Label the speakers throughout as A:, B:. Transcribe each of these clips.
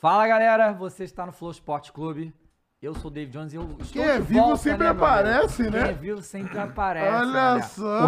A: Fala galera, você está no Flow Sport Clube. Eu sou o David Jones e eu estou
B: Quem
A: de
B: é vivo
A: volta,
B: sempre
A: né, meu amigo?
B: aparece, né?
A: Quem é vivo sempre aparece. né,
B: Olha
A: galera.
B: só.
C: O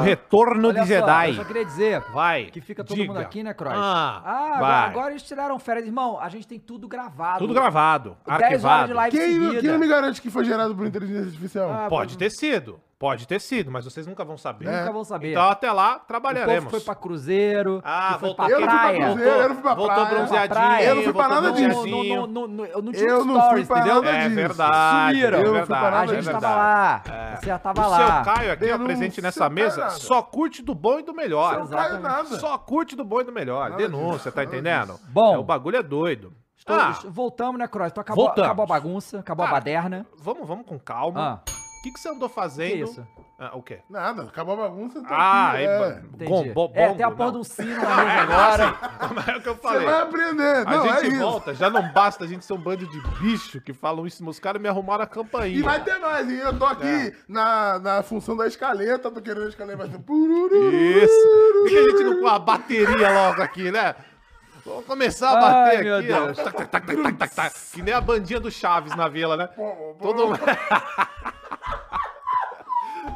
A: Ah,
C: retorno
A: Olha
C: de
A: só,
C: Jedi.
A: eu só queria dizer
C: Vai,
A: que fica todo
C: diga.
A: mundo aqui, né, Croix?
C: Ah,
A: agora,
C: vai.
A: agora eles tiraram férias. Irmão, a gente tem tudo gravado.
C: Tudo gravado,
A: 10 horas
C: arquivado.
A: tá de live
B: Quem,
A: seguida.
B: quem não me garante que foi gerado por inteligência artificial?
A: Ah,
C: Pode ter sido, pode ter sido, mas vocês nunca vão saber.
B: É.
A: Nunca vão saber.
C: Então até lá
A: É. o povo
C: trabalharemos.
A: foi pra cruzeiro,
C: Ah,
A: que foi
C: voltou.
A: pra
B: Eu não fui pra
A: praia.
B: cruzeiro, eu não fui pra
C: Voltou
B: praia.
C: bronzeadinho,
A: praia.
B: Eu não fui pra
C: voltou
B: nada disso.
C: bronzeadinho.
A: Não, não, não, não, eu não tinha
B: Eu não fui
A: stories,
B: pra
A: entendeu?
B: nada
C: É
B: disso.
C: verdade,
A: Sumiram.
C: é
A: Eu
B: não fui pra
C: verdade,
B: nada
A: A
C: é
A: gente
B: disso.
A: tava
C: verdade. É.
A: lá. Você já tava
C: o
A: lá.
C: seu Caio aqui, é
B: Eu não
C: presente nessa
B: sei
C: mesa,
B: nada.
C: só curte do bom e do melhor.
B: Não caiu
A: Exatamente.
B: nada.
C: Só curte do bom e do melhor.
B: Nada
C: Denúncia,
B: disso,
C: tá
B: nada
C: entendendo?
B: disso.
A: Bom.
C: É, o bagulho é doido.
A: Estou-
C: Ah,
A: est- voltamos, né, Cross? Então acabou,
C: Voltamos. Ah.
A: acabou a bagunça, acabou a
C: Cara,
A: baderna.
C: vamos, vamos com calma.
A: Ah,
C: O que, que você andou
A: que
C: fazendo?
A: isso? Então
C: Ah, o quê?
B: Nada, acabou a bagunça. tá
C: Ah,
B: aqui,
C: é.
A: Entendi.
C: Bom, bom, Ah,
A: é, tem a
C: bongo,
A: porra
C: não.
A: de um sino
C: É,
A: na mesa agora.
C: Mas é o que eu
B: Você
C: falei.
B: vai aprender.
C: A
B: Não, é
C: gente
B: isso.
C: volta, já não basta a gente ser um bando de bicho que falam isso, os caras me arrumaram a campainha.
B: E vai ter mais, hein? Eu tô aqui
C: É.
B: na, na função da escaleta, tô querendo a escaleta, vai ser... purururu.
C: Isso! Por que a gente não põe a bateria logo aqui, né? Vamos começar a bater
A: Ai, meu
C: aqui, ó.
A: Deus.
C: Tac, tac, tac, tac, tac, tac, tac. Que nem a bandinha do Chaves na vila, né? Todo mundo.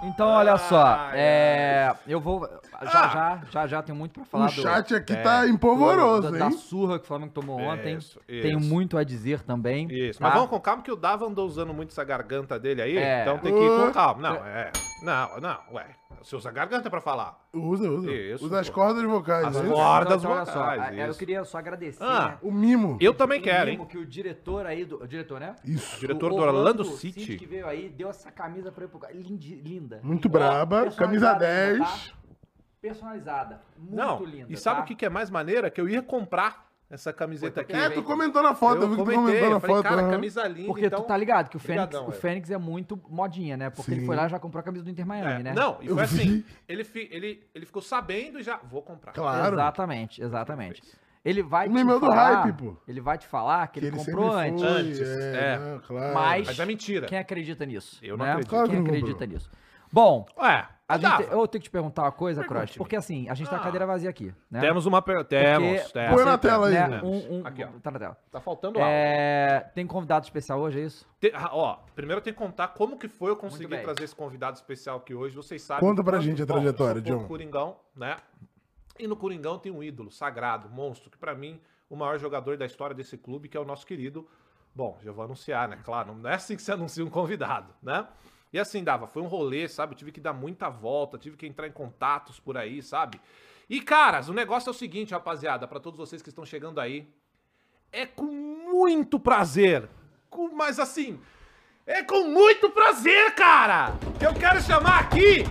A: Então, olha só.
C: Ah, Ai, Ah.
A: É, eu vou. Já já, já já, tenho muito pra falar
B: O
A: do-
B: Um chat aqui
C: É.
B: tá empolvoroso,
A: da, da
B: hein?
A: surra que o Flamengo tomou ontem.
C: Isso,
A: Tenho
C: isso.
A: muito a dizer também.
C: Isso,
A: tá?
C: mas vamos com calma que o Dava andou usando muito essa garganta dele aí,
A: É.
C: então tem que ir com calma. Não, é. Não, não, ué. Você usa a garganta pra falar.
B: Usa, usa.
C: Isso,
B: usa as
C: pô.
B: cordas vocais.
C: As
B: né?
C: cordas. Cordas
A: então, olha só,
C: vocais,
A: a- eu
C: isso.
A: queria só agradecer,
C: Ah,
A: né?
B: O mimo.
C: Eu também
A: o
C: quero,
A: mimo
C: hein?
A: que o diretor aí do. O diretor, né?
B: Isso.
C: Diretor
A: O
C: do Orlando City.
A: que veio aí, deu essa camisa pra eu pro cara. Lindi- Linda.
B: Muito
A: Ó,
B: braba, camisa
A: personalizada ainda,
B: 10.
A: tá? Personalizada. Muito
C: Não,
A: linda.
C: e sabe
A: tá?
C: o que, que é mais maneira? Que eu ia comprar essa camiseta aqui.
A: porque-
B: É, tu comentou na foto, eu, vi que tu
C: comentei,
B: comentou na
C: eu falei,
B: foto.
C: cara,
B: aham.
C: camisa linda,
A: Porque
C: então...
A: tu tá ligado que o Fênix,
C: Obrigadão,
A: o
C: velho.
A: Fênix é muito modinha, né? Porque ele
B: Sim.
A: foi lá e já comprou a camisa do Inter Miami,
C: É,
A: né?
C: Não, e
B: Eu
C: foi assim,
B: vi.
C: ele, fi- ele, ele ficou sabendo e já, vou comprar.
B: Claro.
A: Exatamente, exatamente. Ele vai
B: O meme é do
A: falar,
B: hype, pô.
A: ele vai te falar que, ele,
B: sempre
A: comprou antes.
B: foi,
C: Antes,
B: É,
C: é.
B: não, claro.
A: Mas-
C: Mas é mentira.
A: Quem acredita nisso?
C: Eu não
A: né?
C: acredito.
B: Claro que
A: Quem
B: não comprou.
A: acredita nisso? Bom,
C: Ué,
A: a gente-
C: dava.
A: eu tenho que te perguntar uma coisa, Cross,
C: Pergunte-me.
A: porque assim, a gente tá com a
C: Ah.
A: cadeira vazia aqui, né?
C: Temos uma... per- Temos,
A: Porque-
C: temos.
B: Põe na tela aí.
A: Né?
B: né?
A: Um, um-
C: Aqui, ó.
A: Tá na tela.
C: Tá faltando algo.
A: É, tem convidado especial hoje, é isso?
C: Te- ah, ó, primeiro eu tenho que contar como que foi eu
A: Muito
C: conseguir
A: bem.
C: trazer esse convidado especial aqui hoje. Vocês sabem...
B: Conta pra
C: quanto-
B: gente a
C: Bom,
B: trajetória,
C: eu sou
B: John.
C: Coringão, né? E no Coringão tem um ídolo sagrado, monstro, que pra mim, o maior jogador da história desse clube, que é o nosso querido... Bom, já vou anunciar, né? Claro, não é assim que você anuncia um convidado, né? E assim, Dava, foi um rolê, sabe? Eu tive que dar muita volta, tive que entrar em contatos por aí, sabe? E, caras, o negócio é o seguinte, rapaziada, pra todos vocês que estão chegando aí, é com muito prazer, com, mas assim, é com muito prazer, cara, que eu quero chamar aqui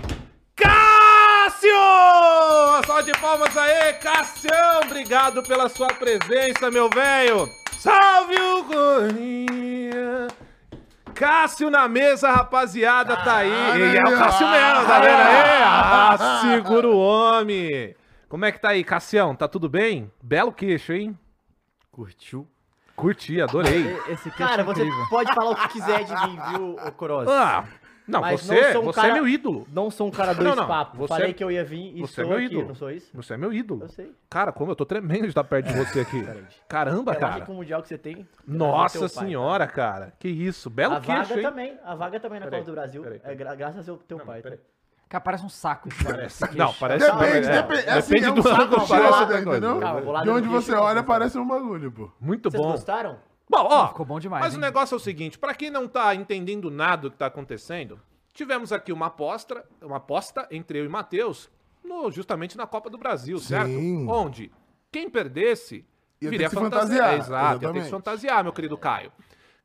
C: Cássio! Uma salva de palmas aí, Cássio! Obrigado pela sua presença, meu velho! Salve o Corrinha! Cássio na mesa, rapaziada, tá aí.
B: Caralho,
C: E é o Cássio mesmo, tá vendo aí? Ah, segura o homem! Como é que tá aí, Cassião? Tá tudo bem? Belo queixo, hein?
D: Curtiu?
C: Curti, adorei.
A: E- Esse aqui
D: Cara,
A: é
D: você
A: incrível.
D: pode falar o que quiser de mim, viu, ô Cross?
C: Ah, não,
D: Mas
C: você,
D: não sou um
C: você é
D: cara-
C: meu ídolo.
D: Não sou um cara
C: Não,
D: dois
C: não,
D: papo.
C: você-
D: Falei que eu ia vir e
C: você é
D: estou
C: meu
D: aqui,
C: ídolo.
D: não sou isso?
C: Você é meu ídolo.
D: Eu sei.
C: Cara, como eu tô tremendo de estar perto de você aqui. Caramba,
D: Relaxa
C: cara.
D: É com o mundial que você tem. é
C: Nossa
D: Teu pai,
C: senhora, cara. Que isso,
D: tá?
C: belo
D: A
C: queixo,
D: vaga
C: hein?
D: também, a vaga também na
C: Peraí,
D: Copa do Brasil.
C: peraí, peraí.
D: É gra- graças ao seu- teu pai.
C: peraí.
D: tá?
A: Cara, parece um saco esse
C: Parece-
A: esse
C: Não,
A: queixo.
C: parece...
B: Depende,
C: é,
B: depende. É, assim,
C: depende
B: é um
C: do
B: saco
C: ângulo, parece outra
B: tirado,
C: coisa.
B: entendeu?
D: Calma, vou lá
B: De
D: no
B: onde
D: bicho,
B: você
D: eu vou
B: olha,
D: mostrar.
B: parece um bagulho, pô.
C: Muito
D: Vocês
C: bom.
D: gostaram?
C: Bom, ó,
A: Ficou bom demais,
C: mas o
A: hein?
C: negócio é o seguinte, pra quem não tá entendendo nada do que tá acontecendo, tivemos aqui uma aposta, uma aposta entre eu e Matheus, no- justamente na Copa do Brasil, certo? Onde quem perdesse
B: Ia ter
C: viria
B: que se
C: fantasiar.
B: fantasiar,
C: Exato, ia ter que
B: exatamente.
C: se fantasiar, meu querido Caio.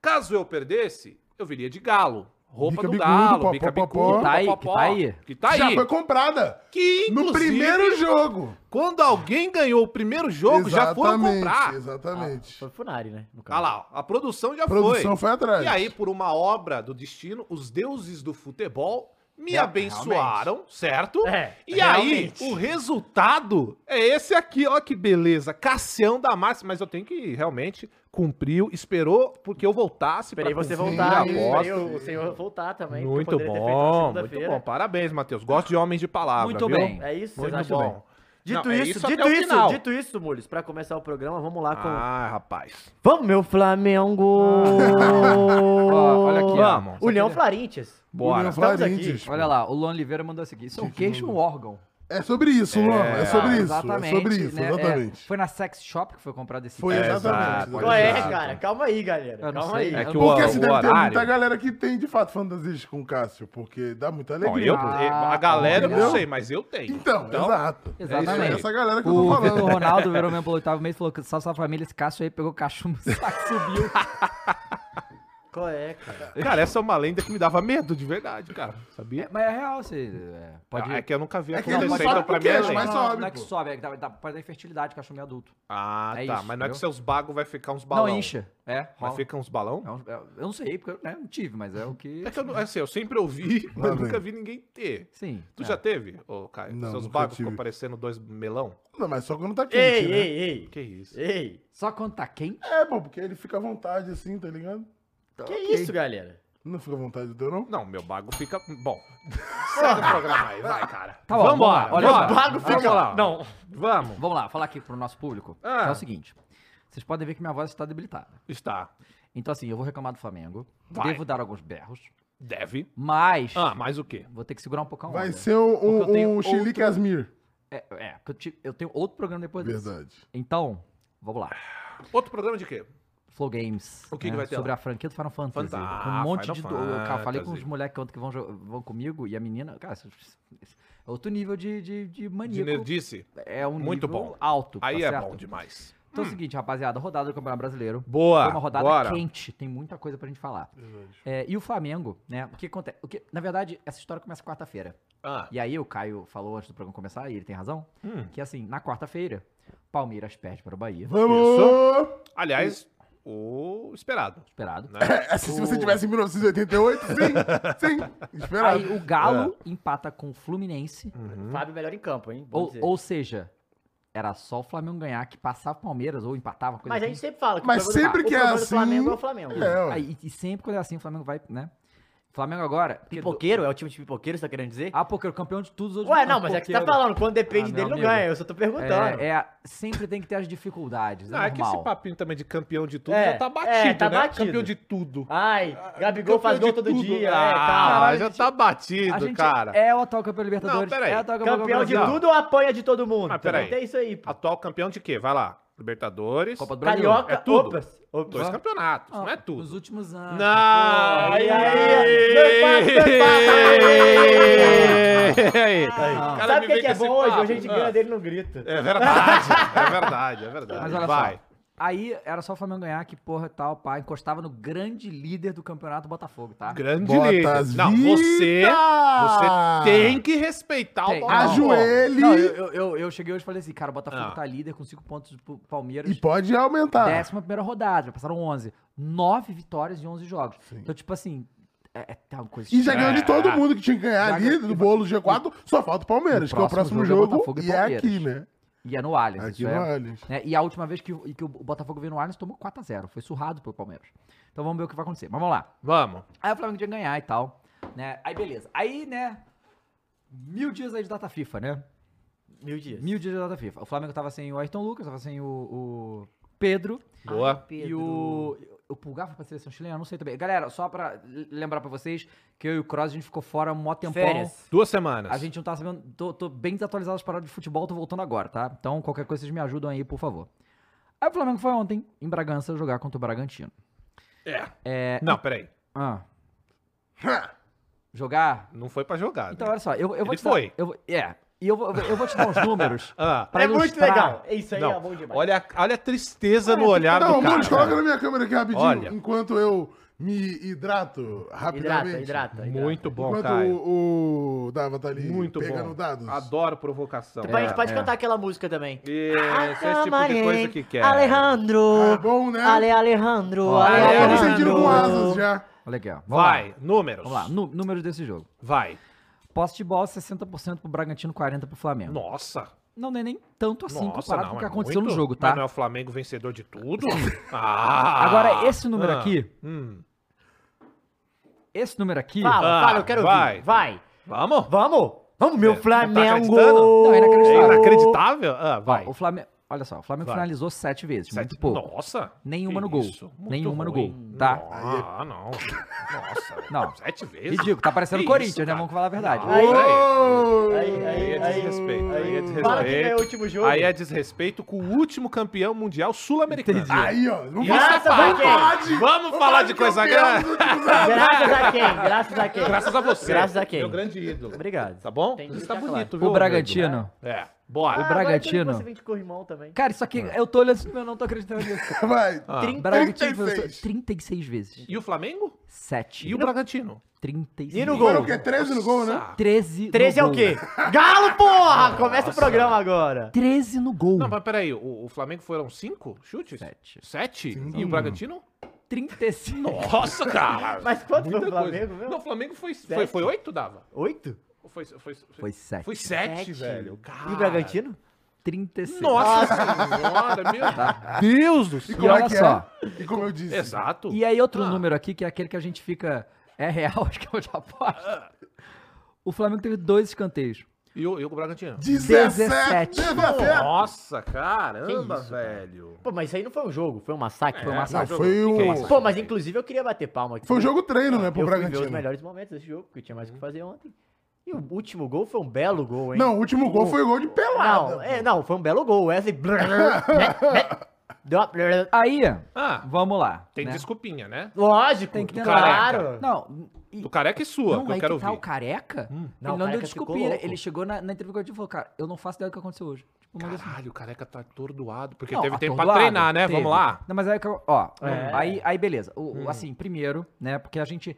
C: Caso eu perdesse, eu viria de galo. Roupa
B: Bica
C: do
B: bicudo,
C: galo,
B: popó,
C: bica
B: popó.
C: bicudo,
A: Que tá aí,
C: popó,
A: que tá aí.
C: Que tá
B: Já
C: aí.
B: foi comprada.
C: Que,
B: No
C: inclusive,
B: primeiro jogo.
C: quando alguém ganhou o primeiro jogo, já foram
B: Exatamente,
C: comprar.
B: Exatamente.
D: Foi Funari, né? No
C: Olha lá, ó, a produção já
B: A produção
C: foi.
B: foi atrás.
C: E aí, por uma obra do destino, os deuses do futebol me
D: É,
C: abençoaram, certo?
D: É,
C: e
D: realmente.
C: aí, o resultado é esse aqui, ó que beleza. Cassião da Márcia, mas eu tenho que realmente cumpriu, esperou porque eu voltasse pra
D: Esperei você
C: cumprir
D: voltar.
C: a
D: Esperei
C: aposta.
D: o senhor voltar também. que eu
C: Muito
D: poderia ter feito na
C: bom, muito
D: segunda-feira.
C: bom. Parabéns, Matheus. Gosto de homens de palavra,
A: Muito
C: viu?
A: bem.
D: É isso, vocês
C: Muito
D: acham?
C: bom.
D: Dito
C: Não, é
D: isso,
C: isso até
D: dito
C: o
D: isso,
C: final.
D: dito isso, Mules, pra começar o programa, vamos lá Tá com.
C: Ah, rapaz.
D: Vamos, meu Flamengo!
A: Ó, olha aqui, ó.
C: Vamos.
D: União Florintias.
C: Bora.
B: William
D: estamos
B: Farindes.
A: Olha lá, o Luan Oliveira mandou isso aqui. Isso é um queixo um órgão.
B: É sobre isso, Luan. É, sobre
A: Ah,
B: isso. É sobre isso,
A: né? É,
B: exatamente.
A: foi na sex shop que foi comprado esse
B: Foi
A: kit.
C: exato.
B: exatamente.
C: Pode
D: Qual é,
C: deixar.
D: cara? Calma aí, galera.
A: Eu não
D: Calma aí.
A: sei.
C: É que o,
B: Porque
C: o,
B: se deve ter
C: horário.
B: muita galera que tem, de fato, fantasias com o Cássio, porque dá muita
C: Bom,
B: alegria. né?
C: eu,
B: pô.
C: a galera, eu não
B: entendeu?
C: sei, mas eu tenho.
B: Então, exato.
A: Exatamente.
B: É essa galera que eu tô
A: O
B: falando.
A: Vitor Ronaldo virou mesmo pelo oitavo mês e falou que salve sua família, esse Cássio aí pegou cachumbo, saco subiu.
D: Qual é, cara?
C: Cara, essa é uma lenda que me dava medo de verdade, cara. Sabia?
A: É, mas é real, você é, pode...
C: É que eu nunca vi
B: É que
C: acontecer,
B: ele não
C: então
B: sabe
C: pra
B: por quê,
C: mim é
B: mas
C: lenda.
A: não,
B: sobe,
A: não é que
B: pô.
A: sobe, é que dá, dá- pode dar infertilidade, cachumbo é adulto.
C: Ah,
A: É isso,
C: tá. mas não é
A: entendeu?
C: que seus bagos vai ficar uns balão.
A: Não, incha. É, rola.
C: Mas fica uns balão?
A: É um- é- eu não sei, porque eu né, não tive, mas é o que...
C: É que eu, não- assim, eu sempre ouvi,
B: Lá
C: mas
B: vem.
C: nunca vi ninguém ter.
A: Sim.
C: Tu
A: é.
C: já teve, ô Caio?
B: Não,
C: Seus
B: nunca
C: bagos ficam
B: tive.
C: parecendo dois melão?
B: Não, mas só quando tá quente,
D: Ei,
B: né?
D: ei, ei.
C: Que isso?
D: Ei.
A: Só quando tá quente?
B: É, pô, porque ele fica à vontade, assim, tá ligado?
D: Que isso, galera?
B: Não fica à vontade do teu, não?
C: Não, meu bago fica. Bom. Segue o programa aí, vai, cara.
A: Tá bom,
C: Vambora,
A: vamos lá, olha
C: bora.
A: só.
D: Bago
C: Vamos
D: fica
C: lá.
D: lá. Não.
C: Vamos.
A: Vamos lá, falar aqui pro nosso público.
C: Ah.
A: É o seguinte, vocês podem ver que minha voz está debilitada.
C: Está.
A: Então assim, eu vou reclamar do Flamengo,
C: Vai.
A: devo dar alguns berros,
C: Deve.
A: mas
C: Ah, mais o quê?
A: vou ter que segurar um pouco a onda.
B: Vai ser um, um,
A: Porque eu tenho
B: um Chilique Asmir.
A: É, é, porque eu, ti- eu tenho outro programa depois desse.
B: Verdade.
A: Então, vamos lá.
C: Outro programa de quê?
A: Flow Games. né,
C: O que que vai ter
A: Sobre
C: lá?
A: a franquia do Final Fantasy.
C: Fanta- ah,
A: com um monte
C: Final
A: de. do- eu, cara, falei com os
C: Fantasy.
A: moleques ontem que vão, jo- vão comigo e a menina. Cara, isso- isso- é outro nível de, de, de
C: De
A: maníaco.
C: nerdice?
A: é um
C: Muito
A: nível
C: bom.
A: alto. tá
C: Aí é
A: certo?
C: bom demais.
A: Então é o seguinte, rapaziada, rodada do Campeonato Brasileiro.
C: Boa.
A: Foi uma rodada
C: bora.
A: quente, tem muita coisa pra gente falar. É, e o Flamengo, né? O que acontece? O que, na verdade, essa história começa quarta-feira.
C: Ah,
A: E aí o Caio falou antes do programa começar, e ele tem razão,
C: hum.
A: que assim, na quarta-feira, Palmeiras perde para o Bahia.
B: Vamos!
C: Aliás, o esperado.
A: Esperado.
C: Né?
B: É, se, se você tivesse em 1988, sim, sim. Esperado.
A: Aí o Galo
C: É.
A: empata com o Fluminense.
C: Uhum.
D: Fábio melhor em campo, hein? Bom
A: Hum? Ou,
D: dizer.
A: ou seja, era só o Flamengo ganhar que passava o Palmeiras ou empatava, coisa
D: Mas a
A: assim.
D: gente sempre fala que
B: Mas
D: o problema,
B: sempre
D: do-
B: que
D: o
B: é
D: problema
B: assim-
D: do Flamengo é o Flamengo.
B: É, ué.
A: Aí, e sempre quando é assim, o Flamengo vai, né? Flamengo agora. porque do-
D: Pipoqueiro? É o time de pipoqueiro, você tá querendo dizer?
A: Ah, porque é o campeão de todos os
D: Ué, não, mas é que você tá então.
A: pipoqueiro.
D: falando, quando depende
A: Ah, meu
D: dele não
A: amigo.
D: ganha, eu só tô perguntando.
A: É, é- sempre tem que ter as dificuldades.
C: Não,
A: é
C: é que esse
A: normal.
C: papinho também de campeão de tudo
D: É,
C: já tá
D: é,
C: batido,
D: tá
C: né?
D: batido.
C: Campeão de tudo.
D: Ai, Gabigol faz gol
C: Campeão de
D: todo
C: tudo.
D: dia,
C: Ah,
D: é, calma.
C: já tá batido,
A: a gente
C: cara.
A: é o atual campeão Libertadores.
C: Não, peraí.
A: É o atual campeão,
D: Campeão de
A: Brasil.
D: tudo ou apanha de todo mundo?
C: Ah, peraí.
D: Tem isso aí, pô.
C: Atual campeão de quê? Vai lá. Libertadores.
A: Copa do Brasil.
D: Carioca,
C: É tudo.
D: opas, opas.
C: Dois campeonatos,
A: Ah,
C: não é
A: Nos
C: tudo.
A: últimos anos.
C: Não!
D: Aí,
C: Aí,
D: aí, dois passos, dois passos.
C: aí!
A: Ah.
C: Cara,
D: Sabe
C: me
D: o que,
C: vem
D: que
C: com
D: é
C: esse
D: bom hoje?
C: papo.
D: Hoje a gente
C: Ah.
D: ganha dele no grito.
C: É verdade, é verdade, é verdade.
A: Mas olha
C: Vai.
A: só. Aí era só o Flamengo ganhar, que porra tal, pá. Encostava no grande líder do campeonato Botafogo, tá?
C: Grande
B: Bota
C: líder.
B: as
C: Não, você,
B: vidas! Ah.
C: você tem que respeitar
A: Tem.
C: o Botafogo.
B: Ajoelhe
A: Não, eu, eu, eu, eu cheguei hoje e falei assim, cara, o Botafogo
C: Ah.
A: tá líder com 5 pontos pro Palmeiras.
B: e pode aumentar.
A: Décima primeira rodada, já passaram 11. 9 vitórias em 11 jogos. Então, tipo assim, é, é tá uma coisa
B: E já
A: estranha.
B: ganhou de todo
C: É.
B: mundo que tinha que ganhar
A: Já
B: ali,
A: ganhou-
B: do bolo G4, só falta o Palmeiras,
A: O
B: que é o
A: próximo
B: próximo
A: jogo é
B: jogo,
A: Botafogo e
B: e é
A: Palmeiras.
B: aqui, né?
A: E é no Allianz.
B: Aqui
A: isso
B: no
A: é-
B: Allianz.
A: né? E a última vez que, o- que o Botafogo veio no Allianz tomou 4x0. Foi surrado pelo Palmeiras. Então vamos ver o que vai acontecer. Mas vamos lá.
C: Vamos.
A: Aí o Flamengo tinha que ganhar e tal, né? Aí beleza. Aí, né? Mil dias aí de data FIFA, né?
D: Mil dias.
A: Mil dias de data FIFA. O Flamengo tava sem o Ayrton Lucas, tava sem o, o Pedro,
C: Boa.
A: e o. O Pulgar foi pra seleção chilena, não sei também. Galera, só pra lembrar pra vocês que eu e o Cross a gente ficou fora um mó tempão.
D: Férias.
C: Duas semanas.
A: A gente não tá sabendo. Tô, tô bem desatualizado as paradas de futebol, tô voltando agora, tá? Então qualquer coisa vocês me ajudam aí, por favor. Aí o Flamengo foi ontem, em Bragança, jogar contra o Bragantino.
C: É.
A: É.
C: Não, peraí.
A: Ah,
B: Ha!
A: jogar
C: Não foi pra jogar.
A: Então,
C: né?
A: olha só, eu, eu vou
C: Ele
A: te
C: foi.
A: dar. Eu, vou- é. E eu vou, eu vou te dar uns números.
C: Ah,
A: pra
D: é muito
A: ilustrar.
D: legal. Isso aí é bom
C: não.
D: demais.
C: Olha, a- olha a tristeza no olhar
B: Não,
C: do cara.
B: Mules, coloca na minha câmera aqui rapidinho,
C: Olha.
B: enquanto eu me hidrato
D: hidrata,
B: rapidamente.
D: hidrata, hidrata.
C: Muito bom,
B: Enquanto
C: Caio.
B: o, o Dava tá ali
C: Muito
B: pegando
C: bom.
B: dados.
C: Adoro provocação.
D: Depois Tipo, a gente pode
A: é.
D: cantar aquela música também.
C: Isso, esse tipo de coisa que quer.
B: É
D: Alejandro.
B: bom, né?
D: Ale Alejandro.
A: Ó, Ale
D: Ale
B: Eu tô me
D: Ah, Alejandro.
B: sentindo com asas já.
A: Olha aqui, ó. Vamos
C: Vai,
A: Lá.
C: números.
A: Vamos lá, nu- números desse jogo.
C: Vai.
A: Posse de bola 60% pro Bragantino, 40% pro Flamengo.
C: Nossa.
A: Não, não é nem tanto assim
C: Nossa,
A: comparado
C: não.
A: com o que
C: é
A: aconteceu
C: muito.
A: no jogo,
C: Mas
A: tá?
C: não é o Flamengo vencedor de tudo? Ah!
A: Agora, esse número
C: Ah,
A: aqui,
C: hum.
A: esse número aqui,
D: Fala,
C: Ah,
D: fala, eu quero
C: vai.
D: ouvir. Vai.
C: Vamos?
D: Vamos. Vamos, meu
C: É, não tá
D: Flamengo!
C: acreditando? Não,
A: é
C: É
A: inacreditável.
C: inacreditável? Ah, vai.
A: O Flamengo. Olha só, o Flamengo
C: Vai.
A: finalizou sete vezes.
C: Sete-
A: Muito pouco.
C: Nossa.
A: Nenhuma
C: que
A: no gol.
C: isso, muito
A: Nenhuma no
C: ruim.
A: gol, tá?
C: Ah, não. Nossa.
A: Não.
C: Sete vezes.
A: Ridículo, tá parecendo
C: Que
A: Corinthians,
C: isso,
A: né?
C: cara?
A: Vamos falar a verdade.
C: Não,
D: Aí-
B: Ô!
D: Aí,
C: Aí
D: aí,
C: é
D: aí,
C: desrespeito, aí é
D: Para que ganhou o
C: desrespeito.
D: último jogo.
C: Aí é desrespeito com o último campeão mundial sul-americano.
A: Entendi.
B: Aí, ó. Não
C: Graças
B: vamos
D: a
B: vamos
D: quem?
B: falar de.
C: Vamos falar de coisa grande.
D: Graças a quem? Graças a quem?
C: Graças a você.
D: Graças a quem?
C: Meu grande ídolo.
D: Obrigado.
C: Tá bom?
D: Tem que
C: Você tá
D: deixar
C: bonito, viu?
A: O
C: meu
A: Bragantino.
C: ídolo? É, bora.
A: O Bragantino.
D: Ah, Agora você vem de corrimão também.
A: Cara, isso aqui, eu tô olhando assim, eu não tô acreditando nisso.
B: Vai.
C: Ah,
A: Bragantino
B: 36.
A: 36. 36 vezes.
C: E o Flamengo?
A: 7.
C: E o Bragantino?
A: 36.
D: E no
B: Foram o
D: gol?
B: quê? 13 no gol, né?
C: Nossa.
A: 13 no
D: 13 é o
A: gol.
D: quê? Galo, porra! Começa o
C: Nossa.
D: programa agora.
A: 13 no gol.
C: Não, mas peraí, o, o Flamengo foram cinco chutes?
A: Sete.
C: Sete? E o Bragantino?
A: 35.
C: Nossa, cara!
D: Mas quanto
C: Muita
D: foi o
C: coisa.
D: Flamengo mesmo?
C: Não, o Flamengo foi, foi, foi oito, dava.
D: Oito?
C: Ou Foi, foi, foi,
A: Foi 7.
C: foi sete,
D: Sete.
C: velho. Cara.
D: E o Bragantino?
A: 36.
C: Nossa senhora,
A: Tá.
C: meu Deus do
B: E
C: céu.
A: E
B: como é
A: olha
B: que
A: só.
B: é? E como eu disse.
C: Exato.
A: E aí, outro
C: Ah.
A: número aqui, que é aquele que a gente fica. É real, acho que eu já aposto. O Flamengo teve dois escanteios.
C: E o, e o Bragantino?
B: 17.
A: 17.
B: 17.
C: Nossa, caramba, velho.
D: Pô, mas isso aí não foi um jogo, foi um massacre.
C: É,
D: Foi um
C: não,
D: massacre.
B: foi
C: Fica aí,
B: um-
C: massacre.
D: Pô, mas inclusive eu queria bater palma aqui.
B: Foi um jogo treino, né, pro
D: eu fui ver os
B: Bragantino.
D: melhores momentos desse jogo, porque eu tinha mais o que fazer ontem. E o último gol foi um belo gol, hein?
B: Não, o último gol foi gol de pelada.
D: Não, é, não, foi um belo gol. Wesley. né, Deu uma.
A: Aí,
C: Ah,
A: vamos lá.
C: tem
A: né?
C: desculpinha, né?
D: Lógico,
A: Tem que ter
D: claro.
A: Não, e-
C: Do careca e sua,
A: não,
C: que eu
A: aí
C: quero
A: que tá o
C: ouvir.
A: careca?
D: Hum. Não, o
A: ele não deu
D: Careca ficou
A: desculpinha.
D: louco.
A: Ele chegou na, na entrevista coletiva e falou, cara, eu não faço ideia do que aconteceu hoje. Tipo, mandou assim,
C: Caralho, o careca tá atordoado. Porque
A: Não,
C: teve tempo pra
A: atordoado,
C: treinar, né?
A: teve.
C: Vamos lá. Hum.
A: Não, mas aí, que eu- ó,
D: É.
A: aí, aí beleza. O- o- Assim, primeiro, né, porque a gente,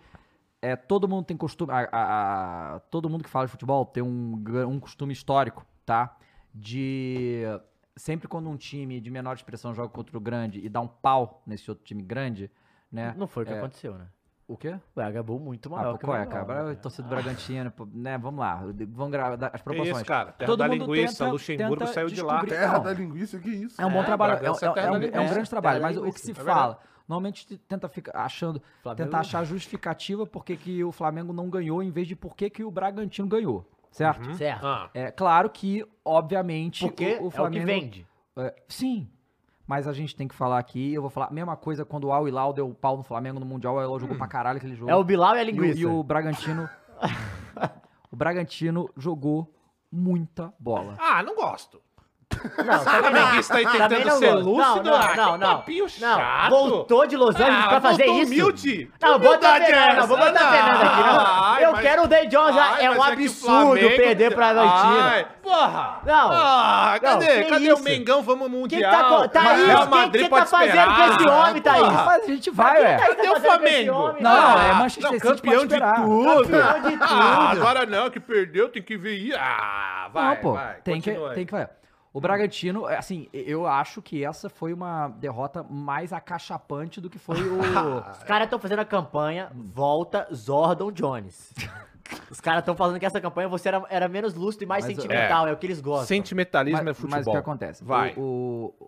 A: é, todo mundo tem costume, a- a- a- todo mundo que fala de futebol tem um, gra- um costume histórico, tá? De sempre quando um time de menor expressão joga contra o grande e dá um pau nesse outro time grande, né?
D: Não foi o que
A: É.
D: aconteceu, né?
A: O quê?
D: O acabou muito
A: Ah,
D: maior
A: pô,
D: que o
A: qual é,
D: Mengão,
A: cara?
D: né?
A: Torcida do Bragantino, pô, né? Vamos lá, vamos gravar as
C: Que
A: proporções.
C: É isso, cara. Terra
A: Todo
C: da
A: mundo
C: linguiça,
A: tenta-
C: Luxemburgo
A: tenta
C: saiu de lá.
A: descobrir-
B: Terra
A: Não.
B: da linguiça, que isso?
A: É um bom
C: É,
A: trabalho, é,
C: Bragança
A: é-
C: é terra
A: é um,
C: da
A: é um
C: linguiça.
A: grande trabalho, mas o que
D: linguiça,
A: se
C: é
A: fala, normalmente te- tenta ficar achando,
D: Flamengo-
A: tentar achar justificativa por que que o Flamengo não ganhou em vez de por que que o Bragantino ganhou, certo?
D: Hum? Certo.
C: Ah,
A: É claro que, obviamente,
D: Uhum. Porque
A: o, o
D: é o que
A: Flamengo...
D: vende.
A: É, sim, mas a gente tem que falar aqui, eu vou falar a mesma coisa quando o Al Hilal deu o pau no Flamengo no Mundial, o Al Hilal jogou pra caralho aquele jogo.
D: É o Bilal e a
A: E o-
D: linguiça.
A: E o Bragantino. o Bragantino jogou muita bola.
C: ah, não gosto.
D: Não,
C: Flamenguista aí
D: Também
C: tentando
D: não
C: ser
D: gosto.
C: lúcido.
D: é Não, não,
C: ah, que
D: não, não.
C: papinho
D: Não,
C: chato.
D: voltou de Los Angeles
C: Ah,
D: pra fazer
C: voltou
D: isso.
C: humilde.
D: Não,
C: Que
D: bota a
C: humildade
D: Fernanda,
C: é essa?
D: vou botar a Fernanda aqui, não.
C: Ai,
D: eu
C: mas-
D: quero o Day Jones,
C: Ai,
D: é um
C: mas que o
D: absurdo
C: Flamengo-
D: perder pra Argentina.
C: Ai, porra!
D: Não.
C: Ah, cadê?
D: que
C: cadê
D: isso?
C: o Mengão? Vamos ao
D: Quem
C: mundial.
D: tá co- Thaís,
C: Real
D: quem que
C: Madrid
D: você
C: pode
D: tá fazendo
C: esperar.
D: com esse homem, Thaís?
C: Porra.
A: Mas a gente vai, ué.
D: Tá
C: Cadê o
D: fazendo com esse
C: Flamengo?
D: homem,
A: Não,
D: cara?
A: é Manchester City,
C: Ah, campeão
A: pode
C: de
A: esperar.
C: tudo.
D: Campeão de
C: Ah,
D: tipo tudo.
C: agora não, que perdeu, tem que vir. Ah, vai,
A: Não, pô.
C: vai.
A: tem, que,
C: continua aí.
A: tem que fazer. O Bragantino, é, assim, eu acho que essa foi uma derrota mais acachapante do que foi o.
D: Os caras estão fazendo a campanha Volta Zordon Jones. Os caras estão falando que essa campanha você era, era menos lúcido e mais
A: Mas,
D: sentimental, é. o que eles gostam.
C: Sentimentalismo é
A: mas,
C: futebol.
A: mas o que acontece?
C: Vai.
A: O, o-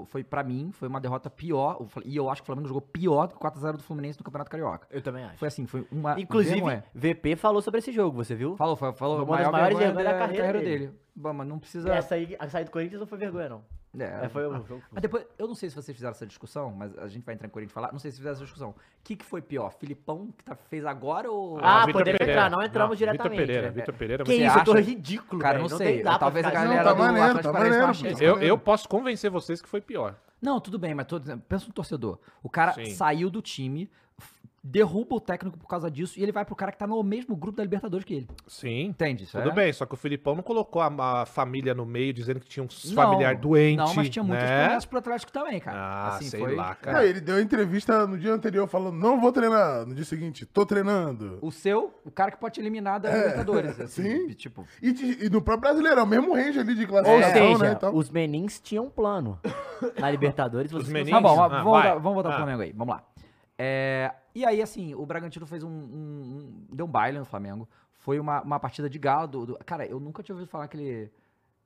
A: o- foi pra mim, foi uma derrota pior. o Fla- E eu acho que o Flamengo jogou pior do que o 4x0 do Fluminense no Campeonato Carioca.
D: Eu também acho.
A: Foi assim, foi uma.
D: Inclusive,
A: vergonha.
D: VP falou sobre esse jogo, você viu?
A: Falou, falou, falou.
D: Uma das
A: maior
D: maiores
A: vergonha
D: vergonhas da carreira dele.
A: Bom, mas não precisa.
D: Essa aí, a saída do Corinthians não foi vergonha, não.
A: É,
D: É, foi o
A: ah,
D: jogo.
A: Mas depois, eu não sei se vocês fizeram essa discussão, mas a gente vai entrar em Corinthians e falar. Não sei se fizeram essa discussão. O que, que foi pior? Filipão, que tá, fez agora ou.
D: Ah,
C: Vitor
D: poderia
C: Pereira.
D: entrar, não entramos diretamente,
C: Vitor Pereira,
D: né?
C: Vitor Pereira.
D: Que
C: você-
D: isso, eu tô
A: acha?
D: ridículo,
A: Cara,
D: velho,
A: não
D: tem-
A: sei.
D: dá pra
A: Talvez a
D: ficar-
A: galera
B: Não, tá
A: do
B: maneiro,
A: Atlético
B: tá
A: Paranaense não
B: maneiro,
A: ache isso.
C: Eu, eu posso convencer vocês que foi pior.
A: Não, tudo bem, mas tô dizendo, pensa no torcedor. O cara
C: Sim.
A: saiu do time, f- derruba o técnico por causa disso e ele vai pro cara que tá no mesmo grupo da Libertadores que ele.
C: Sim.
A: Entende isso?
C: Tudo
A: é?
C: bem, só que o Filipão não colocou a, a família no meio dizendo que tinha um
A: Não,
C: familiar doente.
A: Não, mas tinha muitas
C: né?
A: promessas pro Atlético também, cara. Assim,
C: Ah, sei lá,
B: Não,
C: cara.
B: ele deu entrevista no dia anterior falando, não vou treinar. No dia seguinte, tô treinando.
A: O seu, o cara que pode te eliminar da Libertadores. Assim,
B: É. sim.
A: Tipo,
B: E, de- e no próprio Brasileirão, mesmo range ali de
D: Ou
B: classificação,
D: seja,
B: né? e tal.
D: os menins tinham um plano. Na Libertadores,
C: Os
D: vocês não
C: menins?
A: Tá
D: sabem.
A: bom,
C: Ah,
A: mas vamos,
C: vai.
A: voltar, vamos voltar pro
C: Ah.
A: Flamengo aí, vamos lá. É, e aí, assim, o Bragantino fez um, um- um- Deu um baile no Flamengo. Foi uma, uma partida de galo. do- do- cara, eu nunca tinha ouvido falar aquele.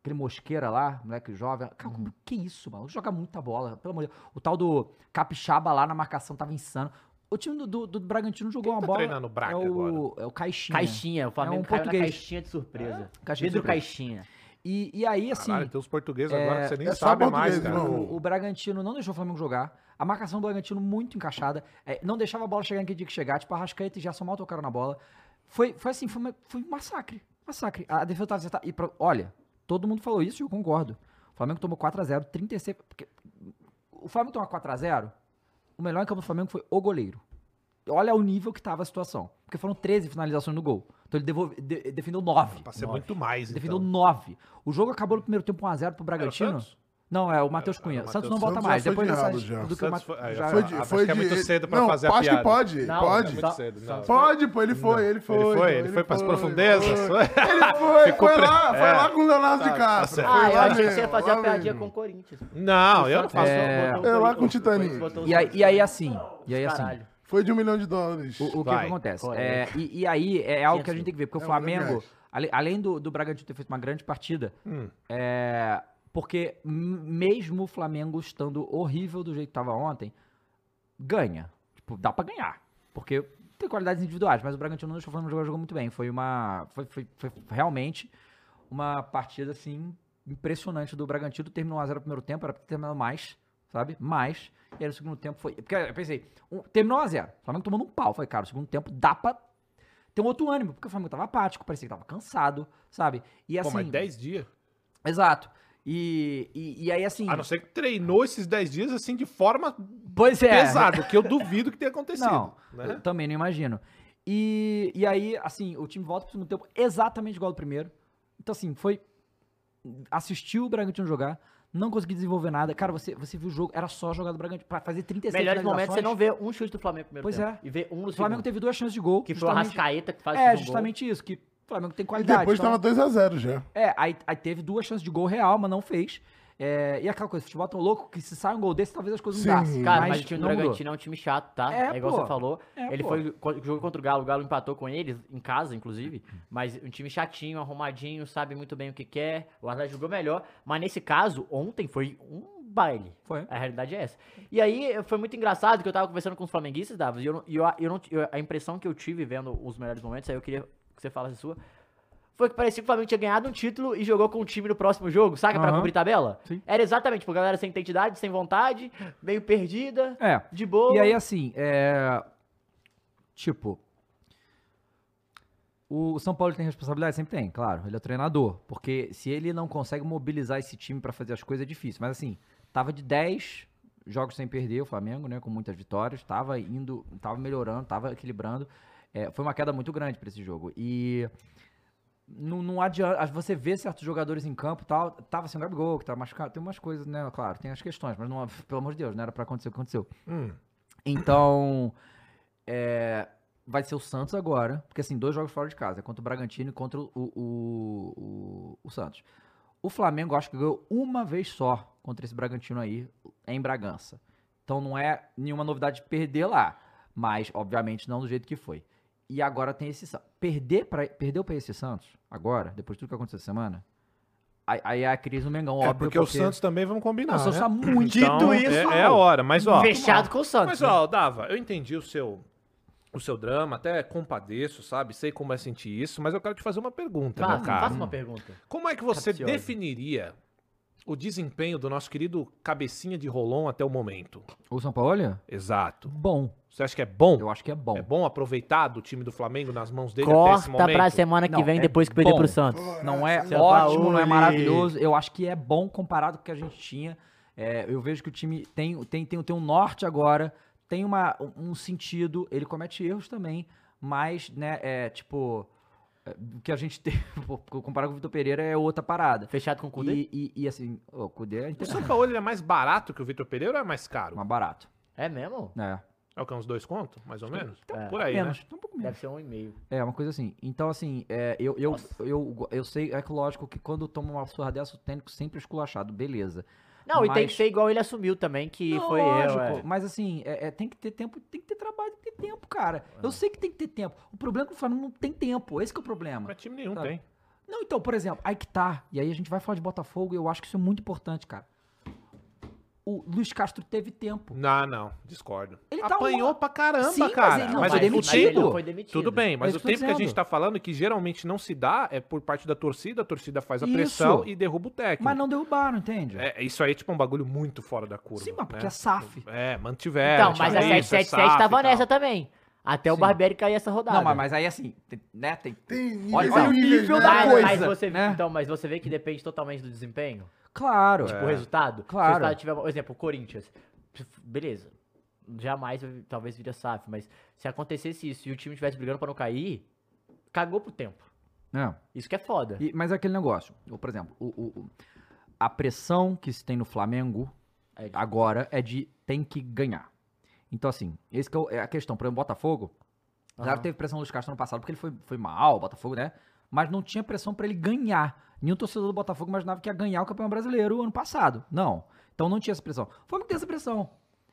A: Aquele mosqueira lá, moleque jovem. Cara,
C: Uhum.
A: como- que isso, mano? Joga muita bola, pelo amor de Deus. O tal do Capixaba lá na marcação tava insano. O time do, do, do Bragantino jogou
C: Quem
A: uma
C: tá
A: bola.
C: treinando o Braga
A: é o, é o Caixinha.
D: Caixinha, o Flamengo
A: um
D: caiu na
A: português.
D: caixinha de surpresa.
A: Caixinha de
D: Pedro
A: surpresa.
D: Caixinha.
A: E, e aí, assim,
C: Caralho, tem uns portugueses agora que você nem
B: é só
C: sabe mais,
B: português,
C: cara.
B: irmão.
A: o, o Bragantino não deixou o Flamengo jogar. A marcação do Bragantino muito encaixada. é, não deixava a bola chegar em que tinha que chegar. Tipo, a Rascaeta e Gerson mal tocaram na bola. Foi, foi assim, foi, uma- foi um massacre. Massacre. A defesa tava acertada. E pra- olha, todo mundo falou isso e eu concordo. O Flamengo tomou 4x0, 36. Porque, o Flamengo tomar 4x0, o melhor em campo do Flamengo foi o goleiro. Olha o nível que tava a situação. Porque foram 13 finalizações no gol. Então ele devolve, de- defendeu 9.
C: Pra ser Ah, muito mais,
A: Defendeu
C: então.
A: 9. O jogo acabou no primeiro tempo 1x0 pro Bragantino.
C: Santos?
A: Não, é o Matheus
C: Era-
A: Cunha.
C: era o
A: Santos
C: Matheus
A: não volta
B: Cunha. Santos
A: mais.
B: já foi
A: Depois dessa,
B: de rabo, já.
A: do que o
C: Santos
A: Matheus.
C: foi-
A: já-
C: ah, já
B: Foi
C: Ah,
B: de,
C: mas
B: foi
C: que é
B: de-
C: muito cedo pra
B: não,
C: fazer a
B: acho
C: piada.
B: que pode,
D: Não, é
B: pode.
C: Muito cedo, não.
B: Pode, pô, ele foi, ele foi.
C: Ele foi, ele foi pras profundezas?
B: Foi. Ele foi,
C: Ficou
B: foi
C: pre-
B: lá, foi
C: É.
B: lá com o Leonardo
C: Tá, tá
B: DiCaprio.
C: certo.
B: foi
D: Ah, eu
B: lá
D: achei que
B: mesmo,
D: você ia fazer uma
B: lá
D: piadinha com
B: mesmo.
D: o Corinthians.
C: Não, eu não faço.
A: É.
D: botou o
B: É lá
D: Corinthians,
B: com o Titanic.
D: botou o
A: E aí,
D: Corinthians.
A: e aí, assim. E aí, assim.
D: Caralho.
B: Foi de um milhão de dólares.
A: O, o que,
C: Vai.
A: que acontece?
D: Olha.
A: É, e, e aí é algo que a gente tem que ver, porque o
B: É um
A: Flamengo,
B: grande.
A: ale- além do, do Bragantino ter feito uma grande partida,
C: Hum.
A: é, porque m- mesmo o Flamengo estando horrível do jeito que estava ontem, ganha. Tipo, dá pra ganhar. Porque tem qualidades individuais, mas o Bragantino não deixou o Flamengo jogar, jogou muito bem. Foi uma. Foi, foi- foi realmente uma partida assim impressionante do Bragantino. Terminou 1x0 no primeiro tempo, era pra ter terminado mais, sabe? Mais. E aí no segundo tempo foi. Porque eu pensei, um- terminou 1x0. O Flamengo tomando um pau. Falei, cara, o segundo tempo dá pra. ter um outro ânimo, porque o Flamengo tava apático, parecia que tava cansado, sabe? E assim.
C: Pô, mas 10 dias.
A: Exato. E, e, e aí, assim.
C: A Ah, não ser que treinou esses 10 dias assim de forma
A: Pois é.
C: pesada, que eu duvido que tenha acontecido.
A: Não,
C: né?
A: eu também não imagino. E, e aí, assim, o time volta pro segundo tempo exatamente igual ao primeiro. Então, assim, foi. Assistiu o Bragantino jogar, não consegui desenvolver nada. Cara, você, você viu o jogo, era só jogar do Bragantino. Pra fazer 36
D: Melhores momentos você não
A: finalizações,
D: vê um chute do Flamengo no primeiro
A: Pois
D: tempo.
A: é.
D: E vê um do
A: O Flamengo um
D: Flamengo
A: teve duas chances de gol.
D: Que foi o
A: justamente-
D: Arrascaeta que faz o
A: É,
D: segundo um gol.
A: justamente isso, que o Flamengo tem
B: E
A: qualidade.
B: depois
A: então-
B: tava 2x0 já.
A: É, aí, aí teve duas chances de gol real, mas não fez. É, e aquela coisa, futebol é tão louco que se sai um gol desse, talvez as coisas
B: Sim.
A: mudassem.
D: Cara, mas, o time do
A: não mudou.
D: Bragantino é um time chato, tá?
A: É,
D: É, igual
A: pô.
D: você falou.
A: É,
D: ele
A: pô.
D: foi co- jogou contra o Galo, o Galo empatou com eles, em casa, inclusive. Mas um time chatinho, arrumadinho, sabe muito bem o que quer. O Atlético jogou melhor. Mas nesse caso, ontem foi um baile.
A: Foi.
D: A realidade é essa. E aí eh, foi muito engraçado que eu tava conversando com os flamenguistas, Davi, e eu, não- e eu- eu não- eu- a impressão que eu tive vendo os melhores momentos, aí eu queria que você falasse a sua. Foi que parecia que o Flamengo tinha ganhado um título e jogou com o time no próximo jogo, saca? Pra
A: Aham.
D: cobrir tabela?
A: Sim.
D: Era exatamente, tipo, galera sem identidade, sem vontade, meio perdida,
A: É.
D: de boa.
A: E aí, assim, é. Tipo. O São Paulo tem responsabilidade? Sempre tem, claro. Ele é o treinador. Porque se ele não consegue mobilizar esse time pra fazer as coisas, é difícil. Mas, assim, tava de 10 jogos sem perder o Flamengo, né? Com muitas vitórias. Tava indo, tava melhorando, tava equilibrando. É, foi uma queda muito grande pra esse jogo. E. Não, não adianta. Você vê certos jogadores em campo e tal. Tava sem o Gabigol, que tava machucado. Tem umas coisas, né? Claro, tem as questões, mas não, pelo amor de Deus, não era pra acontecer o que aconteceu.
C: Hum.
A: Então, é, vai ser o Santos agora, porque assim, dois jogos fora de casa, é contra o Bragantino e contra o, o, o, o Santos. O Flamengo acho que ganhou uma vez só contra esse Bragantino aí, em Bragança. Então não é nenhuma novidade perder lá, mas obviamente não do jeito que foi. E agora tem esse Santos. Perder pra, perdeu pra esse Santos, agora, depois de tudo que aconteceu essa semana, aí, aí é a crise no Mengão,
C: É
A: óbvio.
C: porque o Santos também, vamos combinar.
A: Não, o Santos
C: né?
A: tá muito...
C: Então,
D: isso,
C: É, é a hora, mas ó.
D: fechado com o Santos.
C: Mas ó, Dava, eu entendi o seu o seu drama, até compadeço, sabe? Sei como é sentir isso, mas eu quero te fazer uma pergunta,
D: Faça,
C: né, cara?
D: faça uma pergunta.
C: Como é que você
D: Capciosa.
C: definiria o desempenho do nosso querido cabecinha de Rolon até o momento?
A: O São Paulo, olha,
C: Exato.
A: bom.
C: Você acha que é bom?
A: Eu acho que é bom.
C: É bom aproveitar do time do Flamengo nas mãos dele até esse
D: Corta
C: momento?
D: pra semana que
A: Não,
D: vem,
A: é
D: depois que perder
A: bom.
D: pro Santos.
A: Não é
D: São
A: ótimo, não é
D: Paulo.
A: maravilhoso. Eu acho que é bom comparado com o que a gente tinha. É, eu vejo que o time tem, tem, tem, tem um norte agora, tem uma, um sentido. Ele comete erros também, mas, né, é tipo. é, O que a gente tem, comparado com o Vitor Pereira, é outra parada.
D: Fechado com o Cudê?
A: E, e, e, assim, o Cudê é
C: O
A: interessante,
C: São Paulo ele é mais barato que o Vitor Pereira ou é mais caro?
A: mas barato.
D: É mesmo?
A: né?
C: É o que? Uns dois conto, mais ou menos?
D: É.
C: Por aí, né?
A: menos, tá um pouco menos.
D: Deve ser um e meio.
A: É, uma coisa assim. Então, assim, é, eu, eu,
D: Nossa.
A: eu, eu, sei, é que lógico que quando toma uma surra dessa, o técnico sempre é esculachado, beleza.
D: Não, e tem
A: Mas-
D: que ser igual ele assumiu também, que
A: Não,
D: foi
A: lógico,
D: eu. é.
A: Mas assim, é- é, tem que ter tempo, tem que ter trabalho, tem que ter tempo, cara.
D: É.
A: Eu sei que tem que ter tempo. O problema é que o Flamengo não tem tempo. Esse que é o problema.
C: Mas time nenhum
A: Tá.
C: tem.
A: Não, então, por exemplo, aí que tá. E aí a gente vai falar de Botafogo e eu acho que isso é muito importante, cara. O o Luiz Castro teve tempo.
C: Não, não, discordo.
A: tipo. Ele tá
C: Apanhou
A: uma-
C: pra caramba,
A: Sim, mas
C: cara.
A: ele
C: Mas,
A: não
C: o
A: foi
C: demitido.
A: demitido.
D: foi demitido.
C: Tudo bem, mas
A: Mas
C: o
A: eu tô
C: tempo que a gente
A: dizendo.
C: tá falando, que geralmente não se dá, é por parte da torcida, a torcida faz a
A: Isso.
C: pressão e derruba o
D: É
C: técnico.
A: Mas não derrubaram, entende?
C: É, isso aí é tipo um bagulho muito fora da curva.
A: Sim, mas porque
C: né?
A: é SAF.
C: É, mantiveram.
D: Então, mas a
C: tinha isso, é
D: 777
C: SAF e
D: tava
C: tal.
D: nessa também. Até o
A: Sim.
D: Barbieri cair essa rodada.
A: Não, mas, mas aí assim, tem- né? Tem.
B: Tem níveis
A: Olha,
B: e
A: olha o
B: níveis,
A: nível
B: né?
A: da
D: Mas-
A: coisa,
D: mas você,
A: né?
D: Então, mas você vê que depende totalmente do desempenho?
A: Claro.
D: Tipo, o
C: É.
D: resultado?
A: Claro.
D: Se o resultado tiver, por exemplo, o Corinthians. Beleza. Jamais eu- talvez viria SAF, mas se acontecesse isso e o time estivesse brigando pra não cair, cagou pro tempo.
A: É.
D: Isso que é foda.
A: E- mas é aquele negócio. o- Por exemplo, o- o- o- a pressão que se tem no Flamengo
D: É de-
A: agora é de tem que ganhar. Então, assim, esse que é o- é a questão. Por exemplo, Botafogo. Claro
D: Aham.
A: que teve pressão do Luiz Castro no passado, porque ele foi, foi mal, o Botafogo, né? Mas não tinha pressão pra ele ganhar. Nenhum torcedor do Botafogo imaginava que ia ganhar o Campeonato Brasileiro ano passado. Não. Então não tinha essa pressão. Foi muito essa pressão.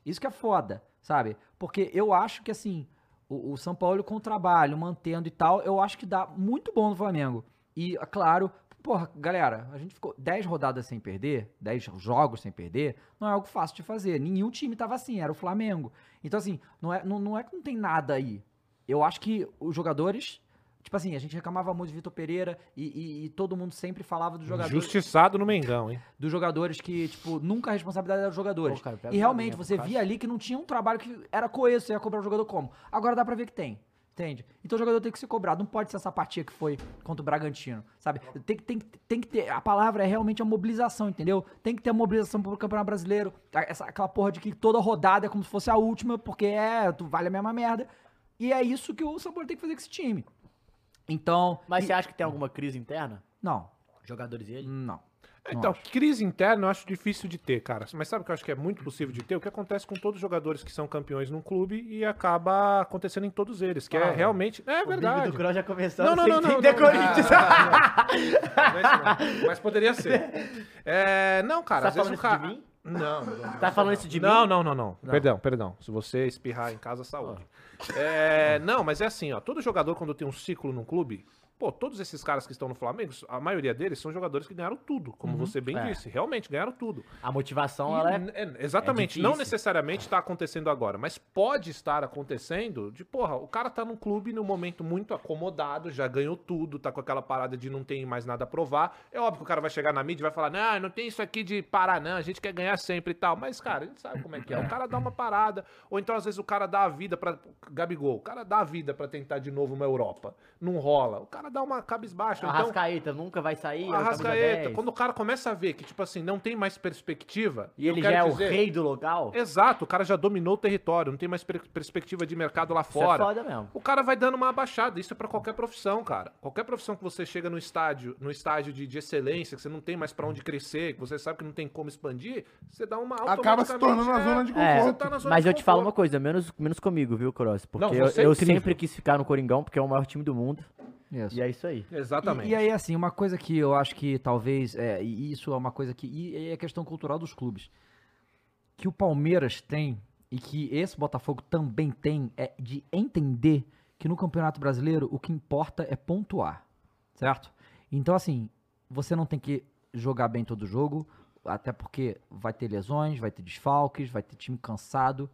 A: Isso que é foda, sabe? Porque eu acho que, assim, o, o São Paulo com o trabalho, mantendo e tal, eu acho que dá muito bom no Flamengo. E, é claro, porra, galera, a gente ficou 10 rodadas sem perder, 10 jogos sem perder, não é algo fácil de fazer. Nenhum time tava assim, era o Flamengo. Então, assim, não é, não, não é que não tem nada aí. Eu acho que os jogadores. Tipo assim, a gente reclamava muito de Vitor Pereira e, e- e todo mundo sempre falava dos jogadores,
C: Injustiçado no Mengão, hein?
A: dos jogadores que, tipo, nunca a responsabilidade era dos jogadores.
D: Pô, cara, pega
A: e
D: uma
A: realmente,
D: linha,
A: você
D: cara.
A: via ali que não tinha um trabalho que era coeso, você ia cobrar o jogador como. Agora dá pra ver que tem. Entende? Então o jogador tem que se cobrar, não pode ser essa apatia que foi contra o Bragantino, sabe? Tem, que- tem, que- tem que ter, a palavra é realmente a mobilização, entendeu? Tem que ter a mobilização pro Campeonato Brasileiro, a- essa, aquela porra de que toda rodada é como se fosse a última, porque é, tu vale a mesma merda. E é isso que o São Paulo tem que fazer com esse time. Então,
D: Mas
A: e-
D: você acha que tem alguma crise interna?
A: não,
D: Jogadores e ele?
A: não.
C: Então, crise interna eu acho difícil de ter, cara. Mas sabe o que eu acho que é muito possível de ter? O que acontece com todos os jogadores que são campeões num clube e acaba acontecendo em todos eles, que é
D: Ah,
C: realmente. É verdade.
D: O Cross já começou
C: Não, não, não, não, não, Ah.
D: Corinthians.
C: Não é isso não. Mas poderia ser. É, não, cara.
D: Tá
C: às vezes o
D: falando isso
C: cara-
D: de mim?
C: Não, não, não.
D: Tá falando isso de mim?
C: não, não, não, não. Perdão, perdão. Se você espirrar em casa, saúde.
D: Ah.
C: É, não, mas é assim, ó. Todo jogador, quando tem um ciclo num clube, pô, todos esses caras que estão no Flamengo, a maioria deles são jogadores que ganharam tudo, como você bem
D: É.
C: disse. Realmente, ganharam tudo.
D: A motivação, ela é...
C: E, é, exatamente.
D: é
C: não
D: difícil.
C: necessariamente está acontecendo agora, mas pode estar acontecendo de, porra, o cara tá num clube num momento muito acomodado, já ganhou tudo, tá com aquela parada de não tem mais nada a provar. É óbvio que o cara vai chegar na mídia e vai falar, não, não tem isso aqui de parar, não, a gente quer ganhar sempre e tal. Mas, cara, a gente sabe como é que é. O cara dá uma parada, ou então às vezes o cara dá a vida pra. Gabigol, o cara dá a vida pra tentar de novo uma Europa. Não rola. O cara dá uma cabisbaixa. Então,
D: Arrascaeta nunca vai sair. é o camisa
C: Arrascaeta,
D: 10.
C: quando o cara começa a ver que, tipo assim, não tem mais perspectiva.
D: E ele
C: eu
D: já
C: quero
D: é o
C: dizer- É
D: rei do local.
C: Exato, o cara já dominou o território, não tem mais per- perspectiva de mercado lá
D: Isso é
C: fora.
D: foda mesmo.
C: O cara vai dando uma abaixada, isso é pra qualquer profissão, cara. Qualquer profissão que você chega no estádio, no estágio de, de excelência, que você não tem mais pra onde crescer, que você sabe que não tem como expandir, você dá uma
B: Acaba se tornando uma
C: automaticamente,
B: zona de
D: É,
B: conforto.
C: tá na zona
D: mas
C: de
D: eu te falo uma
C: conforto.
D: coisa, menos, menos comigo, viu, Cross? Porque
C: Não,
D: eu,
C: você é
D: eu
C: incrível.
D: sempre quis ficar no Coringão, porque é o maior time do mundo.
A: Isso.
D: E é isso aí.
C: Exatamente.
A: E, e aí, assim, uma coisa que eu acho que talvez. É, e isso é uma coisa que. E é a questão cultural dos clubes. Que o Palmeiras tem, e que esse Botafogo também tem, é de entender que no Campeonato Brasileiro o que importa é pontuar. Certo? Então, assim, você não tem que jogar bem todo jogo, até porque vai ter lesões, vai ter desfalques, vai ter time cansado.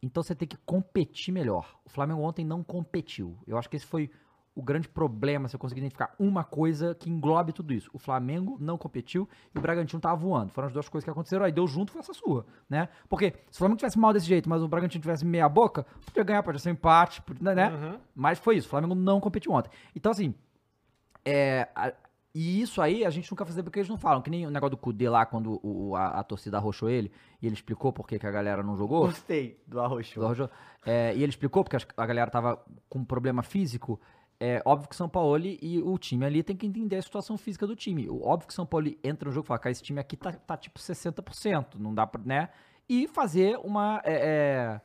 A: Então você tem que competir melhor. O Flamengo ontem não competiu. Eu acho que esse foi o grande problema, se eu conseguir identificar uma coisa que englobe tudo isso. O Flamengo não competiu e o Bragantino tava voando. Foram as duas coisas que aconteceram, aí deu junto foi essa surra, né? Porque se o Flamengo tivesse mal desse jeito, mas o Bragantino tivesse meia boca, podia ganhar, podia ser um empate, podia, né?
C: Uhum.
A: Mas foi isso, o Flamengo não competiu ontem. Então, assim, é, a- e isso aí a gente nunca fazia porque eles não falam. Que nem o negócio do Kudê lá, quando o, o- a, a torcida arrochou ele, e ele explicou por que que a galera não jogou.
D: Gostei do
A: do
D: Arroxo.
A: arrochou. É, e ele explicou porque as- a galera tava com problema físico. É óbvio que o São Paulo e o time ali tem que entender a situação física do time. O- Óbvio que o São Paulo entra no jogo e fala, cara, esse time aqui tá, tá tipo 60%, não dá pra, né? E fazer uma... é, é,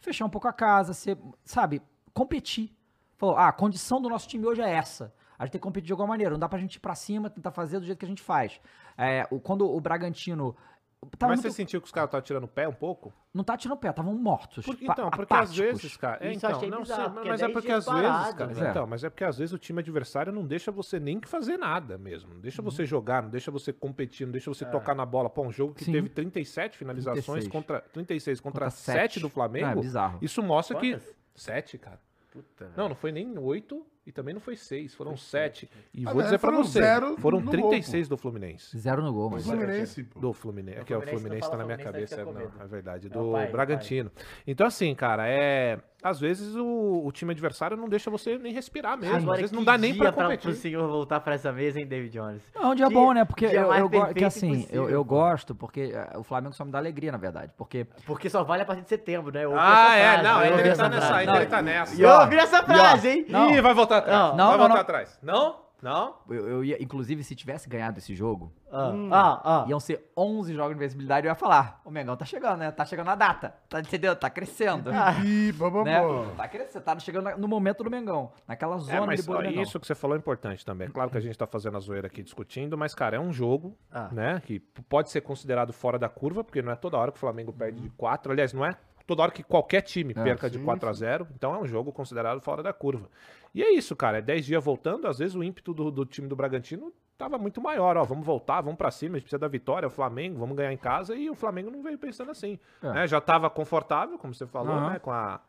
A: fechar um pouco a casa, ser, sabe, competir. Falou, ah, a condição do nosso time hoje é essa. A gente tem que competir de alguma maneira. Não dá pra gente ir pra cima, tentar fazer do jeito que a gente faz. É, o, quando o Bragantino
D: Tá
A: Tava
C: Mas
A: muito-
C: você sentiu que os caras estavam tirando o pé um pouco?
A: Não tá tirando o pé, estavam mortos.
C: Por-
A: pa-
C: então, porque às
A: apáticos.
C: vezes, cara. é,
D: Isso
C: então,
D: eu achei
C: não sei,
D: bizarro,
C: mas-
D: porque
C: mas
D: é
C: é
D: dez
C: porque
D: dias
C: às vezes,
D: parado,
A: né?
C: cara. Então, mas é porque às vezes o time adversário não deixa você nem que fazer nada mesmo. Não deixa você jogar, não deixa você competir, não deixa você tocar na bola. Pô, um jogo que
A: Sim.
C: teve 37 finalizações
A: 36.
C: contra 36 contra,
A: Contra
C: 7.
A: sete.
C: do
A: Não, é
C: Flamengo.
A: bizarro.
C: isso mostra que
D: Quantas?
C: 7, cara.
D: Puta.
C: Não, não foi nem 8 e também não foi 6, foram 7. E
B: Ah,
C: vou
B: né,
C: dizer pra
B: foram
C: você,
B: zero
C: foram
B: no
C: 36 do Fluminense.
A: Zero no gol,
B: O
A: mas.
B: Fluminense, pô.
C: Do Fluminense.
D: Do
C: Aqui, ó, o
D: Fluminense,
C: Fluminense
D: não
C: tá
D: fala
C: na minha
D: Fluminense,
C: cabeça.
D: aí fica com
C: Não,
D: medo.
C: é verdade.
D: Não,
C: Do
D: vai, vai.
C: Bragantino. Então, assim, cara, é. Às vezes o, o time adversário não deixa você nem respirar mesmo. às vezes não
D: é que
C: dá nem pra
D: dia Pro
C: competir.
D: senhor voltar pra essa mesa, hein, David Jones?
A: Não, é um dia
D: Que
A: bom, né? Porque
D: dia
A: eu,
D: mais
A: eu go- que
D: perfeito
A: assim, eu,
D: impossível,
A: eu
D: pô.
A: gosto, porque é, o Flamengo só me dá alegria, na verdade. Porque.
D: Porque só vale a partir de setembro, né? Eu ouvi
C: Ah,
D: essa
C: é,
D: frase,
C: não,
D: eu ouvi
C: ele
D: essa
C: tá nessa
D: frase.
C: aí, ele tá nessa.
A: e
D: Eu
A: ó,
D: ouvi essa frase, hein?
A: Não.
C: Ih, vai voltar atrás. vai
D: Não,
A: não,
C: voltar
A: não.
C: atrás. Não? Não?
A: Eu, eu ia, inclusive, se tivesse ganhado esse jogo,
D: Ah,
C: hum.
D: ah, ah.
A: iam ser 11 jogos de invencibilidade, eu ia falar: o Mengão tá chegando, né? Tá chegando na data. Tá, entendeu? Tá crescendo.
B: Ih, bababó.
A: né? Tá crescendo, tá chegando na- no momento do Mengão. Naquela
C: É,
A: zona de
C: mas
A: boa
C: ó,
A: do Mengão.
C: isso que você falou é importante também. É claro que a gente tá fazendo a zoeira aqui discutindo, mas, cara, é um jogo,
D: Ah.
C: né? Que p- pode ser considerado fora da curva, porque não é toda hora que o Flamengo perde de 4. Aliás, não é toda hora que qualquer time
A: É,
C: perca de
B: sim,
C: 4 a 0. Então é um jogo considerado fora da curva. E é isso, cara. É 10 dias voltando, às vezes o ímpeto do, do time do Bragantino tava muito maior, ó, vamos voltar, vamos pra cima, a gente precisa da vitória, o Flamengo, vamos ganhar em casa, e o Flamengo não veio pensando assim,
A: É.
C: né? Já tava confortável, como você falou,
A: Aham.
C: né, com a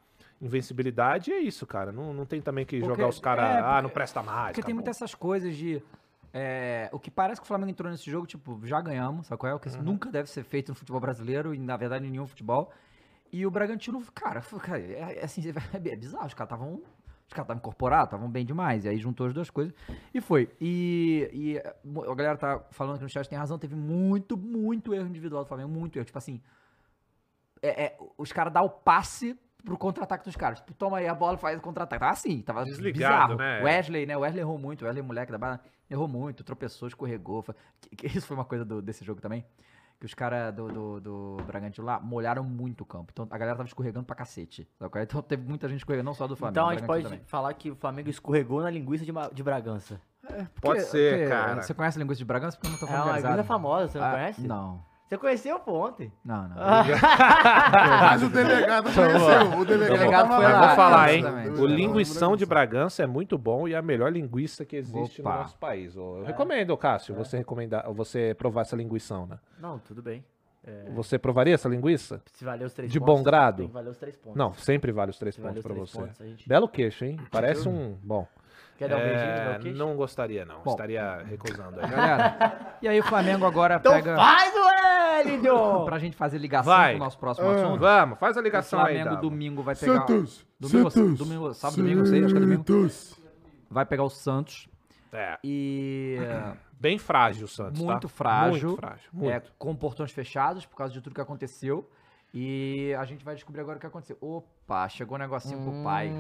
C: invencibilidade, e é isso, cara, não, não tem também que
A: Porque-
C: jogar os caras,
A: é,
C: ah,
A: porque-
C: não presta mais,
A: Porque tem
C: acabou."
A: muitas essas coisas de. é, o que parece que o Flamengo entrou nesse jogo, tipo, já ganhamos, sabe qual é? O que isso nunca deve ser feito no futebol brasileiro e, na verdade, em nenhum futebol. E o Bragantino, cara, foi- cara, é, é assim, é bizarro, os caras estavam. Os caras estavam incorporados, estavam bem demais. E aí juntou as duas coisas e foi. E, e é, mo- a galera tá falando que no chat tem razão, teve muito, muito erro individual do Flamengo, muito erro. Tipo assim, é, é, os caras dão o passe pro contra-ataque dos caras. Tipo, toma aí a bola e faz o contra-ataque. Tava assim, tava bizarro.
C: Desligado, né?
A: Wesley, né? Wesley errou muito. Wesley, moleque da barra, errou muito. Tropeçou, escorregou. Foi- que- que Isso foi uma coisa do- desse jogo também. Que os caras do, do, do Bragantino lá molharam muito o campo. Então a galera tava escorregando pra cacete. sabe qual é? Então teve muita gente escorregando, não só do Flamengo.
D: Então
A: do
D: a gente pode
A: Bragantino
D: falar que o Flamengo escorregou na linguiça de, Ma- de Bragança.
A: também.
C: Pode
A: Porque-
C: ser,
A: porque
C: cara.
A: Você conhece a linguiça de Bragança? Porque eu não tô
D: É uma
A: familiarizado.
D: linguiça famosa, você não
A: Ah,
D: conhece?
A: Não,
D: Você conheceu pô, ontem?
A: não, não.
B: Mas o delegado
C: Então,
B: conheceu. O
A: O
B: delegado
A: delegado foi
B: tava
C: Tá Mas
A: lá.
C: vou falar, hein?
A: Exatamente.
C: O linguição de Bragança é muito bom e é a melhor linguiça que existe
A: Opa. É.
C: no nosso país. Eu recomendo, Cássio, você recomendar, você provar essa linguição, né?
D: Não, tudo bem.
C: Você provaria essa linguiça?
D: Se valer os três
C: De
D: pontos.
C: bom grado?
D: Tem que valer os três pontos.
C: Não, sempre vale os três
D: Se
C: pontos
D: valer os
C: pra
D: três
C: você.
D: pontos, a gente.
C: Belo queixo, hein? Parece um. Bom.
D: Quer dar um beijinho?
C: é,
D: dar um queixo?
C: não gostaria, não.
A: Bom.
C: Estaria recusando aí.
A: Galera, e aí o Flamengo agora
D: Então
A: pega...
D: faz o Elidio!
A: Pra gente fazer ligação
C: Vai.
A: com o nosso próximo
B: Ah.
A: assunto.
C: Vamos, faz a
A: O
C: ligação aí,
A: Flamengo
C: Dava.
A: domingo vai pegar.
B: Santos.
A: Domingo,
B: Santos.
A: domingo, sábado, domingo, não sei, acho que é domingo.
B: Santos.
A: Vai pegar o Santos.
C: É,
A: E. eh,
C: bem frágil o Santos, tá?
A: Muito frágil.
C: Muito frágil, muito.
A: é, com portões fechados por causa de tudo que aconteceu. E a gente vai descobrir agora o que aconteceu. Opa, chegou um negocinho pro
D: Hum.
A: pai.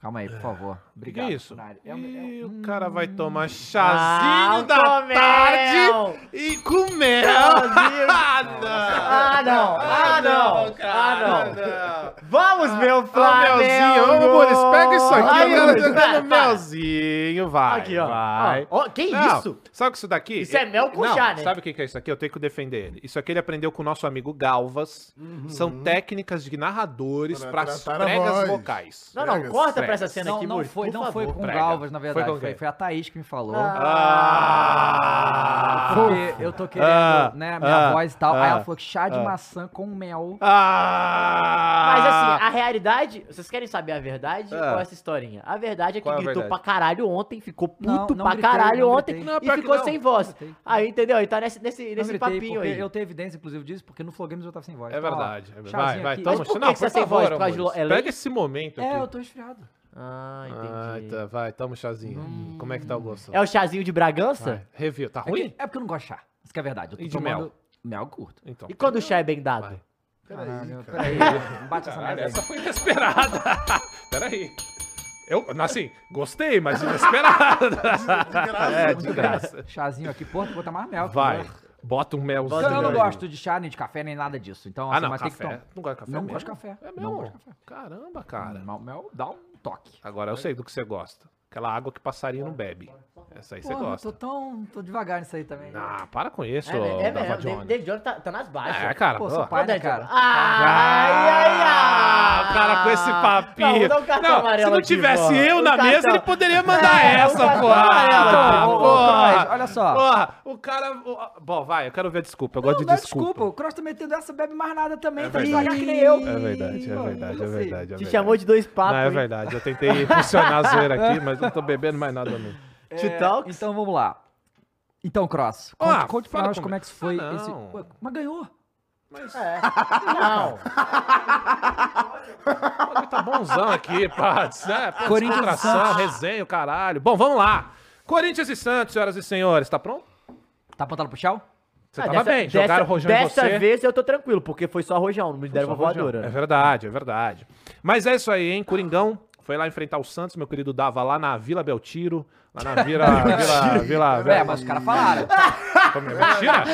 A: Calma aí, por favor.
C: O que que é
A: Obrigado.
C: isso?
A: Funari. É um- é um-
C: E o cara vai tomar
D: Ah,
C: chazinho da
D: com mel!
C: tarde e com mel.
D: Chazinho.
C: Ah, não.
D: Ah, não! Ah, não! Ah, não! Vamos, meu Flamengo!
C: Ô, melzinho, ô, Boris, pega isso aqui.
D: Vai,
C: agora
D: Boris,
C: tá
D: vai,
C: dando
D: vai.
C: melzinho, vai.
D: Aqui, ó.
C: Vai.
D: Ó, ó, que
C: Não,
D: isso?
C: Sabe o que isso daqui?
D: Isso é mel com
C: Não,
D: chá, né?
C: Sabe o que que é isso aqui? Eu tenho que defender ele. Isso aqui ele aprendeu com o nosso amigo Galvas.
D: Uhum.
C: São técnicas de narradores
B: Pra
C: para as
B: tratar a
C: pregas
B: voz.
C: vocais.
D: Não, não,
B: Pregas,
D: corta pra
C: pregas.
D: essa cena
A: Não,
D: aqui,
A: não
D: Boris,
A: foi,
D: por
A: não foi
D: favor.
A: com o
C: prega.
A: Galvas, na
C: Foi
A: verdade.
C: com
A: Foi,
C: quem?
A: foi a Thaís que me falou.
C: Ah!
A: Porque eu tô querendo,
C: Ah,
A: né, a minha
C: ah,
A: voz e tal. aí ela
C: ah,
A: falou que chá de maçã com mel.
C: Ah!
D: Mas assim, a realidade, vocês querem saber a verdade
C: Ah.
D: ou essa historinha? A verdade é que
C: Qual é a
D: gritou
C: verdade?
D: pra caralho ontem, ficou puto
A: Não, não
D: pra
A: gritei,
D: caralho
A: não
D: ontem
A: gritei.
C: Não,
D: e
C: pior que
D: ficou
C: não.
D: sem voz.
A: gritei.
D: Aí, entendeu? E tá nesse, nesse,
A: Eu
D: nesse
A: gritei
D: papinho
A: porque
D: aí.
A: Eu tenho evidência, inclusive, disso, porque no Flow Games eu tava sem voz.
C: É
A: Então, ó,
C: verdade. é verdade. Vai,
A: chazinho
C: vai,
A: aqui.
C: toma.
D: Mas por
C: isso.
D: que
C: Não,
D: que você é sem
C: favor,
D: voz? Por causa de
C: amores,
D: lo- é
C: Pega
D: leite?
C: esse momento
A: É, eu
C: aqui.
A: tô esfriado.
D: Ah,
C: Ah,
D: entendi.
C: tá, vai, toma um chazinho.
A: Hum.
C: Como é que tá o gosto?
D: É o chazinho de Bragança?
C: Vai, Review. Tá
A: É, que-
C: ruim?
A: é porque eu não gosto de chá. Isso que é verdade. Eu tô
C: E de
A: tomando
C: mel?
A: mel curto.
C: Então.
D: E quando o chá é bem dado?
C: Vai.
A: Caralho,
B: Peraí, cara.
A: peraí. Não bate essa
C: Caralho,
A: merda aí.
C: Ah, essa foi inesperada. Peraí. Eu, assim, gostei, mas inesperada.
B: De graça.
C: É,
A: Muito
C: de
A: bem.
C: graça.
A: Chazinho aqui, pô, vou botar mais mel.
C: Vai.
A: Porque
C: Bota um melzinho.
A: Então, Eu não
C: aí.
A: gosto de chá, nem de café, nem nada disso. Então,
C: Ah,
A: assim,
C: não,
A: mas tem que
C: café.
A: tomar.
C: Não gosto de café
A: Não
C: mesmo?
A: gosto de café.
C: É
A: Não
C: mesmo?
A: gosto de café.
C: Caramba, cara.
A: Mel- Mel dá um toque.
C: Agora eu sei do que você gosta. Aquela água que passarinho não bebe. Essa aí você
A: Porra, eu
C: gosta.
A: tô tão. tô devagar nisso aí também.
C: Ah, para com isso,
D: É, né? é,
C: Dava
D: mesmo,
C: Johnny.
D: David, David Jones tá, tá nas baixas.
C: É, cara.
A: Pô,
C: ó.
A: seu pai, né,
D: David
A: cara?
D: Jones. Ai, ai, ai.
C: Ah, o cara com esse papinho.
D: Não, vou dar um cartão amarelo
C: se não
D: aqui,
C: tivesse
D: porra.
C: eu
D: Um
C: na mesa,
D: cartão.
C: ele poderia mandar
D: É, um
C: essa,
D: cartão
C: porra.
D: amarelo.
A: Ô, ô, ô,
C: Porra.
A: Cross, olha só.
C: Porra, o cara. o- Bom, vai, eu quero ver a desculpa. Eu gosto
A: Não,
C: de
A: dá
C: desculpa.
A: O Cross tá metendo essa, bebe mais nada também.
C: É
A: tá
C: verdade.
A: devagar que nem eu.
C: É verdade, é
A: Pô,
C: verdade,
A: não sei.
C: é verdade. é
D: Te
C: verdade.
D: chamou de dois papos.
C: Não, é
D: hein?
C: verdade. Eu tentei funcionar a zoeira aqui, mas não tô bebendo mais nada mesmo.
D: Te talks.
A: Então vamos lá. Então, Cross,
C: Ah,
A: conte, conte pra
C: fala
A: nós
C: comigo.
A: como é que foi
C: Ah,
A: esse.
C: não.
A: Ué, mas ganhou.
D: É. Não.
C: O bagulho tá bonzão aqui, Pats. Né? Pô,
A: Corinthians e
C: descontração,
A: Santos.
C: resenha, o caralho. Bom, vamos lá. Corinthians e Santos, senhoras e senhores. Tá pronto?
A: Tá apontado pro chão?
C: Você
D: Ah,
C: tava bem. Jogaram rojão em
D: dessa
C: você.
D: vez eu tô tranquilo, porque foi só rojão, não me deram uma voadora.
C: É verdade, é verdade. Mas é isso aí, hein? Coringão foi lá enfrentar o Santos, meu querido Dava, lá na Vila Beltiro. Lá na Vila. Vila. Vila.
A: É,
C: Vila-
A: mas os caras falaram.
C: Como é mentira?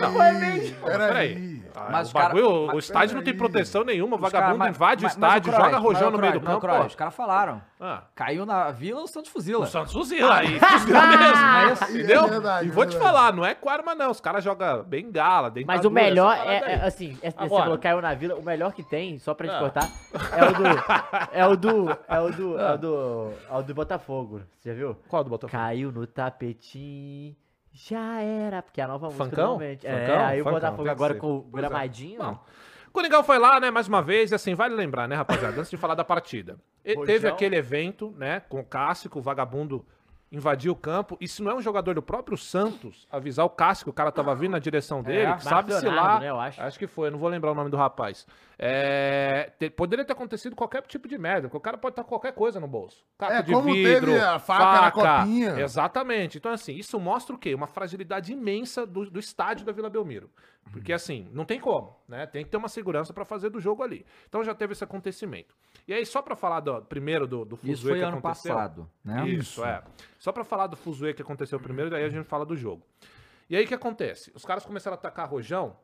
C: Não, é
B: Peraí.
C: mentira? Peraí.
B: Peraí.
C: Ah,
A: Mas
C: o
A: os cara-
C: bagulho, o
A: mas
C: estádio não tem
B: peraí.
C: proteção nenhuma, o
A: Os cara-
C: vagabundo
A: mas-
C: invade
A: mas-
C: o
A: mas
C: estádio,
A: Kroos,
C: joga
A: mas
C: rojão
A: o
C: no meio do
A: Kroos, mas o
C: campo.
A: Kroos,
C: ó.
A: Os caras falaram.
C: Ah, Ah.
A: Caiu na vila, o Santos fuzila.
C: o Santos fuzila aí, fuzila mesmo,
B: isso?
C: entendeu?
B: É verdade,
C: e
B: é
C: vou te
B: verdade.
C: falar, não é com arma não, os caras jogam bengala, dentadura.
D: Mas o melhor
C: essa parada
D: é, é,
C: aí.
D: assim, é, você
C: tá Agora.
D: falou caiu na vila, o melhor que tem, só pra gente
C: Ah.
D: cortar, é o do. É o do. É o do. É o do. É o do Botafogo. Você já viu?
C: Qual do Botafogo?
D: Caiu no tapetinho. Já era, porque é a nova música
C: Funkão?
D: do momento. é,
C: Funkão?
D: aí o
C: Funkão,
D: Botafogo
C: tem que
D: agora
C: ser.
D: com o
C: Pois é.
D: gramadinho.
C: Não. O Coringão foi lá, né, mais uma vez, e assim, vale lembrar, né, rapaziada, antes de falar da partida. E-
D: Rojão.
C: teve aquele evento, né, com o Cássio, que o vagabundo invadiu o campo, e se não é um jogador do próprio Santos avisar o Cássio que o cara tava vindo na direção dele,
A: É,
C: sabe-se
D: Marcionado,
C: lá,
D: né, eu acho.
C: que foi, eu não vou lembrar o nome do rapaz. É, te- poderia ter acontecido qualquer tipo de merda, porque o cara pode estar com qualquer coisa no bolso. Caco
B: É,
C: de
B: como
C: vidro,
B: teve a faca na copinha.
C: Exatamente. Então, assim, isso mostra o quê? Uma fragilidade imensa do, do estádio da Vila Belmiro.
B: Uhum.
C: Porque, assim, não tem como, né? Tem que ter uma segurança pra fazer do jogo ali. Então já teve esse acontecimento. E aí, só pra falar do- primeiro do, do
A: Isso
C: fuzuê
A: foi
C: que
A: ano
C: aconteceu.
A: passado, né?
C: Isso, é. Só pra falar do fuzuê que aconteceu primeiro, daí a gente fala do jogo. E aí o que acontece? Os caras começaram a atacar Rojão,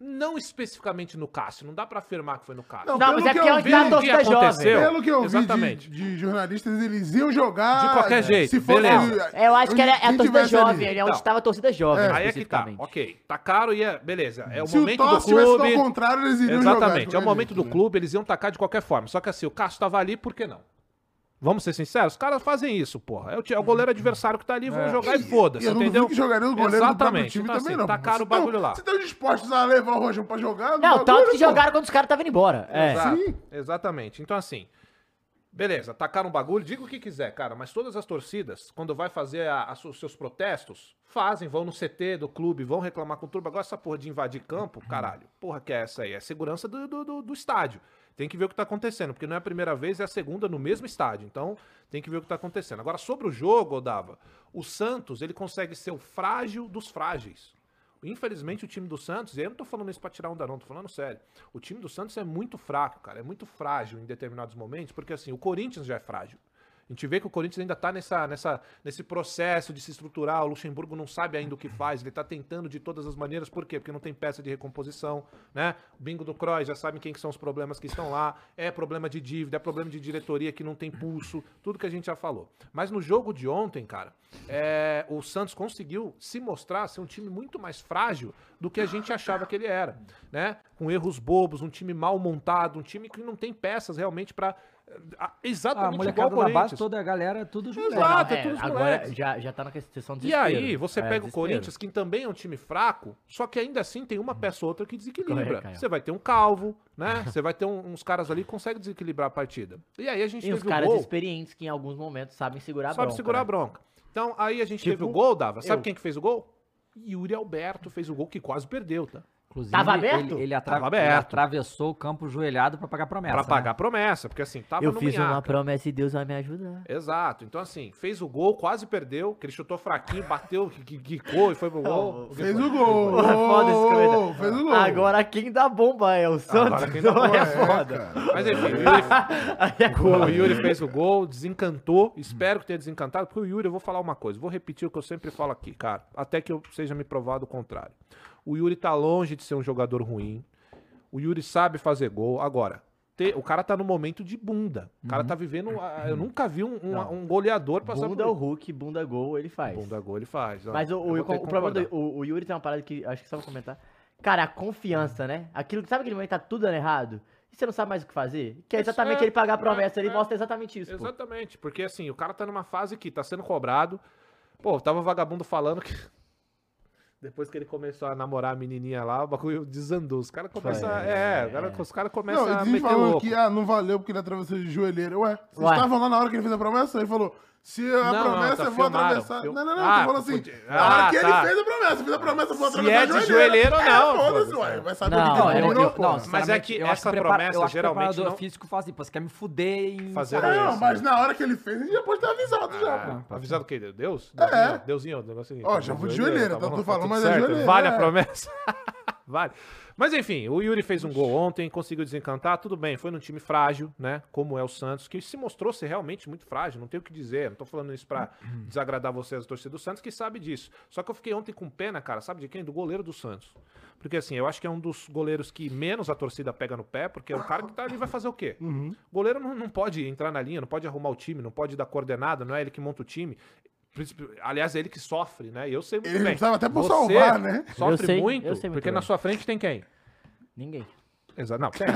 C: não especificamente no Cássio, não dá pra afirmar que foi no Cássio.
B: Não,
D: Não,
B: pelo
D: mas é
B: que
D: porque
B: eu
D: é
B: vi,
D: da
B: o
C: que um
D: torcida
C: aconteceu-
D: jovem.
B: Pelo que eu
C: Exatamente.
B: vi de, de jornalistas, eles iam jogar.
C: De qualquer jeito,
B: Se fosse,
C: beleza.
D: Eu acho que era é a
B: quem
D: torcida
B: tivesse ali.
D: jovem, ele é onde
C: Então.
D: estava a torcida
C: Aí
D: jovem.
C: é que tá,
D: especificamente.
C: ok. Tá caro e é, beleza. É o
B: Se o
C: momento do
B: Toss tivesse ao
C: clube.
B: contrário, eles iriam jogar.
C: Exatamente, é o momento do clube, eles iam tacar de qualquer forma. Só que assim, o Cássio tava ali, por que não? Vamos ser sinceros, os caras fazem isso, porra. É o, ti- é o goleiro adversário que tá ali, vão jogar e foda-se,
B: É. eu não duvido
C: entendeu?
B: que jogaria o goleiro do próprio
C: Exatamente,
B: time
C: então,
B: também,
C: assim,
B: não.
C: tacaram o
B: Se tão-
C: bagulho lá.
B: Se estão dispostos a levar o Rojão pra jogar, no
D: Não, tanto
B: bagulho, pô.
D: que jogaram quando os caras estavam indo embora. É.
C: Exato,
B: Sim.
C: Exatamente. Então, assim, beleza, tacaram um bagulho, diga o que quiser, cara, mas todas as torcidas, quando vai fazer a- a su- os seus protestos, fazem, vão no CT do clube, vão reclamar com o turbo. Agora, essa porra de invadir campo, caralho, porra que é essa aí? É segurança do, do, do- do estádio. Tem que ver o que tá acontecendo, porque não é a primeira vez, é a segunda no mesmo estádio. Então, tem que ver o que tá acontecendo. Agora, sobre o jogo, Odava, o Santos, ele consegue ser o frágil dos frágeis. Infelizmente, o time do Santos, e eu não tô falando isso pra tirar onda, não, tô falando sério. O time do Santos é muito fraco, cara, é muito frágil em determinados momentos, porque assim, o Corinthians já é frágil. A gente vê que o Corinthians ainda tá nessa, nessa, nesse processo de se estruturar, o Luxemburgo não sabe ainda o que faz, ele tá tentando de todas as maneiras, por quê? Porque não tem peça de recomposição, né? O bingo do Croix já sabe quem que são os problemas que estão lá, é problema de dívida, é problema de diretoria que não tem pulso, tudo que a gente já falou. Mas no jogo de ontem, cara, é, o Santos conseguiu se mostrar ser um time muito mais frágil do que a gente achava que ele era, né? Com erros bobos, um time mal montado, um time que não tem peças realmente pra. ah,
A: A
C: Exatamente igual
A: molecada
C: o
A: na base,
C: Corinthians.
A: toda a galera, tudo junto.
C: Exato. Ah, tá
D: É,
C: todos os
D: agora
C: moleques.
D: já, já tá na questão de
C: E aí,
D: desespero.
C: você
D: É,
C: pega o
D: desespero.
C: Corinthians, que também é um time fraco, só que ainda assim tem uma peça ou outra que desequilibra.
D: Correto, Caio.
C: Você vai ter um calvo, né? Você vai ter um- uns caras ali que conseguem desequilibrar a partida. E aí a gente
D: E os
C: teve o
D: caras
C: gol,
D: experientes que em alguns momentos sabem segurar a
C: sabe
D: bronca.
C: segurar a
D: né?
C: bronca. Então, aí a gente
D: Tipo,
C: teve o gol, Dava. Sabe
D: eu.
C: quem que fez o gol? Yuri Alberto fez o gol que quase perdeu, tá?
A: Inclusive,
D: Tava aberto?
A: Ele, ele atra-
C: Tava
A: ele
C: aberto.
A: atravessou o campo joelhado pra pagar promessa.
C: Pra
A: né?
C: pagar a promessa, porque assim, tava
D: Eu
C: no
D: fiz uma
C: Minhaca.
D: promessa e Deus vai me ajudar.
C: Exato. Então, assim, fez o gol, quase perdeu, que ele chutou fraquinho, bateu, gui- gui- guicou e foi pro gol.
B: Fez o gol.
D: Porra, foda-se,
B: Ô,
D: Camila.
B: Fez o gol.
D: Agora quem dá bomba é o Santos.
C: Agora quem dá
D: não
C: bomba
D: é
B: é,
D: foda.
B: cara.
C: Mas enfim, o Yuri,
D: Aí é
C: o
D: gol.
C: Yuri fez o gol, desencantou. Espero que tenha desencantado, porque o Yuri, eu vou falar uma coisa, vou repetir o que eu sempre falo aqui, cara, até que eu seja me provado o contrário. O Yuri tá longe de ser um jogador ruim. O Yuri sabe fazer gol. Agora, ter. O cara tá no momento de bunda. O cara tá vivendo. a- Eu nunca vi um, um-
D: Uhum. Não.
C: um goleador passar
D: Bunda é o
C: por.
D: Hulk, bunda gol, ele faz.
C: Bunda é gol ele faz. ó.
D: Mas o,
C: Eu
D: o,
C: vou
D: o-
C: ter que
D: o problema
C: concordar.
D: do o, o Yuri tem uma parada que acho que só vou comentar. Cara, a confiança, né? Aquilo que sabe que ele momento tá tudo dando errado e você não sabe mais o que fazer? Que é
C: Isso
D: exatamente
C: é,
D: ele pagar
C: é,
D: a promessa, ele
C: é.
D: mostra exatamente isso. pô.
C: Exatamente, porque assim, o cara tá numa fase que tá sendo cobrado. Pô, tava o vagabundo falando que. Depois que ele começou a namorar a menininha lá, o bagulho desandou. Os caras começam. a- É, o cara- os caras começam
B: Não,
C: a
B: eles
C: meter
B: falam
C: louco.
B: que ah, não valeu porque ele atravessou de joelheira. Ué, vocês
D: Ué.
B: estavam lá na hora que ele fez a promessa? Ele falou: se a
C: Não, não,
B: promessa
C: tá,
B: eu vou
C: filmaram,
B: atravessar.
C: fil-
B: Não, não, não,
C: Ah,
B: eu tô falando assim.
C: podia-
B: Na hora
C: Ah,
B: que
C: tá.
B: ele fez a promessa, fez a promessa, eu vou
C: Se
B: atravessar
C: é
B: a
C: de joelheira
B: joelheira
C: ou não,
B: É, foda-se,
C: foda-se.
B: ué. Vai saber
D: Não, é
B: que
D: não,
B: ele
D: eu-
B: combinou,
D: eu-
B: pô.
A: não, sinceramente,
C: é que
A: eu acho
C: essa
A: que prepara-
C: promessa
A: eu acho que
C: geralmente
A: O preparador
C: não-
A: físico fala assim, pô, você quer me fuder em...
C: Fazer
A: sabe?
B: Não,
D: é
C: isso.
B: É, Ah, mas na hora que ele fez, ele já pode ter avisado já, pô.
C: Ah, avisado o quê? Deus?
B: É.
C: Deusinho, Deusinho, o negócio é o seguinte,
B: Ó, já vou de joelheira, tá-
C: bom,
B: tô falando,
C: tudo
B: mas é joelheira,
C: Vale
B: é.
C: a promessa. vale. Mas enfim, o Yuri fez um gol ontem, conseguiu desencantar, tudo bem, foi num time frágil, né? Como é o Santos, que se mostrou ser realmente muito frágil, não tem o que dizer. Não tô falando isso pra desagradar vocês, a torcida do Santos, que sabe disso. Só que eu fiquei ontem com pena, cara, sabe de quem? Do goleiro do Santos. Porque assim, eu acho que é um dos goleiros que menos a torcida pega no pé, porque é um cara que tá ali vai fazer o quê?
D: Uhum.
C: O goleiro não, não pode entrar na linha, não pode arrumar o time, não pode dar coordenada, não é ele que monta o time. Princip- Aliás, é ele que sofre, né? E eu sei muito
B: Ele
C: bem.
B: precisava até por
C: Você
B: salvar, né?
C: Sofre
D: tá- Eu sei,
C: muito,
D: eu sei muito
C: porque
D: bem.
C: na sua frente tem quem?
D: Ninguém.
C: Exato. Não, tem.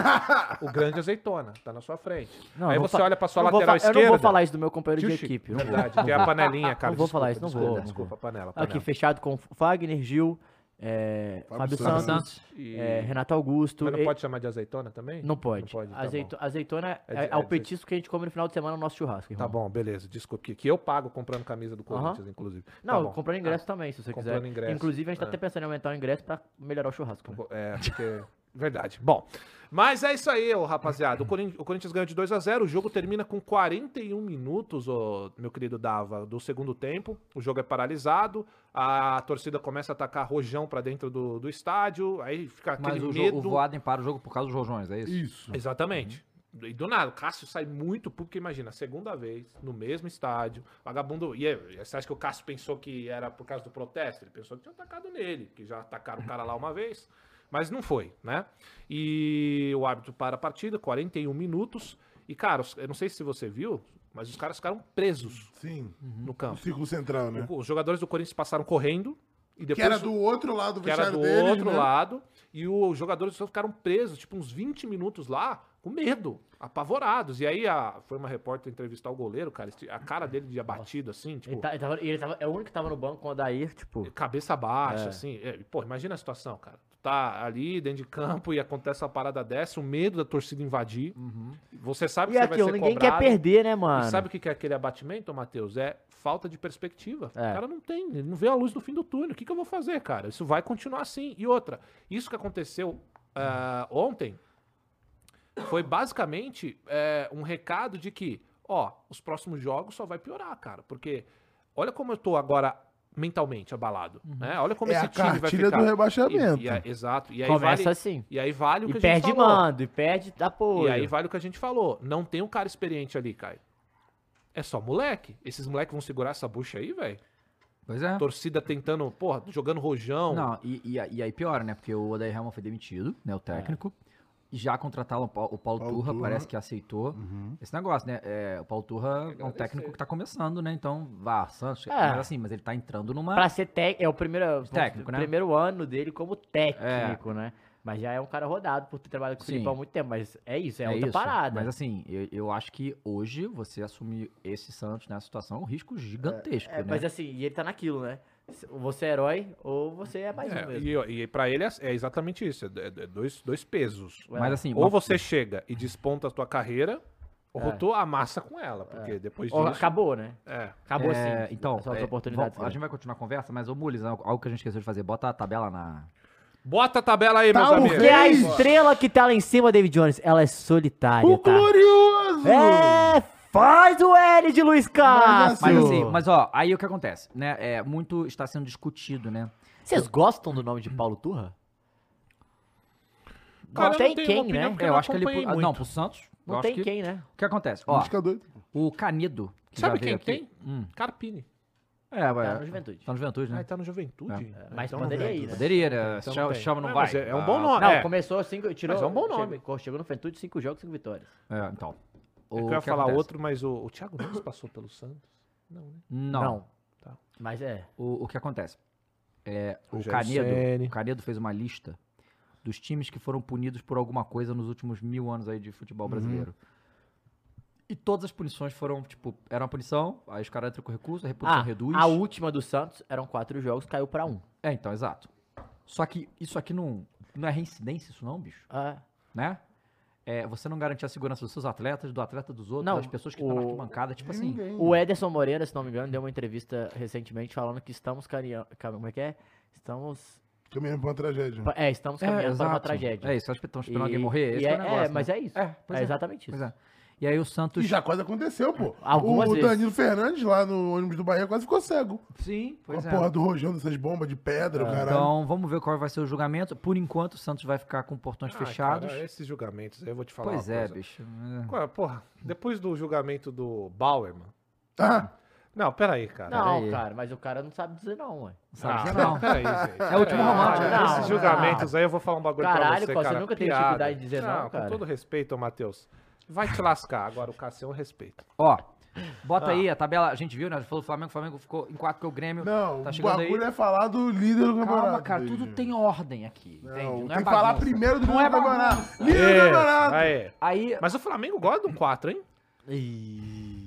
C: o grande azeitona, tá na sua frente.
D: Não,
C: Aí
D: eu vou
C: você
D: fa-
C: olha pra sua
D: Não vou
C: lateral
D: fa-
C: esquerda.
D: Eu não vou falar isso do meu companheiro de
C: Tio Chico,
D: equipe. não vou.
C: Verdade, tem a panelinha, cara.
D: Não vou falar isso, não
C: desculpa,
D: vou, não
C: Desculpa, panela. panela.
D: Aqui, fechado com Fagner, Gil, é, Fábio,
B: Fábio
D: Santos,
A: Santos.
C: E-
D: é, Renato Augusto.
C: Mas não
D: e-
C: pode chamar de azeitona também?
D: Não pode.
C: Não pode, tá
D: Azeito- Azeitona
C: É
D: é,
C: de-
D: é
C: é
D: o
C: de-
D: petisco que a gente come no final de semana no nosso churrasco.
C: Tá
D: irmão.
C: bom, beleza. Desculpa, que, que eu pago comprando camisa do Corinthians, inclusive. Tá
D: Não,
C: bom.
D: comprando ingresso também, se você
C: comprando
D: quiser.
C: ingresso,
D: Inclusive, a gente tá
C: é.
D: até pensando em aumentar o ingresso pra melhorar o churrasco. né?
C: É, porque. Verdade. Bom, mas é isso aí, ô, rapaziada. O, Corin- o Corinthians ganha de 2 a 0 O jogo termina com 41 minutos, ô, meu querido Dava, do segundo tempo. O jogo é paralisado. A torcida começa a atacar rojão pra dentro do, do estádio. Aí fica aquele
A: Mas o, jo-
C: medo.
A: o Voaden para o jogo por causa dos rojões, é isso?
B: Isso.
C: Exatamente. E do nada, o Cássio sai muito puto, porque imagina, segunda vez, no mesmo estádio, vagabundo. E aí, você acha que o Cássio pensou que era por causa do protesto? Ele pensou que tinha atacado nele, que já atacaram o cara lá uma vez, mas não foi, né? E o árbitro para a partida, 41 minutos. E, cara, os- eu não sei se você viu, mas os caras ficaram presos
B: Sim.
C: no
B: O
C: campo.
B: círculo central, né?
C: Os jogadores do Corinthians passaram correndo e depois.
B: Que era do outro lado do
C: que era
B: vestiário
C: do
B: deles,
C: outro
B: né?
C: lado, e o- os jogadores só ficaram presos, tipo, uns 20 minutos lá, com medo, apavorados. E aí a- foi uma repórter entrevistar o goleiro, cara, esse- a cara dele de abatido, assim, tipo,
D: Ele, tá- ele tava- ele tava- é o único que tava no banco com o Adair, tipo.
C: cabeça baixa,
D: É.
C: assim. É, e, pô, imagina a situação, cara. Tu tá ali dentro de campo e acontece uma parada dessa, o medo da torcida invadir. Você sabe
D: Uhum. E
C: que você
D: aquilo,
C: vai ser
D: ninguém quer
C: cobrado.
D: perder, né,
C: E
D: mano?
C: sabe o que que é aquele abatimento, Matheus? É falta de perspectiva.
D: É.
C: O cara não tem, ele não vê a luz no fim do túnel. O que, que eu vou fazer, cara? Isso vai continuar assim. E outra, isso que aconteceu ah, ontem foi basicamente é, um recado de que, ó, os próximos jogos só vai piorar, cara. Porque olha como eu tô agora mentalmente abalado, né? Olha como
B: É
C: esse
B: a
C: time vai
B: cartilha
C: ficar.
B: do rebaixamento.
C: E- e a- exato. E aí,
D: Começa
C: vale,
D: assim.
C: e aí vale o que
D: E
C: a gente
D: perde
C: falou.
D: mando, e perde apoio.
C: E aí vale o que a gente falou. Não tem um cara experiente ali, Caio. É só moleque. Esses moleques vão segurar essa bucha aí, velho.
A: Pois é.
C: Torcida tentando, porra, jogando rojão.
A: Não, e, e a- e aí piora, né? Porque o Odair Helman foi demitido, né? O técnico. E Já contrataram o Paulo, o Paulo
B: Paulo
A: Turra,
B: Turra.
A: parece que aceitou esse negócio, né? É, o Paulo Turra é um
C: Agradecer.
A: técnico que tá começando, né? Então, vá, Santos.
D: É.
A: Mas assim, mas ele tá entrando numa.
D: Pra ser técnico, é o primeiro,
A: Técnico, né?
D: primeiro ano dele como técnico, né? Mas já é um cara rodado por ter trabalhado com o
A: Sim.
D: Filipão há muito tempo. Mas é isso, é,
A: É
D: outra
A: isso.
D: parada.
A: Mas assim, eu, eu acho que hoje você assumir esse Santos nessa situação é um risco gigantesco,
D: É,
A: né?
D: Mas assim, e ele tá naquilo, né? Você é herói ou você é mais um
C: É,
D: mesmo.
C: e, e pra ele é, é exatamente isso. É, é dois, dois pesos.
D: é.
A: Mas, assim,
C: ou
A: uma-
C: você chega e desponta a tua carreira, ou
D: É.
C: tu amassa com ela. Porque depois
D: Ó,
C: disso.
D: Acabou, né?
C: É.
D: Acabou
A: É,
D: sim.
A: Então,
D: essas
A: é,
D: oportunidades.
A: vamos- a
D: né?
A: gente vai continuar a conversa, mas, ô Mules, algo algo que a gente esqueceu de fazer. Bota a tabela na.
C: Bota a tabela aí, meus
B: Tá
C: amigos. é
D: Porque a
B: Ei,
D: estrela que tá lá em cima, David Jones, ela é solitária,
B: O
D: tá?
B: glorioso!
D: É, faz o L de Luiz Castro!
A: Mas assim, mas ó, aí o que acontece, né? É, muito está sendo discutido, né?
D: Vocês gostam do nome de Paulo Turra?
C: Cara,
D: não
C: eu
D: tem
C: tenho
D: quem,
C: uma opinião
D: né?
C: porque
A: É, eu
C: não
A: acho que ele.
C: acompanhei
A: ah,
C: muito.
A: Não, pro Santos. eu
D: Não
A: acho
D: tem
A: que-
D: quem, né?
A: O que acontece? Ó, Tipo
B: Música doida.
A: o Canedo. que
C: Sabe
A: já veio
C: quem
A: aqui-
C: tem? Carpini.
A: É, vai.
D: Tá no Juventude.
A: Tá no Juventude,
C: Ah, ele
A: né?
C: tá no Juventude?
D: É, mas
C: Então,
D: poderia
C: velho,
D: ir, né?
A: Poderia, né?
C: Então
A: chama,
C: não tem.
A: chama, Ah, não
C: É,
A: vai.
C: mas é- é um bom nome.
D: Não,
C: É.
D: começou cinco, tirou.
C: Mas é um bom nome.
D: Chegou, chegou no Juventude, cinco jogos, cinco vitórias.
A: É, então. O
C: Eu quero
A: que
C: falar
A: acontece?
C: outro, mas o, o Thiago Nunes passou pelo Santos? Não, né?
A: Não.
C: Tá.
D: Mas é.
A: O, o que acontece? É, o,
C: Rogério
A: Canedo,
C: Ceni.
A: o Canedo fez uma lista dos times que foram punidos por alguma coisa nos últimos mil anos aí de
D: Uhum.
A: futebol brasileiro. E todas as punições foram, tipo, era uma punição, aí os caras entram com recurso, a reposição
D: Ah,
A: reduz.
D: a última do Santos eram quatro jogos, caiu pra um.
A: É, então, exato. Só que isso aqui não, não é reincidência, isso não, bicho,
D: Ah,
A: né? É, você não garantir a segurança dos seus atletas, do atleta dos outros,
D: Não,
A: das pessoas que estão na
D: o-
A: arquibancada, tipo assim.
B: Ninguém.
D: O Ederson Moreira, se não me engano, deu uma entrevista recentemente falando que estamos caminhando. Como é que é? Estamos.
B: Caminhando pra uma tragédia.
D: É, estamos
A: É,
D: caminhando para uma
A: exato.
D: tragédia.
A: É isso, acho que estão esperando
D: E-
A: alguém morrer,
D: e
A: esse
D: é,
A: que é o negócio,
D: é, mas
A: né?
D: é isso.
A: É,
D: É,
A: pois é.
D: exatamente
A: Pois
D: isso.
A: é. E aí o
B: E
A: Santos...
B: já quase aconteceu, pô.
D: Algumas
B: o
D: vezes.
B: Danilo Fernandes lá no ônibus do Bahia quase ficou cego.
A: Sim,
B: Com a
A: pois é.
B: porra do rojão dessas bombas de pedra, o caralho.
A: Então, vamos ver qual vai ser o julgamento. Por enquanto, o Santos vai ficar com portões
B: Ah,
C: Ai,
A: fechados.
C: Ah,
B: é,
C: cara, esses julgamentos, aí eu vou te falar
A: pois
C: uma
A: é,
C: coisa.
A: bicho.
C: Qual é, Porra, depois do julgamento do Bauer, mano.
B: Ah,
C: Não, peraí,
A: é.
C: cara.
D: Não,
A: Peraí.
D: cara, mas o cara não sabe dizer não, ué.
A: Não sabe dizer
C: Ah,
A: não.
C: Peraí, gente.
A: É o último
C: Peraí,
A: romance,
C: cara,
A: né?
C: Esses
A: Não,
C: julgamentos aí eu vou falar um bagulho pra
D: Ah. Caralho,
C: você,
D: pô, você
C: cara.
D: nunca teve
C: piada.
D: dificuldade de dizer não, cara.
C: Com todo respeito, ô Matheus. Vai te lascar. Agora o Cassião respeita.
A: Ó, bota
C: Ah.
A: aí a tabela. A gente viu, né? Falou do Flamengo, o Flamengo ficou em quatro, que o Grêmio
B: não,
A: tá
B: o
A: chegando aí.
B: bagulho é falar do líder do campeonato.
A: Calma, cara, tudo
B: David.
A: tem ordem aqui.
B: Não,
A: entende? Não
B: tem
A: é
B: que falar
A: bagunça.
B: primeiro do
A: Não
B: líder
A: é
B: do campeonato.
A: bagunça.
C: É.
B: Líder do campeonato.
C: Aê.
A: Aí,
C: Mas o Flamengo gosta de um 4, hein?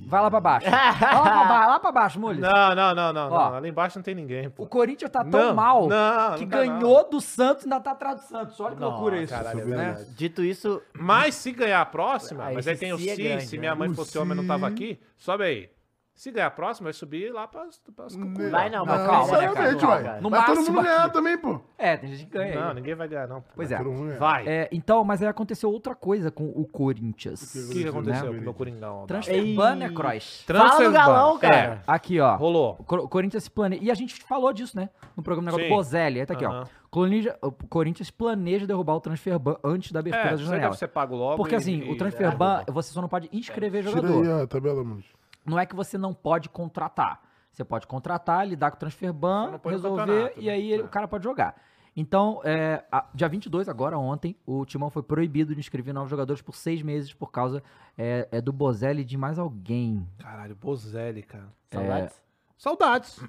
A: vai lá pra baixo. vai lá pra baixo, lá pra baixo, Mules.
C: Não, não, não, não,
A: Ó.
C: não. Ali embaixo não tem ninguém,
A: O
C: pô.
A: Corinthians tá tão
C: Não,
A: mal
C: não,
A: que
C: não tá
A: ganhou do Santos e ainda tá atrás do Santos. Olha que
D: Não,
A: loucura isso.
C: caralho,
B: é
A: né?
B: verdade.
D: Dito isso,
C: Mas se ganhar a próxima,
D: Ah,
C: mas
D: esse
C: aí tem o
D: se é
C: se,
D: grande,
C: se
D: né?
C: minha mãe
B: O
C: fosse homem e não tava
B: se.
C: aqui, sobe aí. Se ganhar a próxima, vai subir lá pra, pra
D: vai não, mas
A: Não,
D: calma,
A: isso aí
D: né,
A: é
D: cara?
A: verdade,
D: Não,
A: ué.
D: cara.
A: No
B: Mas todo
A: máximo
B: mundo ganhar
A: aqui.
B: também, pô.
A: É, tem gente que ganha.
C: Não,
A: né?
C: ninguém vai ganhar, não. pô.
A: Pois é.
B: Todo mundo ganhar.
C: Vai.
A: É, então, mas aí aconteceu outra coisa com o Corinthians.
C: O que, que aconteceu
A: Né?
C: com o meu Coringão?
A: Transfer ban é cross.
D: Fala do galão,
C: ban.
D: cara.
A: Aqui, ó.
C: É, rolou.
A: O Cor- o Corinthians planeja. E a gente falou disso, né? No programa do negócio
C: Sim.
A: do Bozelli. Aí tá aqui, ó.
C: Aham.
A: Cloninja- o Corinthians planeja derrubar o transfer ban antes da abertura
C: É,
A: da
C: isso aí deve
A: janela.
C: ser pago logo.
A: Porque
C: e-
A: assim,
C: e- é Ah,
A: o transfer ban, você só não pode inscrever
B: Tira
A: jogador.
B: aí a tabela, mano.
A: Não é que você não pode contratar. Você pode contratar, lidar com o transfer
C: Só
A: ban,
C: não põe no
A: resolver
C: campeonato,
A: e
C: né?
A: aí ele-
C: É.
A: o cara pode jogar. Então, é, a- dia 22, agora ontem, o Timão foi proibido de inscrever novos jogadores por seis meses por causa é, é do Bozelli e de mais alguém.
C: Caralho, Bozelli, cara.
A: é,
D: Saudades?
C: Saudades.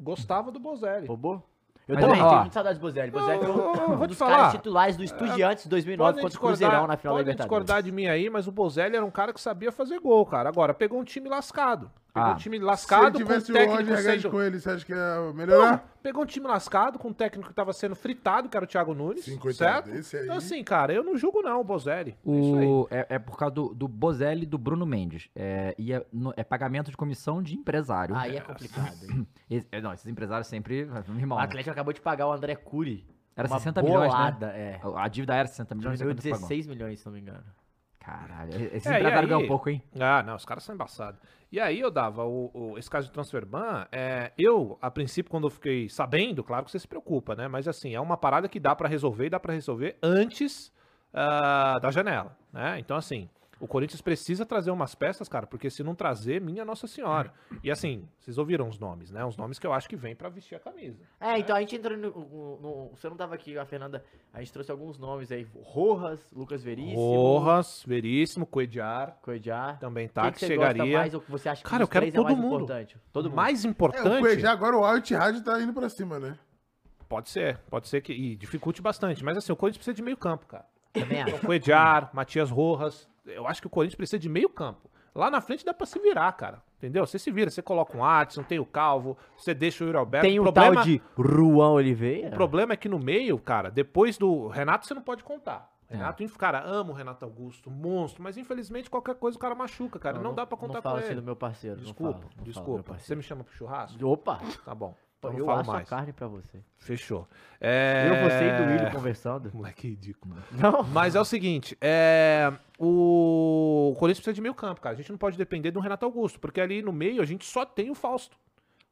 C: Gostava do Bozelli.
D: Bobô? Eu
A: Mas,
D: também
A: ó,
D: tenho muita saudade do Bozelli. Bozelli
C: eu-
D: foi
C: eu-
D: um-
C: eu vou
D: um
C: te
D: dos
C: falar.
D: caras titulares do Estudiantes de 2009 contra o Cruzeirão na final
C: podem
D: da Libertadores.
C: discordar de mim aí, mas o Bozelli era um cara que sabia fazer gol, cara. Agora, pegou um time lascado. Pegou
A: Ah.
C: um time
B: Se ele
C: lascado com
B: tivesse
C: um
B: o
C: técnico
B: Roger Guedes
C: sendo...
B: com ele, você acha que ia melhorar?
C: Pegou um time lascado com um técnico que tava sendo fritado, que era o Thiago Nunes,
B: Sim, coitado.
C: certo?
B: Esse aí.
C: Então assim, cara, eu não julgo não o Bozelli. É isso aí.
A: O, é, é por causa do, do Bozelli e do Bruno Mendes. É, e é, no- é pagamento de comissão de empresário.
D: Aí é complicado. hein?
A: Esse- é, não, esses empresários sempre. Meu irmão,
D: O Atlético acabou de pagar o André Cury.
A: era
D: uma
A: 60 milhões, né?
D: bolada, é.
A: A dívida era 60 milhões. não sei
D: Diminuiu
A: quanto pagou.
D: 16 milhões, se não me engano.
A: Caralho, esses
C: É, e
A: empresários ganham
C: aí-
A: pouco, hein?
C: Ah, não, os caras são embaçados. E aí eu dava o, o- esse caso de transfer ban, é, eu, a princípio, quando eu fiquei sabendo, claro que você se preocupa, né? Mas assim, é uma parada que dá pra resolver e dá pra resolver antes ah, da janela, né? Então assim, o Corinthians precisa trazer umas peças, cara, porque se não trazer, minha Nossa Senhora. E assim, vocês ouviram os nomes, né? Os nomes que eu acho que vêm pra vestir a camisa.
D: É, então a gente entrou no, no- no- Você não tava aqui, a Fernanda. A gente trouxe alguns nomes aí. Rojas, Lucas Veríssimo.
C: Rojas, Veríssimo, Coediar,
D: Coediar.
C: também
D: Quem
C: tá,
D: que
C: que,
D: você gosta
C: chegaria.
D: mais ou que você acha que
C: Cara,
D: dos
C: eu quero
D: três
C: todo
D: é mais
C: mundo.
D: importante? Todo mundo.
C: Mais
B: É, o
C: importante...
B: Cuejá agora o Al-Ittihad tá indo pra cima, né?
C: Pode ser, pode ser que. E dificulte bastante. Mas assim, o Corinthians precisa de meio campo, cara.
D: Também acho.
C: Então, Coediar, Matias Rojas. Eu acho que o Corinthians precisa de meio campo. Lá na frente dá pra se virar, cara. Entendeu? Você se vira, você coloca um Adson, tem o Calvo, você deixa o Yuri Alberto.
D: Tem o
C: problema,
D: tal de Ruan Oliveira.
C: O problema é que no meio, cara, depois do Renato você não pode contar.
D: É.
C: Renato, inf- cara, amo o Renato Augusto, monstro, mas infelizmente qualquer coisa o cara machuca, cara. Não, dá pra contar
D: não fala
C: com
D: assim
C: ele.
D: do meu parceiro. não
C: desculpa,
D: fala, não fala do
C: desculpa.
D: meu
C: você
D: parceiro.
C: me chama pro churrasco?
D: Opa,
C: Tá bom. Então
D: eu,
C: não falo
D: acho
C: mais.
D: a carne pra você.
C: Fechou.
D: Eu, você e
C: É,
D: do Willian conversando.
C: Moleque ridículo.
D: Não.
C: Mas é o seguinte, é, o Corinthians precisa de meio campo, cara. A gente não pode depender do Renato Augusto, porque ali no meio a gente só tem o Fausto.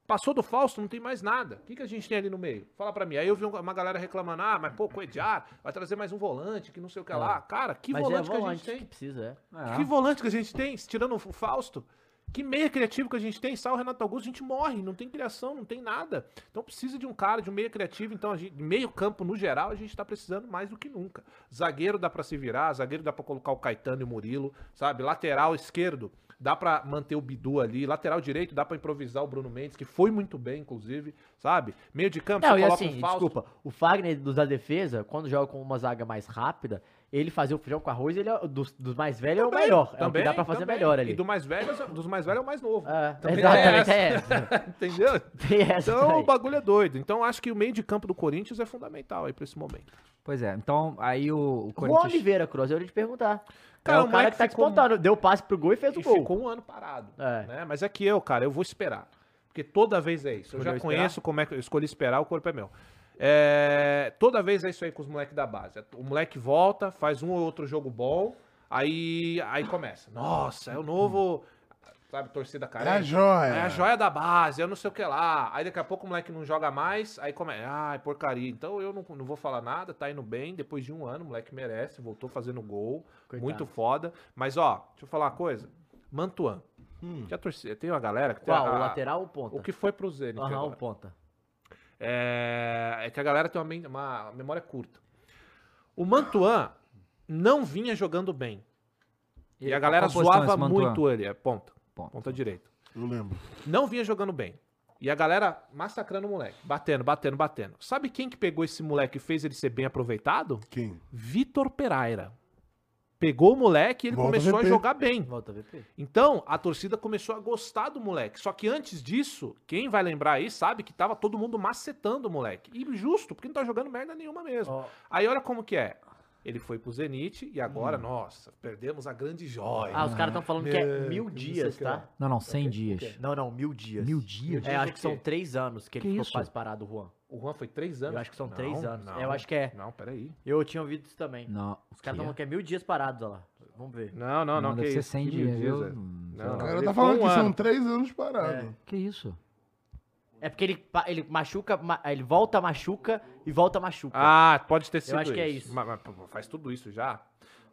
C: Passou do Fausto, não tem mais nada. O que, que a gente tem ali no meio? Fala pra mim. Aí eu vi uma galera reclamando, ah, mas pô, Coediar vai trazer mais um volante, que não sei o que lá. Cara, que
D: Mas
C: volante
D: é
C: que a
D: volante
C: gente tem?
A: Ah.
D: que precisa, é.
C: Que volante que a gente tem, tirando o Fausto? Que meia criativo que a gente tem, sai o Renato Augusto, a gente morre, não tem criação, não tem nada. Então precisa de um cara, de um meia criativo, então a gente- de meio campo no geral, a gente tá precisando mais do que nunca. Zagueiro dá pra se virar, zagueiro dá pra colocar o Caetano e o Murilo, sabe? Lateral esquerdo, dá pra manter o Bidu ali, lateral direito dá pra improvisar o Bruno Mendes, que foi muito bem inclusive, sabe? Meio de campo,
D: Não,
C: você
D: e
C: coloca um
D: assim,
C: o Fausto.
D: desculpa, o Fagner dos da defesa, quando joga com uma zaga mais rápida, ele fazer o feijão com arroz, ele é, o- dos, dos mais velhos é o melhor. é o que dá pra fazer
C: também.
D: melhor
C: E
D: ali.
C: do mais velho, dos mais velhos é o mais novo.
D: É,
C: Também
D: exatamente,
C: tem
D: é essa.
C: Entendeu?
D: Tem essa
C: Então o
D: daí.
C: bagulho é doido. Então acho que o meio de campo do Corinthians é fundamental aí pra esse momento.
A: Pois é, então aí o, o
D: Juan
A: Corinthians.
D: Oliveira, Cruz, eu ia te perguntar.
C: Cara,
D: é o
C: o
D: cara
C: Mike
D: que tá
C: ficou-
D: despontando. Deu passe pro gol e fez o
C: E
D: gol.
C: ficou um ano parado.
D: É.
C: Né? Mas é que eu, cara, eu vou esperar. Porque toda vez é isso. Eu
D: Escolheu
C: já
D: esperar?
C: conheço como é que eu escolhi esperar, o corpo é meu. É, toda vez é isso aí com os moleques da base. O moleque volta, faz um ou outro jogo bom, aí, aí começa. Nossa, é o novo. Sabe, torcida
B: É a
C: carente.
B: joia.
C: É a joia da base, eu não sei o que lá. Aí daqui a pouco o moleque não joga mais, aí começa. Ai, porcaria. Então eu não, não vou falar nada, tá indo bem. Depois de um ano, o moleque merece, voltou fazendo gol.
D: Coitado.
C: Muito foda. Mas ó, deixa eu falar uma coisa. Mantuan. Já torci, tem uma galera que
D: Qual?
C: tem. a-
D: o lateral ou o ponta?
C: Ah, O que foi pro Zenit?
D: Aham, um o
C: agora.
D: ponta.
C: É, é que a galera tem uma, men- uma memória curta. O Mantuan não vinha jogando bem. E, a galera
A: qual posição
C: zoava
A: esse Mantuan?
C: muito ele. É ponta.
A: Ponta.
C: Ponta direita
B: Eu lembro.
C: não vinha jogando bem. E a galera massacrando o moleque, batendo, batendo, batendo. Sabe quem que pegou esse moleque e fez ele ser bem aproveitado?
B: Quem?
C: Vitor Pereira. Pegou o moleque e ele
B: Volta
C: começou a
B: VP.
C: jogar bem.
D: Volta, VP.
C: Então, a torcida começou a gostar do moleque. Só que antes disso, quem vai lembrar aí sabe que tava todo mundo macetando o moleque. E justo, porque não tá jogando merda nenhuma mesmo.
D: Ó.
C: Aí olha como que é. Ele foi pro Zenit e agora, nossa, perdemos a grande joia.
D: Hum. Ah, os caras estão falando que é
C: É,
D: mil
C: não sei
D: dias,
C: o que
D: tá?
A: Não, não, 100 dias.
D: Não, não, mil dias.
A: Mil dias?
D: É,
C: Dias
D: acho
C: o
D: que são
C: quê?
D: três anos que ele
A: Que
D: ficou
A: isso?
D: quase parado, Juan.
C: O Juan foi três anos?
D: Eu acho que são
C: Não,
D: três anos.
C: não.
D: Eu acho que é.
C: Não, peraí.
D: Eu tinha ouvido isso também.
A: Não.
D: Os caras
A: que é?
D: estão que é mil dias parados, olha lá. Vamos ver.
C: Não, não, não.
A: Não,
C: que
A: deve ser
C: isso,
A: 100
C: que mil
A: dias. eu-
C: é. Não,
B: O
C: não.
B: cara
C: ele
B: tá
C: ficou
B: falando
C: um
B: que são
C: ano.
B: três anos parado.
A: Que isso?
D: É porque ele, pa- ele machuca, ma- ele volta, machuca e volta, machuca.
C: Ah, pode ter sido
D: acho que é isso.
C: Mas, mas, pô, faz tudo isso já.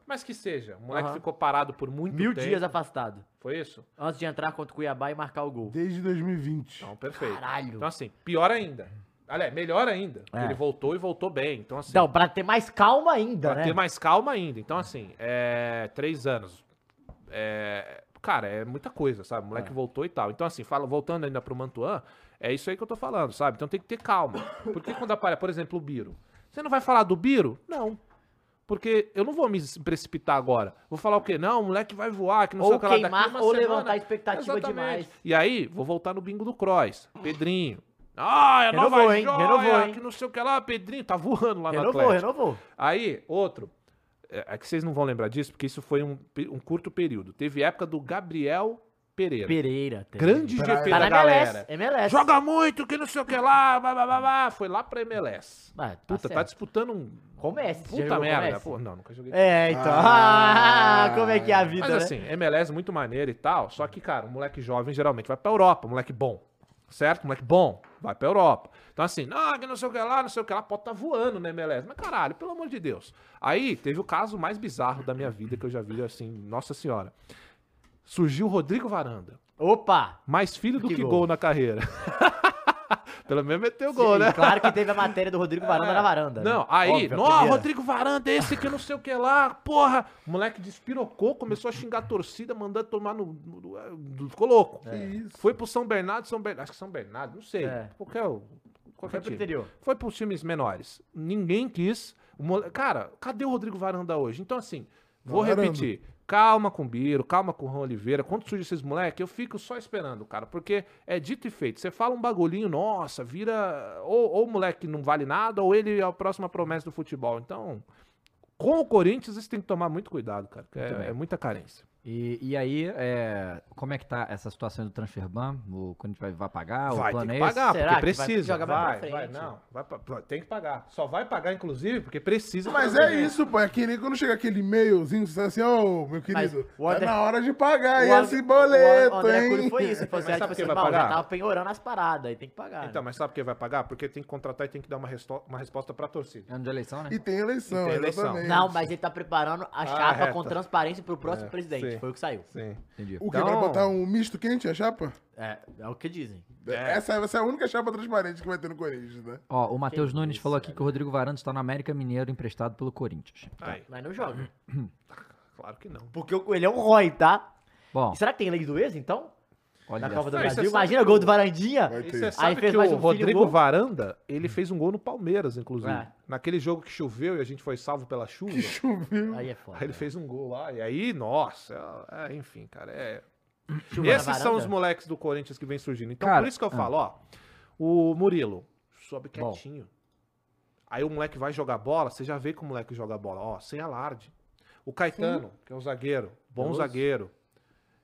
C: Mas que seja. O moleque
D: Aham.
C: ficou parado por muito
D: mil
C: tempo.
D: dias afastado.
C: Foi isso?
D: Antes de entrar contra o Cuiabá e marcar o gol.
B: Desde 2020.
C: Então, perfeito.
D: Caralho.
C: Então, assim, pior ainda. Aliás, melhor ainda.
D: É.
C: Ele voltou e voltou bem. Então, assim,
D: Não, pra ter mais calma ainda,
C: pra
D: né?
C: ter mais calma ainda. Então, assim, é, três anos. É, cara, é muita coisa, sabe? O moleque voltou e tal. Então, assim, fala, voltando ainda pro Mantuan, é isso aí que eu tô falando, sabe? Então tem que ter calma. Porque quando aparece, por exemplo, o Biro. Você não vai falar do Biro? Não. Porque eu não vou me precipitar agora. Vou falar o quê? Não, o moleque vai voar, que não sei
D: Ou
C: o que lá daqui
D: queimar
C: uma
D: ou
C: semana.
D: levantar a expectativa
C: Exatamente.
D: demais.
C: E aí, vou voltar no bingo do Cross. Pedrinho. Ah, é
D: Renovou,
C: nova
D: hein?
C: joia,
D: Renovou, hein?
C: que não sei o que lá, Pedrinho. Tá voando lá no
D: renovou,
C: Atlético.
D: renovou.
C: Aí, outro. É é que vocês não vão lembrar disso, porque isso foi um, pe- um curto período. Teve época do Gabriel Pereira.
D: Pereira. teve.
C: grande
B: Pra-
C: GP
D: Tá
C: da
D: na MLS.
C: galera.
D: MLS.
C: Joga muito, que não sei o que lá, blá, blá, blá, blá. Foi lá pra MLS.
D: Ah, tá
C: Puta, tá
D: certo.
C: disputando um.
D: Comece. já
C: Puta
D: jogou
C: merda.
D: comece?
C: Pô, não, nunca joguei.
D: É, então.
B: Ah.
D: Ah, como é que é a vida,
C: Mas
D: né?
C: assim, MLS é muito maneiro e tal. Só que, cara, o moleque jovem geralmente vai pra Europa, moleque bom. Certo? Moleque bom, vai pra Europa. Então, assim, não, que não sei o que lá, não sei o que lá, pode tá voando na MLS. Mas caralho, pelo amor de Deus. Aí teve o caso mais bizarro da minha vida que eu já vi, assim, nossa senhora. Surgiu o Rodrigo Varanda.
D: Opa!
C: Mais filho do
D: Que
C: que,
D: gol.
C: gol. na carreira. pelo menos meteu gol,
D: Sim,
C: né? Ah,
D: Claro que teve a matéria do Rodrigo Varanda na varanda. né?
C: Não, aí,
D: Óbvio, a
C: ó,
D: primeira.
C: Rodrigo Varanda, esse que não sei o que lá, porra. O moleque despirocou, começou a xingar a torcida, mandando tomar no. no- no- ficou louco.
B: Que isso?
C: Então, é. Foi pro São Bernardo, São Bernardo. Acho que São Bernardo, não sei.
D: É.
C: Qualquer,
D: Foi
C: qualquer
D: pro
C: time.
D: interior.
C: Foi pros times menores. Ninguém quis. O mole- Cara, cadê o Rodrigo Varanda hoje? Então, assim, vou
B: Varanda.
C: repetir. Calma com o Biro, calma com o Juan Oliveira. Quando surge esses moleques, eu fico só esperando, cara. Porque é dito e feito. Você fala um bagulhinho, nossa, vira. Ou, ou o moleque não vale nada, ou ele é a próxima promessa do futebol. Então, com o Corinthians, você tem que tomar muito cuidado, cara. que É, é muita carência.
A: E, e aí, é, como é que tá essa situação do transfer ban? O Corinthians vai, vai pagar? o
C: Vai ter
A: plano
C: que
A: é esse?
C: pagar,
D: Ah, Será
C: porque
D: que vai
C: precisa.
D: jogar mais
C: Vai,
D: pra
C: vai,
D: frente?
C: não. vai pra- pra- tem que pagar. Só vai pagar, inclusive, porque precisa.
B: Mas
C: fazer
B: é isso, pô. É que nem quando chega aquele e-mailzinho, você fala assim, ô, meu querido,
D: o André-
B: tá na hora de pagar
D: O An-
B: esse
D: O
B: boleto,
D: André Cury
B: hein?
D: foi isso. Ele falou assim,
C: Mas sabe
D: ah, tipo
C: quem
D: assim,
C: vai
D: "Bom, já
C: pagar?"
D: tava penhorando as paradas, aí tem que pagar.
C: Então,
D: né?
C: mas sabe quem vai pagar? Porque tem que contratar e tem que dar uma, resto- uma resposta pra torcida.
A: Ano de eleição, né?
B: E tem eleição,
C: E tem eleição.
B: exatamente.
D: Não, mas ele tá preparando a
C: é Ah,
D: chapa
C: reta.
D: com transparência pro próximo presidente.
C: Sim.
D: Foi o que saiu.
C: Sim.
A: Entendi.
B: O que?
C: Então-
B: Vai botar um misto quente, a chapa?
D: É, é o que dizem.
C: É.
B: Essa, essa é a única chapa transparente que vai ter no Corinthians, né?
A: Ó, o Matheus
D: Que
A: Nunes
D: isso,
A: falou aqui
D: cara.
A: que o Rodrigo Varanda está no América Mineiro emprestado pelo Corinthians.
C: Aí,
D: Mas não joga.
C: claro que não.
D: Porque o Coelhão rói, tá?
A: Bom,
D: E será que tem lei do ex, então?
A: olha
D: Na Copa do
C: Não, isso
D: Brasil?
C: é só-
D: Imagina o gol do Varandinha.
B: Vai
C: E
B: ter.
C: você é sabe
D: fez
C: que
D: mais
C: o
D: um filho
C: Rodrigo
D: gol.
C: Varanda, ele fez um gol no Palmeiras, inclusive.
D: É.
C: Naquele jogo que choveu e a gente foi salvo pela chuva.
B: Choveu.
D: Aí é foda.
C: Aí ele fez um gol lá. E aí, nossa, é, enfim, cara, é,
D: Chuva na
C: Esses são
D: varanda?
C: os moleques do Corinthians que vem surgindo. Então,
A: Cara,
C: por isso que eu
A: ah.
C: falo, ó. O Murilo sobe
D: Bom.
C: quietinho. Aí o moleque vai jogar bola, você já vê que o moleque joga bola, ó, sem alarde. O Caetano, que é um zagueiro, bom
D: Veloso.
C: zagueiro.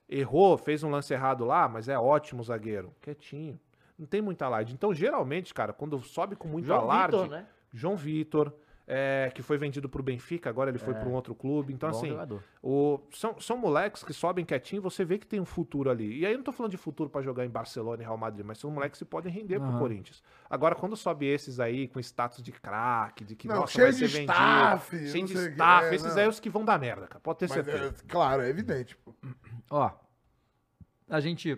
C: Errou, fez um lance errado lá, mas é ótimo zagueiro. Quietinho. Não tem muito alarde. Então, geralmente, cara, quando sobe com muito
D: João
C: alarde,
D: Vitor, né?
C: João Vitor, é, que foi vendido pro Benfica, agora ele foi pra um outro clube. Então,
D: É. Bom
C: assim,
D: jogador.
C: o- são, são moleques que sobem quietinho, você vê que tem um futuro ali. E aí eu não tô falando de futuro pra jogar em Barcelona e Real Madrid, mas são moleques que podem render pro
A: Aham.
C: Corinthians. Agora, quando sobe esses aí com status de craque, de que
B: Não,
C: nossa,
B: cheio
C: vai
B: de
C: ser vendido,
B: staff,
C: cheio
B: não
C: de
B: sei o que,
C: staff,
B: é,
C: esses
B: não.
C: aí é os que vão dar merda, cara. Pode ter
B: Mas,
C: certeza.
B: é, claro, é evidente. Pô.
A: Ó, a gente.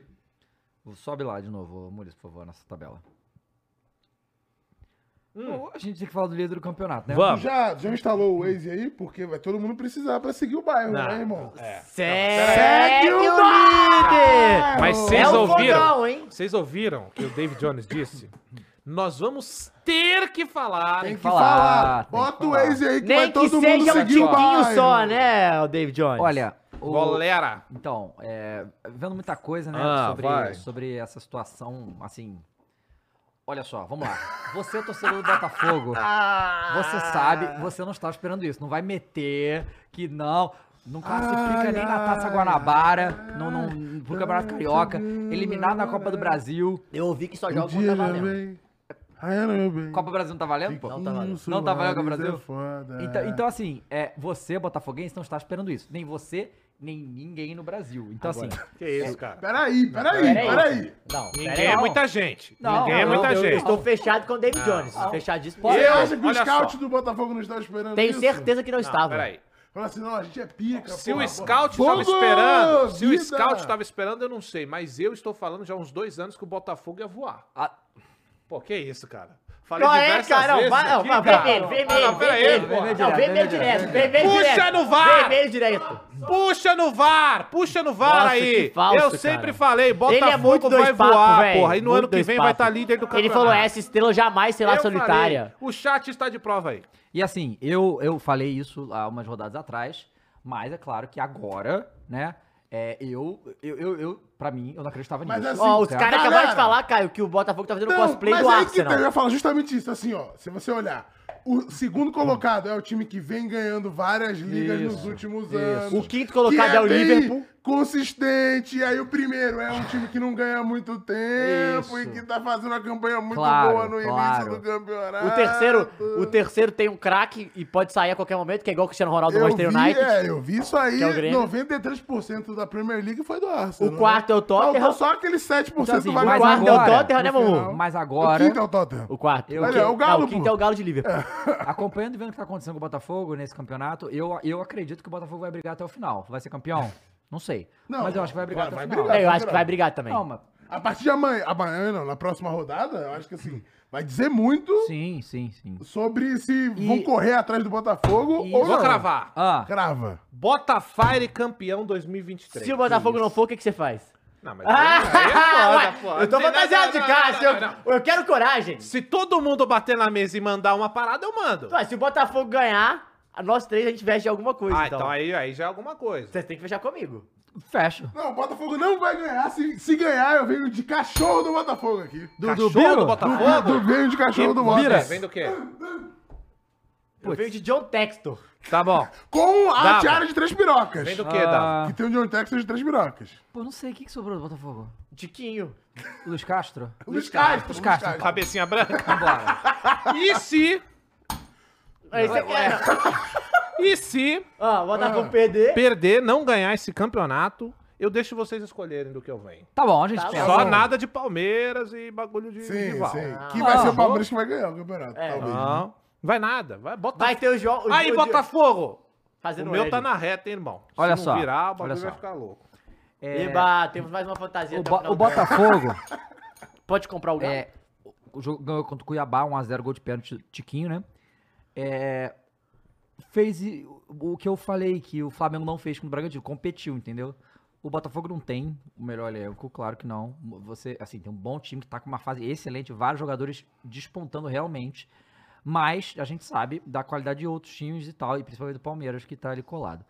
A: Sobe lá de novo, Muris, por favor, nessa tabela. Bom, A gente tem que falar do líder do campeonato, né?
B: Tu já, já instalou o Waze aí? Porque vai todo mundo precisar pra seguir o bairro,
C: Não,
B: né, irmão?
C: é.
D: Segue o líder!
C: Mas
B: É
C: vocês
D: é o
C: ouviram?
D: fogão, hein?
C: Vocês ouviram o que o David Jones disse? Nós vamos ter que falar.
B: Tem que
A: falar,
B: falar.
A: tem
B: Bota
A: que
B: o
A: falar.
B: Waze aí que
D: Nem
B: vai
D: que
B: todo mundo
D: seja um
B: seguir o
D: tiquinho
B: bairro.
D: só, né, o David Jones?
A: Olha, o,
C: Galera,
A: Então, é, vendo muita coisa, né,
C: Ah,
A: sobre,
C: vai.
A: sobre essa situação, assim. Olha só, vamos lá. Você, torcedor do Botafogo, você sabe, você não estava esperando isso. Não vai meter que não. Não classifica
B: Ai,
A: nem na Taça
B: ai,
A: Guanabara, não, não, pro Campeonato Carioca, eliminado na Copa do Brasil.
D: Eu ouvi que só
B: Um
D: joga
B: dia
D: contra
B: era
D: valendo.
B: bem, aí era bem.
A: Copa do Brasil não tá valendo, pô?
D: Não tá valendo.
B: Isso,
A: Não tá valendo,
B: Maris,
A: Brasil?
B: é foda.
A: Então, então, assim, é, você, botafoguense, não está esperando isso. Nem você, nem ninguém no Brasil. Então, assim,
D: É,
C: que isso, cara?
B: Peraí, peraí,
D: peraí.
B: peraí.
D: Não, pera
C: Ninguém
D: aí.
C: é muita gente.
A: Não,
C: Ninguém é
A: não,
C: muita
D: eu, eu
C: gente.
D: estou fechado com o David Jones.
A: não.
D: Fechadíssimo.
A: Pode-
B: Você
A: Eu-
B: acha que o
C: olha
B: scout
C: só.
B: do Botafogo não está esperando
D: né? Tenho
B: isso?
D: certeza que não,
C: Não,
D: estava.
C: peraí.
B: Fala assim, não, a gente é pica,
C: Se
B: porra,
C: o Scout
B: porra.
C: tava esperando, se o
B: Vida!
C: Scout tava esperando, eu não sei, mas eu estou falando já há uns dois anos que o Botafogo ia voar.
A: Ah.
C: Pô, que isso, cara? Falei
D: Não é,
C: diversas
D: cara. Não,
C: vezes
D: vai, não,
C: aqui,
D: vai,
C: cara.
D: vermelho,
C: Ah,
D: vermelho.
C: não, pera aí,
D: vermelho.
C: porra.
D: Não, vermelho direto, vermelho
C: Puxa
D: direto.
C: no VAR!
D: Vermelho direto.
C: Puxa no VAR! Puxa no VAR
D: Nossa,
C: aí!
D: que falso,
C: eu
D: cara.
C: sempre falei,
D: Ele é muito
C: Botafogo
D: dois
C: vai
D: papo,
C: voar,
D: velho.
C: porra. E no
D: Muito
C: ano que
D: dois
C: vem vai
D: papo.
C: estar líder do campeonato.
D: Ele falou, essa estrela jamais será
C: Eu
D: solitária.
C: falei, o chat está de prova aí.
A: E assim, eu, eu falei isso há umas rodadas atrás, mas é claro que agora, né? é, eu, eu, eu, eu, pra mim, eu não acreditava
B: Mas
A: nisso.
B: assim,
D: Ó, os
A: certo? Então,
D: caras acabaram
B: Galera.
D: de falar, Caio, que o Botafogo tá fazendo
B: Então,
D: cosplay
B: mas
D: do
B: aí que tá, eu
D: Arsenal.
B: ia falar justamente isso, assim, ó. Se você olhar, o segundo colocado é o time que vem ganhando várias ligas nos últimos anos.
D: O quinto colocado
B: que
D: é o
B: bem
D: Liverpool.
B: Consistente. E aí o primeiro é um time que não ganha muito
A: Isso.
B: tempo e que tá fazendo uma campanha muito
A: Claro,
B: boa no início
A: claro.
B: do campeonato.
D: O terceiro, o terceiro tem um craque e pode sair a qualquer momento, que é igual o Cristiano Ronaldo do Manchester
B: vi,
D: United.
B: É, eu vi isso aí.
D: Que é o Grêmio.
B: 93% da Premier League foi do Arsenal.
D: O quarto é o Tottenham.
B: Faltou só aquele 7%
A: Então, assim,
B: do Wagner.
A: mas
D: o
A: agora,
D: quarto é o Tottenham, né,
B: no
D: Mamu?
B: final.
A: Mas
B: O quinto é
A: agora,
B: o Tottenham.
D: O quarto.
A: Eu-
D: quinto-
B: é o Galo,
D: não, o quinto
B: pô.
D: é o Galo de Liverpool.
A: acompanhando e vendo o que tá acontecendo com o Botafogo nesse campeonato, eu, eu acredito que o Botafogo vai brigar até o final. Vai ser campeão? Não sei.
B: Não,
A: mas eu acho que vai brigar
B: vai-
A: até o
B: vai
D: É,
A: final.
B: brigar.
D: eu acho que vai brigar também.
A: Não, mas-
B: A partir de amanhã, amanhã não, na próxima rodada, eu acho que assim, vai dizer muito
A: Sim, sim, sim.
B: sobre se
A: E-
B: vão correr atrás do Botafogo
A: e-
B: ou
C: Vou
B: não.
C: cravar.
A: Ah,
B: Crava.
C: Botafire campeão 2023.
D: Se o Botafogo não for, o que, que você faz?
C: Não, mas aí é
D: Ah,
C: foda, pô.
D: ué, eu tô
C: Não tem
D: fantasiado
C: nada-
D: de
C: não,
D: Cássio.
C: não, não, não.
D: Eu, eu quero coragem.
C: Se todo mundo bater na mesa e mandar uma parada, eu mando.
D: Ué, Tipo assim, se o Botafogo ganhar, nós três a gente veste alguma coisa.
C: Ah,
D: então.
C: então aí, aí já é alguma coisa.
D: Vocês têm que fechar comigo.
A: fecha.
B: Não, o Botafogo não vai ganhar. Se, se ganhar, eu venho de cachorro do Botafogo aqui.
A: Do,
C: Cachorro
A: Biro?
C: do Botafogo?
B: Eu venho de cachorro do
C: Bira.
B: Botafogo.
C: Vem do quê?
D: Eu
A: Putz.
D: veio de John Textor.
C: Tá bom.
B: Com a
C: Dava.
B: tiara de três pirocas.
C: Vem do quê, Dava?
A: Ah,
B: Que tem o John Texas de três pirocas.
A: pô, não sei. O que, que sobrou do Botafogo?
D: Tiquinho.
A: Luiz Castro?
B: Luiz
A: Luiz
B: Castro. Luiz
A: Castro.
B: Castro.
C: Cabecinha branca.
A: Bora.
C: E se...
D: Aí você quer.
C: E se
D: é Ó, o Botafogo perder.
C: perder, não ganhar esse campeonato, eu deixo vocês escolherem do que eu venho.
A: Tá bom, a gente
D: Tá
A: pensa.
C: Só
B: bom.
C: nada de Palmeiras e bagulho de
B: Sim,
C: rival.
B: sim.
D: Ah.
B: Que vai
A: Ah,
B: ser
A: bom.
B: o Palmeiras que vai ganhar o campeonato,
D: É.
B: talvez.
C: Não, vai nada. Vai, bota...
D: Vai ter o jogo.
C: Aí, Botafogo!
D: Fazendo
C: o meu
D: L.
C: tá na reta, hein, irmão. Se
A: Olha
C: não
A: só,
C: virar, o
A: olha
C: bagulho vai
A: só.
C: ficar louco.
D: Eba, temos mais uma fantasia.
A: O,
D: até
A: Bo-
D: final
A: o
D: do ano.
A: Botafogo
D: Pode comprar o galo.
A: é, o jogo ganhou contra o Cuiabá, 1x0, gol de pênalti, Tiquinho, né? É, fez e- o que eu falei que o Flamengo não fez com o Bragantino, competiu, entendeu? O Botafogo não tem o melhor elenco, claro que não. Você, assim, tem um bom time que tá com uma fase excelente, vários jogadores despontando realmente. Mas a gente sabe da qualidade de outros times e tal, e principalmente do Palmeiras, que tá ali colado.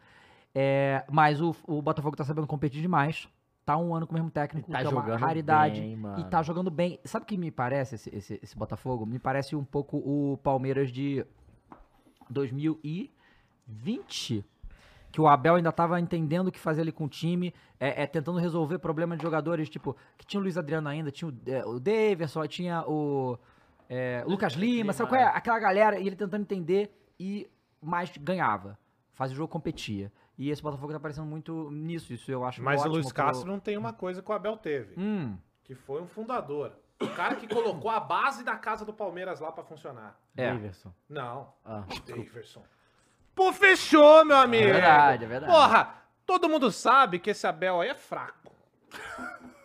A: É, mas o, o Botafogo tá sabendo competir demais. Tá um ano com o mesmo técnico,
D: Tá
A: que é uma
D: jogando
A: raridade.
D: bem, mano.
A: e
C: Ah.
A: tá jogando bem. Sabe o que me parece esse, esse- esse Botafogo? Me parece um pouco o Palmeiras de 2020. Que o Abel ainda tava entendendo o que fazer ali com o time, é, é, tentando resolver problema de jogadores, tipo, que tinha o Luiz Adriano ainda, tinha o, é, o Davidson, tinha o é, Lucas Lima, sabe qual é? Aquela galera, e ele tentando entender, e mais ganhava. Fazia o jogo, competia. E esse Botafogo tá parecendo muito nisso, isso eu acho
C: Mas o
A: ótimo
C: Luiz
A: pro-
C: Castro não tem uma coisa que o Abel teve,
A: Hum,
C: que foi um fundador. O cara que colocou a base da casa do Palmeiras lá pra funcionar.
A: é.
D: Daverson.
C: Não,
D: Ah.
C: Daverson. Pô, fechou, meu amigo.
A: É verdade, é verdade.
C: Porra, todo mundo sabe que esse Abel aí é fraco.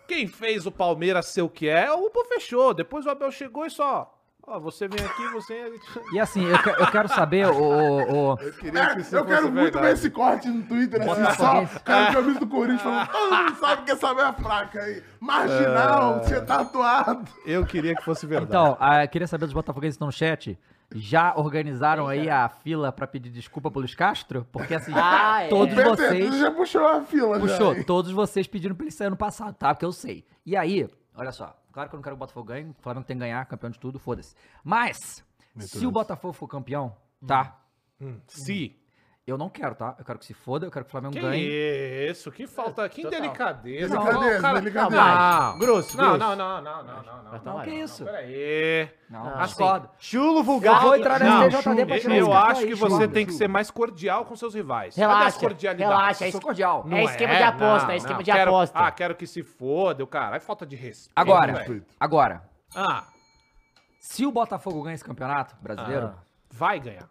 C: Quem fez o Palmeiras ser o que é, é o Pô fechou. Depois o Abel chegou e só. Ó, você vem aqui, você.
A: E assim, eu, que- eu quero saber, o, o, o-
E: Eu queria
B: É,
E: que isso
B: eu quero
E: fosse
B: muito
E: verdade.
B: ver esse corte no Twitter, assim, só
A: Botafoguense.
B: o cara de camisa do Corinthians falando, todo mundo sabe que essa meia é fraca aí, marginal, você tá atuado.
E: Eu queria que fosse verdade.
A: Então, ah, eu queria saber dos botafoguenses que estão no chat. Já organizaram aí a fila pra pedir desculpa pro Luiz Castro? Porque assim,
D: Ah, é.
A: todos
B: PT,
A: vocês.
B: tu já puxou a fila,
A: Puxou,
B: já. hein?
A: todos vocês pediram pra ele sair ano passado, tá? Porque eu sei. E aí, olha só, claro que eu não quero que o Botafogo ganhe, o Flamengo tem que ganhar, campeão de tudo, foda-se. Mas, se o Botafogo for campeão,
C: Hum.
A: tá?
C: Se.
A: Eu não quero, tá? Eu quero que se foda, eu quero que o Flamengo
C: Que
A: ganhe.
C: isso? Que falta. Que
D: Total.
C: delicadeza.
B: Delicadeza,
C: Não, cara-
B: delicadeza.
C: Não,
D: Grosso,
C: Não,
D: grosso.
C: não, não, não, não, não, não.
D: Mas
A: Não,
D: tá
A: que
D: maior,
A: isso?
C: Peraí. Ah,
A: Não,
D: Não,
A: não,
D: assim,
A: discordo.
D: Chulo
A: vulgar vou entrar na
C: Não,
A: STJD pra tirar É
C: eu
A: esse cara
C: acho
A: aí,
C: que você
A: Chico.
C: tem que ser mais cordial com seus rivais. Cadê as
D: Tá Relaxa,
C: cordialidades?
D: relaxa. É,
A: Sou
D: esque-
A: cordial.
D: é esquema de aposta, é esquema de
C: quero-
D: aposta.
C: Ah, quero que se foda, o cara. É falta de respeito.
A: Agora,
C: velho.
A: agora,
C: Ah,
A: se o Botafogo ganha esse campeonato brasileiro,
D: Ah.
C: vai ganhar.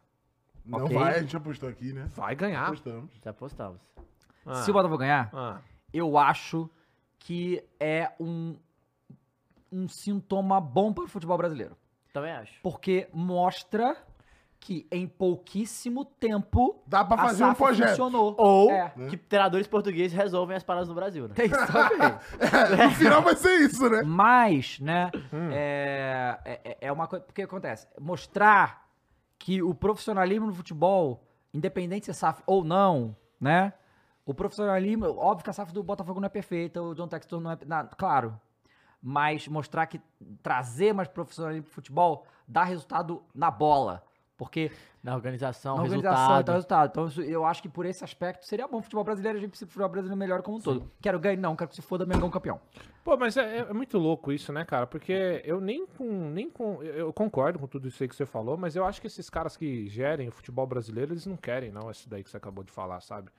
B: Não
A: Ok.
B: vai, a gente apostou aqui, né?
C: Vai ganhar.
B: Apostamos.
D: Já postamos.
C: Ah,
A: se o Botafogo ganhar,
C: ah.
A: eu acho que é um, um sintoma bom para o futebol brasileiro.
D: Também acho.
A: Porque mostra que em pouquíssimo tempo
B: Dá pra
A: a
B: fazer um
A: SAF
B: projeto.
A: funcionou.
D: Ou
A: É.
C: né?
D: que treinadores portugueses resolvem as paradas no Brasil, né?
A: Tem isso também.
B: É, no final vai ser isso, né?
A: Mas, né, é, é, é uma coisa. Porque acontece, mostrar que o profissionalismo no futebol, independente se é SAF ou não, né? O profissionalismo, óbvio que a SAF do Botafogo não é perfeita, o John Textor não é. na- claro. Mas mostrar que trazer mais profissionalismo pro futebol dá resultado na bola. Porque
D: Na organização,
A: na organização
D: resultado.
A: dá um resultado. Então isso- eu acho que por esse aspecto seria bom o futebol brasileiro, a gente precisa do futebol brasileiro melhor como um todo. Quero ganhar, não, quero que se foda Mengão campeão.
C: Pô, mas é, é muito louco isso, né, cara? Porque eu nem com. Nem com eu, eu concordo com tudo isso aí que você falou, mas eu acho que esses caras que gerem o futebol brasileiro, eles não querem, não, isso daí que você acabou de falar, sabe?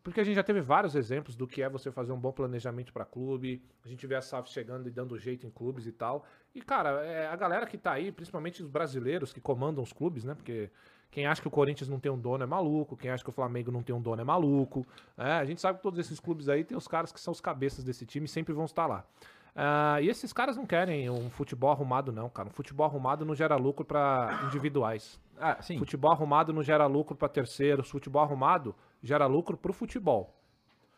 C: Porque a gente já teve vários exemplos do que é você fazer um bom planejamento pra clube, a gente vê a SAF chegando e dando jeito em clubes e tal. E, cara, é, a galera que tá aí, principalmente os brasileiros que comandam os clubes, né? Porque quem acha que o Corinthians não tem um dono é maluco, quem acha que o Flamengo não tem um dono é maluco. né? a gente sabe que todos esses clubes aí tem os caras que são os cabeças desse time e sempre vão estar lá. Ah, e esses caras não querem um futebol arrumado, não, cara. Um futebol arrumado não gera lucro pra individuais.
A: Ah, sim.
C: Futebol arrumado não gera lucro pra terceiros. Futebol arrumado gera lucro pro futebol.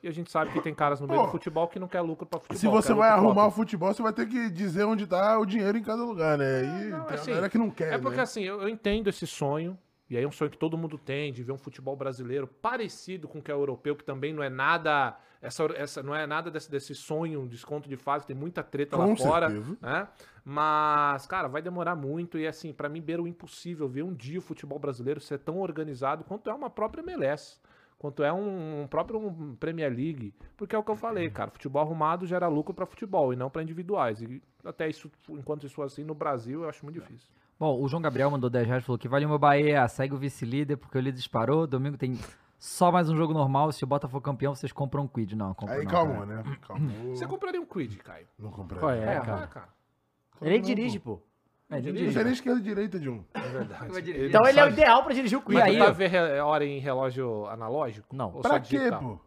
C: E a gente sabe que tem caras no meio
B: Pô,
C: do futebol que não quer lucro pra futebol. é
B: Se você
C: quer
B: vai
C: lucro
B: arrumar
C: próprio.
B: o futebol, você vai ter que dizer onde tá o dinheiro em cada lugar, né? E tem uma
C: assim,
B: galera que não quer,
C: É porque
B: né?
C: assim, eu, eu entendo esse sonho, e aí é um sonho que todo mundo tem, de ver um futebol brasileiro parecido com o que é o europeu, que também não é nada. Essa, essa, não é nada desse, desse sonho, um desconto de fase, tem muita treta lá
B: Com
C: fora,
B: certeza.
C: né? Mas, cara, vai demorar muito e assim, pra mim beira o impossível ver um dia o futebol brasileiro ser tão organizado quanto é uma própria MLS, quanto é um, um próprio um Premier League, porque é o que eu falei, cara, futebol arrumado gera lucro pra futebol e não pra individuais. E até isso, enquanto isso for assim no Brasil, eu acho muito difícil.
A: Bom, o João Gabriel mandou 10 reais e falou que valeu meu Bahia, segue o vice-líder porque o líder disparou. Domingo tem só mais um jogo normal. Se o Bota for campeão, vocês compram um quid. Não, compra
B: Aí
A: não, cara.
B: calma, né? Calma.
C: Você compraria um Quid, Caio?
B: Não comprei.
D: Qual tá- é,
C: É,
D: cara?
C: cara.
D: Ele dirige, pô.
A: É,
B: Eu Não sei nem esquerda e direita de um.
C: É verdade.
A: Vai direito.
D: Então ele é o
C: sabe-
D: ideal pra dirigir o Queen.
C: Mas
A: E
C: tu
A: aí,
C: tá
A: ó.
C: vendo re- hora em relógio analógico?
D: Não.
C: Ou só
B: Pra quê,
C: digital?
B: pô?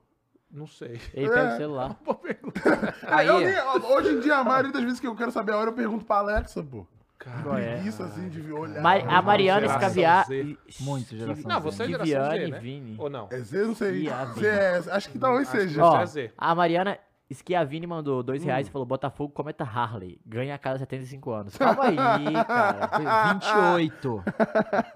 C: Não sei.
D: Ele pega
B: É.
D: o celular.
C: Boa pergunta.
A: Aí,
B: Eu nem- hoje em dia, a maioria das vezes que eu quero saber a hora, eu pergunto pra Alexa, pô.
D: Qual é?
B: Preguiça, assim, de olhar.
D: Ma- a Mariana
C: geração
D: Escaviar.
C: Z.
D: Ixi,
A: Muito
D: que-
A: geração
C: Não, você é geração
D: Viviane,
C: Z, né?
D: Vini.
C: Ou não?
B: É Z, eu não sei.
D: Ih, a vida.
B: Z é- acho que talvez
C: Acho que
B: seja.
C: você
D: Ó,
C: é Z.
D: a Mariana Schiavini mandou dois
C: Hum.
D: reais e falou: Botafogo cometa Harley. Ganha a cada 75 anos. Calma aí, cara.
A: 28.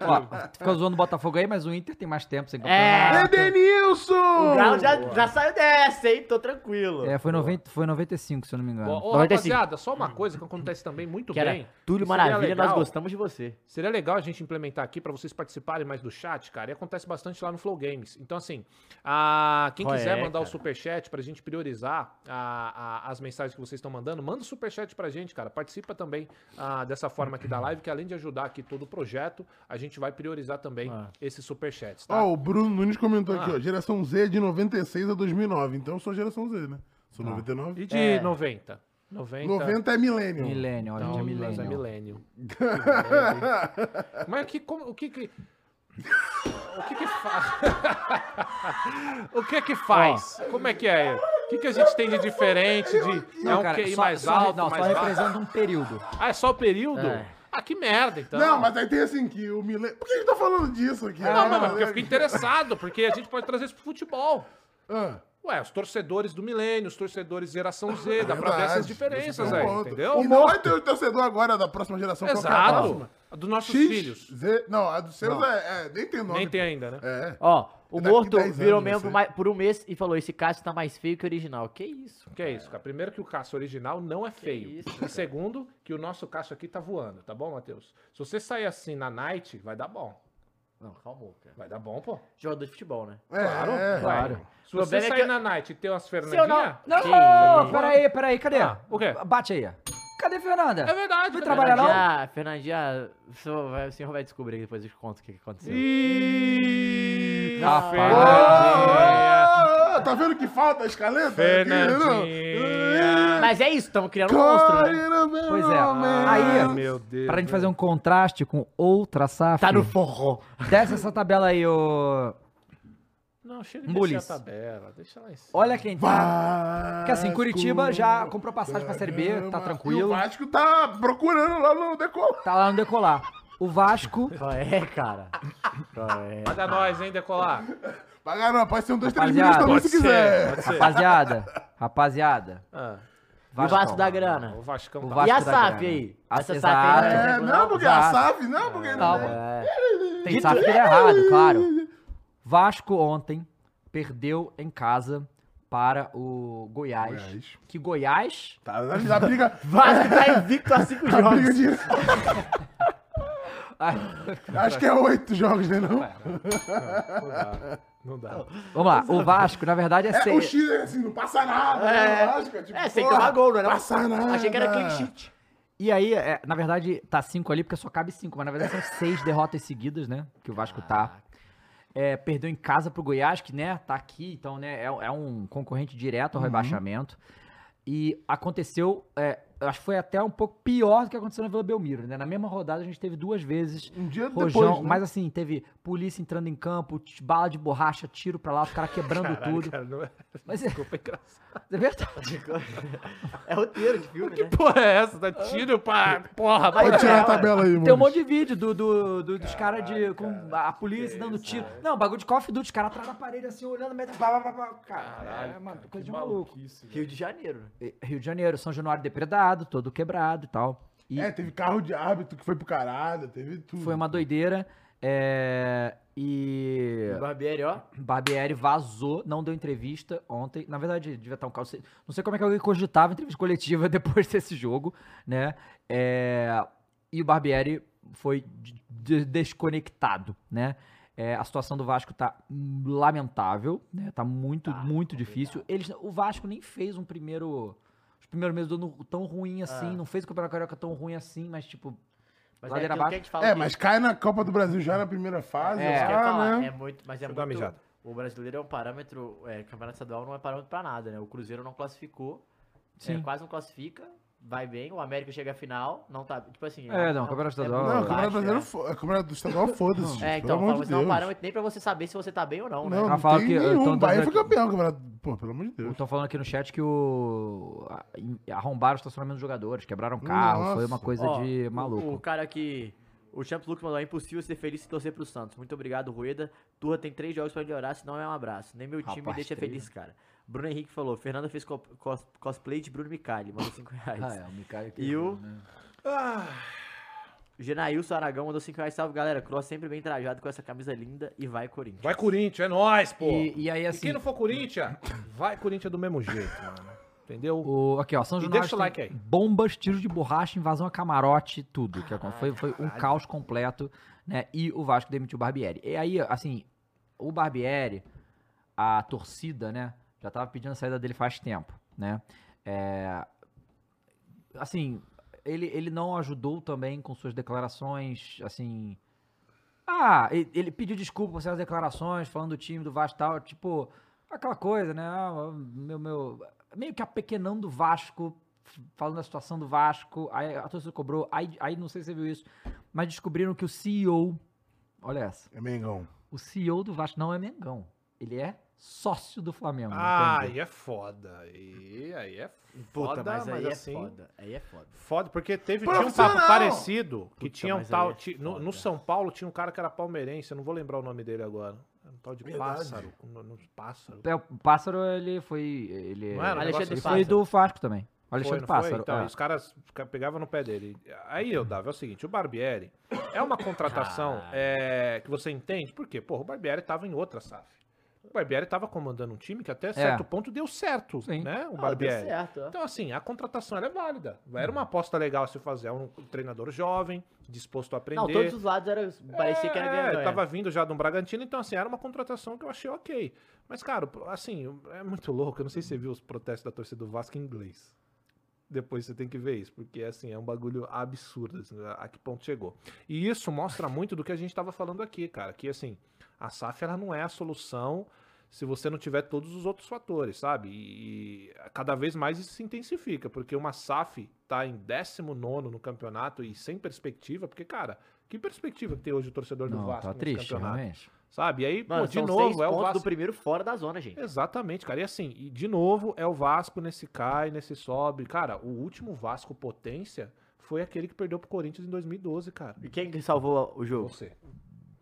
A: Ó, fica zoando o Botafogo aí, mas o Inter tem mais tempo sem
D: É. O Galo
B: Edenilson!
D: já, já saiu dessa, hein? Tô tranquilo.
A: É, foi, 90, foi 95, se eu não me engano.
C: Ô, ô,
D: 95.
C: rapaziada, só uma coisa que acontece também muito
D: é assim. que
C: bem.
D: era Túlio
C: que seria
D: Maravilha, nós
C: legal.
D: gostamos de você.
C: Seria legal a gente implementar aqui pra vocês participarem mais do chat, cara. E acontece bastante lá no Flow Games. Então, assim, a... quem
D: Qual é,
C: quiser mandar o
D: cara?
C: superchat pra gente priorizar a- a- as mensagens que vocês estão mandando, manda o superchat pra gente, cara. Participa também ah, dessa forma aqui da live, que além de ajudar aqui todo o projeto, a gente vai priorizar também
D: Ah.
C: esses superchats, tá?
B: Ó, o Bruno Nunes comentou aqui,
C: Ah.
B: ó. Geração Z é de 96 a 2009. Então eu sou geração Z, né? Sou 99.
C: E de
D: É.
C: 90? 90.
B: 90 é milênio.
A: Milênio, olha,
C: Não,
A: é
C: mas é
A: milênio.
C: milênio. Que merda, hein? mas que, como, o que que... O que que faz? o que que faz? Como é que é? O que que a gente tem de diferente? De, é um QI mais alto,
A: não, só
C: mais baixo?
A: representa um período.
C: Ah, é só o período?
D: É.
C: Ah, que merda, então.
B: Não, mas É. aí tem assim que o milênio... Por que a gente tá falando disso aqui?
C: Ah, Não, mas porque eu fico interessado, porque a gente pode trazer isso pro futebol.
B: Ah,
C: Ué, os torcedores do milênio, os torcedores geração Z, dá pra ver
B: verdade.
C: essas diferenças
B: Você tem
C: aí,
B: um ponto.
C: entendeu?
B: E não vai ter o torcedor agora da próxima geração. qual que é a
C: Exato.
B: próxima?
C: A Dos nossos
B: X,
C: filhos.
B: Z... Não, a dos seus é, é... Nem tem nome.
C: Nem tem ainda, né?
B: É.
D: Ó, o
B: Daqui
D: morto
B: 10
D: virou
B: anos vai
D: membro
B: ser.
D: mais- por um mês e falou: esse Cássio tá mais feio que o original. Que isso?
C: Que é isso, cara. Primeiro que o Cássio original não é feio.
D: isso,
C: e segundo, que o nosso Cássio aqui tá voando, tá bom, Matheus? Se você sair assim na night, vai dar bom.
D: Não, calmou, cara.
C: Vai dar bom, pô.
D: Jogador de futebol, né?
B: É,
C: Claro,
B: é.
C: claro. Se você
D: O problema é
C: sair
D: que eu-
C: na night e ter umas
D: Se eu não.
C: Fernandinha...
A: Não,
D: Que isso?
A: peraí, peraí, cadê?
C: Ah, o quê?
A: Bate aí. ó. Cadê Fernanda?
C: É verdade,
A: Vai
C: cara.
A: trabalhar não?
D: Fernandinha, Fernandinha, o senhor vai- o senhor vai descobrir depois eu te conto o que que aconteceu.
C: Ih,
A: Rapaz.
C: Fernandinha.
B: Ah, tá vendo que falta a escaleta?
C: Fernandinha.
D: Mas é isso, estamos criando um monstro, né?
A: Pois é.
C: Ah,
A: aí,
C: meu Deus.
A: pra gente fazer um contraste com outra safra.
D: Tá no forró.
A: Desce essa tabela aí, ô.
C: Não, chega de
A: Mules.
C: deixar a tabela. Deixa lá em cima.
A: Olha quem tá. Porque assim, Curitiba já comprou passagem pra Série B, tá
B: O
A: tranquilo.
B: Vasco tá procurando lá no decolar.
A: Tá lá no decolar. O Vasco.
D: Qual é, cara? Qual é?
C: Paga nós, hein, Decolar.
B: Pagar não, pode ser um, dois, três
A: Rapaziada,
B: minutos também
C: Pode
B: se
C: ser,
B: quiser.
C: pode ser.
A: Rapaziada, rapaziada.
C: Ah,
D: E o Vasco da Grana.
C: o Vascão
A: O
C: tá
A: Vasco
D: e a
A: da
D: SAF
A: Grana.
D: aí?
A: A-
D: Essa
A: exato.
D: SAF aí
B: É,
D: não tem
B: não,
D: problema,
B: porque
D: não?
B: a SAF, não,
D: Ah,
B: porque...
A: Não,
B: não.
A: é. Tem SAF que ele é errado, claro. Vasco ontem perdeu em casa para o Goiás.
B: Goiás.
A: Que Goiás.
B: É Tá, a briga...
D: Vasco tá invicto a 5
B: A briga
D: jogos.
B: de...
A: Ai,
B: Acho que é oito jogos, né, não?
C: Não dá.
A: vamos lá, o Vasco, na verdade, é
B: É, o
A: seis.
B: X é assim, não passa nada.
D: É.
B: né, no Vasco, tipo,
D: É, sem
B: porra,
D: tomar gol, não era?
B: Passa nada.
D: Achei que era clean sheet.
A: E aí, é, na verdade, tá cinco ali, porque só cabe cinco, mas na verdade são seis derrotas seguidas, né? Que o Vasco tá. É, perdeu em casa pro Goiás, que, né, tá aqui, então, né, é, é um concorrente direto
C: Uhum.
A: ao rebaixamento. E aconteceu, é, eu acho que foi até um pouco pior do que aconteceu na Vila Belmiro, né? Na mesma rodada a gente teve duas vezes
B: Um dia
A: Rojão,
B: depois, né?
A: mas assim, teve polícia entrando em campo, t- bala de borracha, tiro pra lá, os caras quebrando
C: Caralho,
A: tudo.
C: Cara, não é...
A: Mas é,
C: Desculpa, é engraçado.
A: é verdade.
D: É roteiro de filme, né? é
C: Porra, é essa? Dá tiro pra. Porra,
D: Vai
B: Pode
C: pra...
B: tirar a tabela aí, mano.
A: Tem um monte de vídeo do, do- do- dos caras de. com a polícia dando tiro. Não, bagulho de Call of Duty, os caras atrás da parede assim, olhando, mete. Pá, pá, pá, pá. Cara, é uma coisa de maluco.
D: Rio de Janeiro, né?
A: E- Rio de Janeiro, São Januário depredado, todo quebrado e tal. E
B: É, teve carro de árbitro que foi pro caralho, teve tudo.
A: foi uma doideira. É, e.
D: O Barbieri, ó.
A: Barbieri vazou, não deu entrevista ontem. Na verdade, devia estar um caos. Não sei como é que alguém cogitava entrevista coletiva depois desse jogo, né? É, E o Barbieri foi de- de- desconectado, né? É, a situação do Vasco tá lamentável, né? Tá muito,
D: Tá,
A: muito difícil. Eles, o Vasco nem fez um primeiro. Os primeiros meses do ano tão ruim assim.
D: Ah.
A: Não fez o Campeonato Carioca tão ruim assim, mas tipo.
D: Mas
A: Ladeira
D: é aquilo
A: abaixo.
D: que a gente fala
B: É,
D: que-
B: mas cai na Copa do Brasil já na primeira fase.
A: É,
D: isso que eu ia
B: lá,
D: falar,
B: né?
D: é muito, mas é
C: Deixa eu dar uma
D: muito-
C: mijada.
D: O brasileiro é um parâmetro, é, campeonato estadual não é parâmetro pra nada, né? O Cruzeiro não classificou, é,
A: Sim.
D: quase não classifica, vai bem, o América chega à final, não tá. Tipo assim.
A: É, não, Campeonato Estadual-
B: Não,
A: Não,
B: o Campeonato
D: baixo,
B: Brasileiro, fo- o Campeonato do Estadual, foda-se, gente.
D: É, é
B: pelo
D: então,
B: amor
D: fala,
B: de
D: isso não é
B: Deus.
D: um parâmetro nem pra você saber se você tá bem ou não, né?
B: Não,
A: Ah,
B: não
A: fala
B: tem
A: que eu
B: nenhum.
A: tô
B: O Bahia foi
A: dando aqui.
B: campeão do Campeonato. Pô, pelo amor de Deus.
A: Estão falando aqui no chat que o. a- em- Arrombaram o estacionamento dos jogadores, quebraram carro, foi uma
B: Nossa.
A: coisa
D: Ó,
A: de
D: o-
A: maluco.
D: O, cara que. O Champs Lucas mandou: é impossível ser feliz e torcer pro Santos. Muito obrigado, Rueda. Turra tem três jogos pra melhorar, senão é um abraço. Nem meu time me
A: Rapaz,
D: deixa
A: três,
D: feliz, cara. Bruno Henrique falou: Fernanda fez co- cos- cosplay de Bruno Micali, mandou 5 reais.
A: Ah, é, o Mikael que-
D: E o-
A: né?
C: Ah,
D: Genailson Aragão mandou 5 reais. Salve, galera. Cross sempre bem trajado com essa camisa linda e vai, Corinthians.
C: vai Corinthians, é nóis, pô.
A: E, e aí,
C: E
A: assim.
C: quem não for Corinthians, vai Corinthians do mesmo jeito, mano. Entendeu?
A: O, aqui, ó, São
C: Então, E
A: Jonas
C: deixa o
A: tem
C: like aí.
A: bombas, tiros de borracha, invasão a camarote, tudo. Que acon- foi, foi um caos completo, né? E o Vasco demitiu o Barbieri. E aí, assim, o Barbieri, a torcida, né? Já tava pedindo a saída dele faz tempo, né? É, assim, ele, ele não ajudou também com suas declarações, assim... Ah, ele, ele pediu desculpa por certas declarações, falando do time, do Vasco e tal, tipo... Aquela coisa, né? Ah, meu, meu, meio que apequenando o Vasco, f- falando da situação do Vasco. Aí a torcida cobrou. Aí, aí não sei se você viu isso, mas descobriram que o CEO, olha essa,
B: É Mengão.
A: o CEO do Vasco não é Mengão. Ele é sócio do Flamengo.
C: Ah,
A: entende?
C: aí é foda. E aí é foda,
D: Puta, mas aí é
C: assim,
D: foda. Aí é foda.
C: Foda, porque teve tinha um papo
B: Profissional!
C: parecido que
D: Puta,
C: tinha um
D: mas
C: tal.
D: aí é
C: ti- no,
D: foda.
C: no São Paulo tinha um cara que era palmeirense, eu não vou lembrar o nome dele agora. Era um tal de
B: Verdade.
C: pássaro. No, no pássaro.
A: É, o Pássaro, ele foi. Ele,
C: Não era um
D: Alexandre
A: ele
C: negócio
A: foi
D: Pássaro.
A: do Vasco também. O
C: Foi,
A: Alexandre
C: não foi?
A: Pássaro.
C: Então,
A: é.
C: os caras fica- pegavam no pé dele. Aí, eu dava é o seguinte, o Barbieri é uma contratação
D: Caralho.
C: é, que você entende, por quê? Porra, o Barbieri tava em outra SAF. O Barbieri tava comandando um time que até certo ponto deu certo,
A: É. Sim.
C: né? O
D: Ah, deu
C: Barbieri.
D: certo, ó.
C: Então, assim, a contratação ela é válida. Era uma aposta legal a se fazer. É um treinador jovem, disposto a aprender.
D: Não, todos os lados era, parecia que era
C: É,
D: ganhador.
C: tava vindo já de um Bragantino, então assim, era uma contratação que eu achei ok. Mas, cara, assim, é muito louco. Eu não sei se você viu os protestos da torcida do Vasco em inglês. Depois você tem que ver isso, porque assim, é um bagulho absurdo, assim, a a que ponto chegou. E isso mostra muito do que a gente tava falando aqui, cara. Que assim, a SAF ela não é a solução se você não tiver todos os outros fatores, sabe? E, e cada vez mais isso se intensifica, porque uma SAF tá em 19 no campeonato e sem perspectiva, porque, cara, que perspectiva que tem hoje o torcedor do
A: Não,
C: Vasco
A: tá
C: nesse
A: triste,
C: campeonato?
A: realmente.
C: Sabe? E aí, pô,
D: Mano,
C: de
D: são seis
C: novo, é o
D: pontos
C: Vasco.
D: do primeiro fora da zona, gente.
C: Exatamente, cara. E assim, e de novo, é o Vasco nesse cai, nesse sobe. Cara, o último Vasco potência foi aquele que perdeu pro Corinthians em 2012, cara.
D: E quem que salvou o jogo?
C: Você.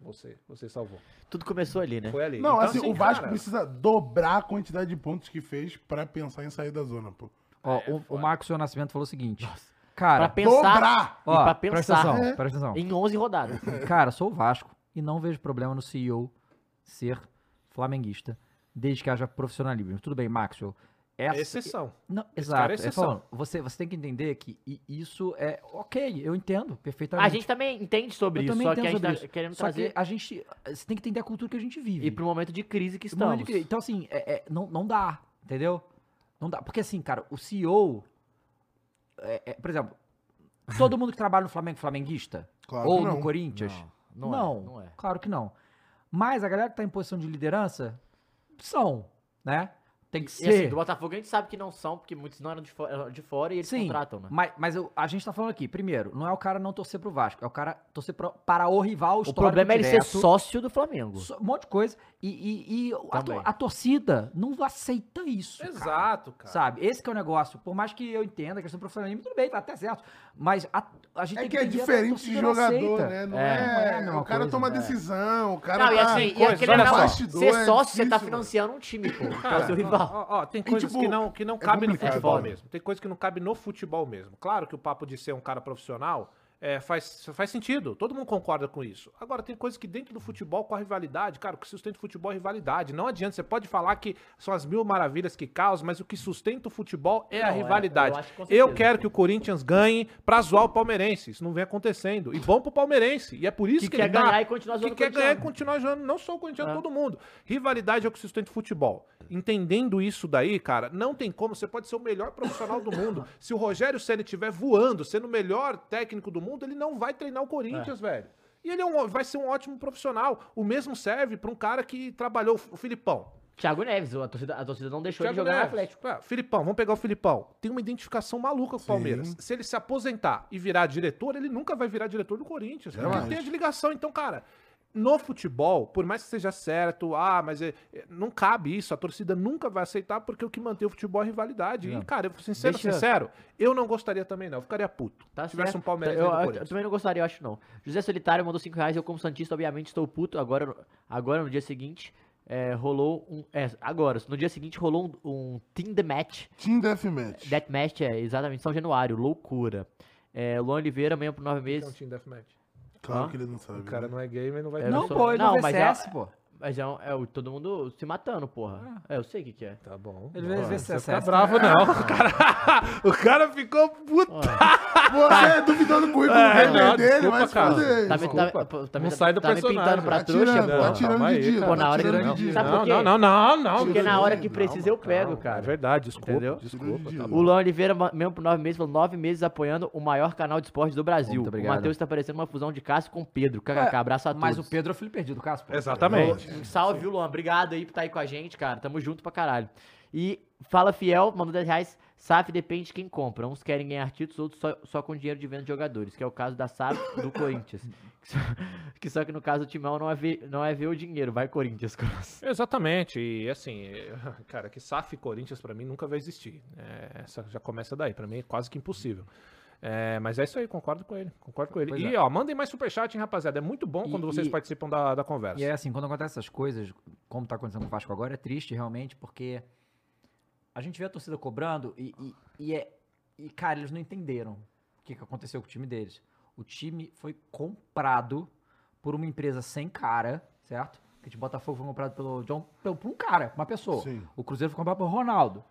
C: Você, você salvou.
D: Tudo começou ali,
A: É.
D: né?
C: Foi ali.
B: Não,
C: Então,
B: assim, o Vasco
C: cara,
B: precisa dobrar a quantidade de pontos que fez pra pensar em sair da zona, pô.
A: Ó,
C: É,
A: o, o
C: foda.
A: Marcos Seu Nascimento falou o seguinte.
D: Pra
A: Cara,
D: pensar
B: Dobrar!
A: ó,
D: pra
A: presta
D: pensar.
A: atenção,
B: É.
A: presta atenção.
D: em 11 rodadas.
A: Cara, sou o Vasco e não vejo problema no CEO ser flamenguista, desde que haja profissionalismo. Tudo bem, Maxwell.
C: é
D: assim
A: Essa,
C: exceção.
A: não,
C: esse
A: exato.
C: cara é
A: eu tô
C: exceção.
A: falando, você, você tem que entender que i- isso é ok, eu entendo perfeitamente.
D: A gente também entende sobre
A: Eu
D: isso,
A: também
D: só que a
A: entendo
D: gente
A: sobre
D: tá
A: isso.
D: querendo
A: Só que é
D: trazer
A: a gente. Você tem que entender a cultura que a gente vive.
D: e pro momento de crise que
A: O momento
D: estamos.
A: de que- Então, assim, é- é, não, não dá, entendeu? Não dá. Porque, assim, cara, o CEO. é- é, por exemplo, todo mundo que trabalha no Flamengo é flamenguista?
B: Claro
A: ou
B: que
A: no
B: não.
A: Corinthians?
D: Não, não, é, não é.
A: claro que Então, não. Mas a galera que tá em posição de liderança são, né? Tem que
D: E assim,
A: ser.
D: do Botafogo a gente sabe que não são, porque muitos não eram de, fo- eram de fora e eles
A: Sim,
D: contratam, né?
A: Mas, mas eu- a gente tá falando aqui, primeiro, não é o cara não torcer pro Vasco, é o cara torcer pro- para o rival
D: O
A: histórico
D: problema é ele ser
A: direto,
D: sócio do Flamengo.
A: só- Um monte de coisa. E, e- e a,
D: Também.
A: to- a torcida não aceita isso. cara.
C: Exato, cara.
A: Sabe? Esse que é o negócio. Por mais que eu entenda a questão do profissionalismo, tudo bem, tá até certo. Mas a, a gente
B: É
A: tem
B: que é
A: entender a
B: diferente de
A: torcida não
B: jogador,
A: aceita.
B: né? Não
D: É.
A: Não é a
B: é.
A: mesma
B: O cara
A: coisa,
B: toma
A: é.
B: decisão, o cara.
D: né? Não, e
B: tá-
D: assim,
C: coisa,
D: e aquele
C: olha só,
D: negócio,
B: bastidor
D: ser
B: é
D: sócio, você tá
B: difícil,
D: financiando um time, pô. que é
C: Cara,
D: o seu
C: ó,
D: rival.
C: ó, ó, tem coisas
B: tipo,
C: que não, que não
B: é
C: cabe no
B: complicado.
C: futebol
D: É.
C: mesmo. Tem coisa que não cabe no futebol mesmo. Claro que o papo de ser um cara profissional é, faz, faz sentido. Todo mundo concorda com isso. Agora, tem coisas que dentro do futebol, com a rivalidade, cara, o que sustenta o futebol é rivalidade. Não adianta. Você pode falar que são as mil maravilhas que causam, mas o que sustenta o futebol é a
D: Não, é,
C: rivalidade.
D: eu acho que com
C: eu
D: certeza.
C: quero que o Corinthians ganhe pra zoar o palmeirense. Isso não vem acontecendo. E bom pro palmeirense. E é por isso
D: Que
C: que,
D: quer
C: dá-
D: ganhar e continuar zoando
C: Que
D: o
C: quer ganhar e
D: corintiano.
C: continuar jogando, não só o corintiano,
D: É.
C: todo mundo. Rivalidade é o que sustenta o futebol. Entendendo isso daí, cara, não tem como. Você pode ser o melhor profissional do mundo. Se o Rogério Senna estiver voando, sendo o melhor técnico do mundo, ele não vai treinar o Corinthians, velho. é E ele é um- vai ser um ótimo profissional. O mesmo serve para um cara que trabalhou o Filipão.
D: Thiago Neves, a torcida, a torcida não deixou
C: Thiago
D: ele jogar
C: Neves.
D: no Atlético.
C: Ah, Filipão, vamos pegar o Filipão. Tem uma identificação maluca com o Palmeiras. Se ele se aposentar e virar diretor, ele nunca vai virar diretor do Corinthians. Porque
B: Jamais.
C: ele tem a de ligação. Então, cara, no futebol, por mais que seja certo, ah, mas é- é- não cabe isso, a torcida nunca vai aceitar, porque o que mantém o futebol é rivalidade. E, cara, eu, sincero,
D: Deixa-
C: sincero, eu não gostaria também, não. Eu ficaria puto.
D: Tá
C: se tivesse
D: certo.
C: um Palmeiras
D: eu,
C: dentro do
D: eu- eu
C: Corinthians.
D: também não gostaria, eu acho não. José Solitário mandou 5 reais, eu como Santista, obviamente, estou puto. Agora, agora no dia seguinte, é, rolou um... É, agora, no dia seguinte rolou um, um Team The Match.
B: Team Deathmatch.
D: Death Match é exatamente São Januário, loucura. É, Luan Oliveira, membro por 9
C: É um
D: meses.
C: time deathmatch.
B: Claro
D: Hã?
B: que ele não sabe.
C: O
B: né?
C: cara não é gamer, não vai
D: É, eu
A: Não,
D: sou-
A: pô, ele não,
D: não,
A: vê
D: mas
A: CS,
D: é-
A: pô.
D: Mas é, um- é o- todo mundo se matando, porra. É, eu sei o que que é.
C: Tá bom.
A: Ele vê-
C: Não,
A: vê
C: não precisa
A: CSS,
C: ficar
A: né?
C: bravo, não. O cara, o cara ficou puto.
B: Você é duvidando do currículo
C: É,
B: gamer
C: não,
B: dele,
C: desculpa,
B: mas
C: cara.
B: foder.
D: Tá me,
B: irmão.
D: tá,
C: desculpa.
D: pô, tá me-
C: Não sai do
D: tá me pintando
C: personagem.
D: pra
B: Tá
D: trouxa,
B: tirando, tá
D: porra.
B: tirando
C: calma
B: de
C: aí,
B: dia.
C: cara.
B: tá
D: Pô, na hora que-
B: tirando
D: não,
B: de dia.
D: sabe por
C: Não,
D: quê?
C: não, não, não, não.
D: Porque na hora que
B: Calma,
D: precisa eu pego, cara.
C: É verdade, desculpa.
D: Entendeu?
C: Desculpa.
B: Tiro
C: Tá
B: de-
C: bom.
D: O Luan Oliveira, ma- membro por nove meses, falou nove meses apoiando o maior canal de esporte do Brasil.
A: Muito
D: o
A: obrigado.
D: Matheus tá parecendo uma fusão de Cássio com Pedro. KKK, abraço a todos.
A: Mas o Pedro é o filho perdido do Cássio, pô.
C: Exatamente.
D: Um Salve, viu, Luan. Obrigado aí por estar aí com a gente, cara. Tamo junto pra caralho. E fala fiel, mandou 10 reais. SAF depende de quem compra. Uns querem ganhar títulos, outros só, só com dinheiro de venda de jogadores, que é o caso da SAF do Corinthians. Que só, que só que no caso do Timão não é, ver, não é ver o dinheiro, vai Corinthians. Cross.
C: Exatamente. E assim, eh, cara, que SAF e Corinthians pra mim nunca vai existir. É, essa já começa daí. Pra mim é quase que impossível. É, mas é isso aí, concordo com ele. Concordo com ele.
A: Pois
C: e
D: é.
C: ó, mandem mais superchat, hein, rapaziada. É muito bom
A: E-
C: quando vocês
A: e-
C: participam da, da conversa.
A: E é assim, quando acontecem essas coisas, como tá acontecendo com o Vasco agora, é triste realmente, porque a gente vê a torcida cobrando e, e, e é. E, cara, eles não entenderam o que, que aconteceu com o time deles. O time foi comprado por uma empresa sem cara, certo? Que de Botafogo foi comprado pelo John, pelo, por um cara, uma pessoa.
B: Sim.
A: O Cruzeiro foi comprado pelo Ronaldo.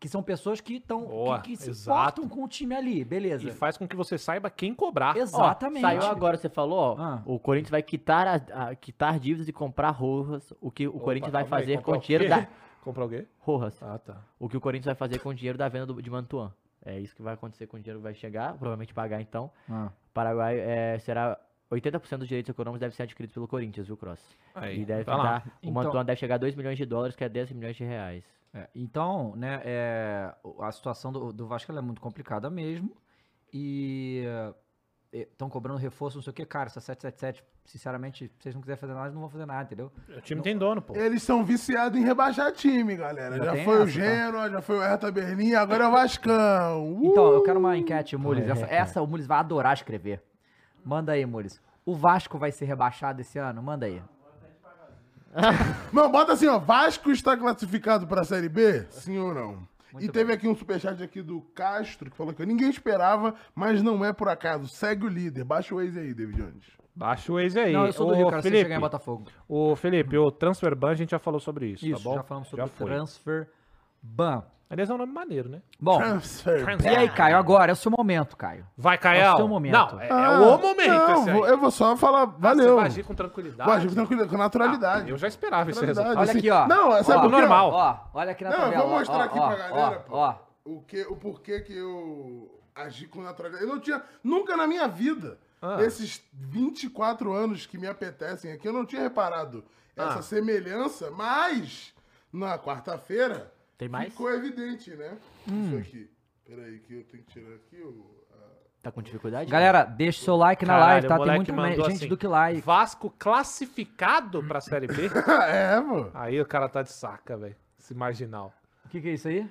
A: Que são pessoas que estão.
C: Boa,
A: Que, que se
C: exato.
A: importam com o time ali, beleza.
C: E faz com que você saiba quem cobrar.
D: Ó,
A: Exatamente.
D: saiu agora, você falou, ó.
A: Ah.
D: O Corinthians vai quitar, a- a- quitar dívidas e comprar rojas. O que o
C: Opa,
D: Corinthians vai
C: calma aí,
D: fazer
C: comprar
D: com o
C: o
D: dinheiro
C: quê?
D: da.
C: Comprar alguém?
D: Rojas.
C: Ah, tá.
D: o que o Corinthians vai fazer com o dinheiro da venda do- de Mantuan. É isso que vai acontecer com o dinheiro que vai chegar, provavelmente pagar então.
A: Ah.
D: O Paraguai é, será 80% dos direitos econômicos devem ser adquiridos pelo Corinthians, viu, Cross?
C: Aí,
D: e deve
C: tá lá.
D: tentar, o
A: Então-
D: Mantuan deve chegar a 2 milhões de dólares, que é 10 milhões de reais.
A: É, então, né, é, o- a situação do, do Vasco ela é muito complicada mesmo. E estão cobrando reforço, não sei o que, cara. Essa 777, sinceramente, se vocês não quiserem fazer nada, eles não vão fazer nada, entendeu?
C: O time tem dono, pô.
B: Eles são viciados em rebaixar time, galera.
A: Já
B: Já,
A: tem
B: foi
A: essa,
B: o
A: tá?
B: Gênua, já foi o Hertha Berlim, agora é o Vascão. Uh!
A: Então, eu quero uma enquete, Mules.
D: É,
A: essa,
D: cara.
A: essa o Mules vai adorar escrever. Manda aí, Mules. O Vasco vai ser rebaixado esse ano? Manda aí.
B: Não, bota assim, ó. Vasco está classificado para a Série B? Sim ou não?
A: Muito
B: e teve aqui um superchat aqui do Castro, que falou que ninguém esperava, mas não é por acaso. Segue o líder. Baixa o ex aí, David Jones.
C: Baixa o ex aí.
A: não, eu sou do
C: Ô,
A: Rio, cara. Sem
C: Felipe,
A: chegar em Botafogo.
C: Ô, Felipe, o Transferban a gente já falou sobre isso,
A: Isso, né?
C: tá bom?
A: já falamos sobre
C: Já
A: o
C: foi.
A: transfer ban.
C: Aliás, é um nome maneiro, né?
A: Bom,
B: Transfer.
A: e aí, Caio? Agora é o seu momento, Caio.
C: Vai, Caio.
A: É o seu momento.
C: Não, é, é
B: Ah,
C: o momento
B: Não,
C: esse aí.
B: vou- eu vou só falar,
C: Ah, Você
B: valeu.
C: vai agir Ah, com tranquilidade.
B: Vou agir com tranquilidade, com naturalidade.
C: Eu já esperava esse
B: Naturalidade.
C: resultado.
A: Olha
B: Assim,
A: aqui, ó.
B: não, é- sabe
A: Ó,
C: por quê? Normal.
A: Ó, olha aqui na
B: Não, eu
A: tabela.
B: vou
A: ó,
B: mostrar
A: ó,
B: aqui
A: ó,
B: pra galera,
A: ó,
B: pô.
A: ó.
B: O, que, o porquê que eu agi com naturalidade. Eu não tinha. Nunca na minha vida,
C: Ah.
B: nesses 24 anos que me apetecem aqui, eu não tinha reparado essa
C: Ah.
B: semelhança, mas na quarta-feira
D: Tem mais?
B: ficou evidente, né?
C: Hum.
B: Isso aqui. Peraí, que eu tenho que tirar aqui o. a-
D: Tá com dificuldade?
A: Galera, deixa o seu like na
C: Caralho,
A: live,
C: o
A: tá? Tem
C: moleque
A: muito mais
C: mandou
A: gente
C: assim,
A: do que like.
C: Vasco classificado pra Série B?
B: é, mano.
C: aí o cara tá de saca, velho. Esse marginal.
A: O que, que é isso aí?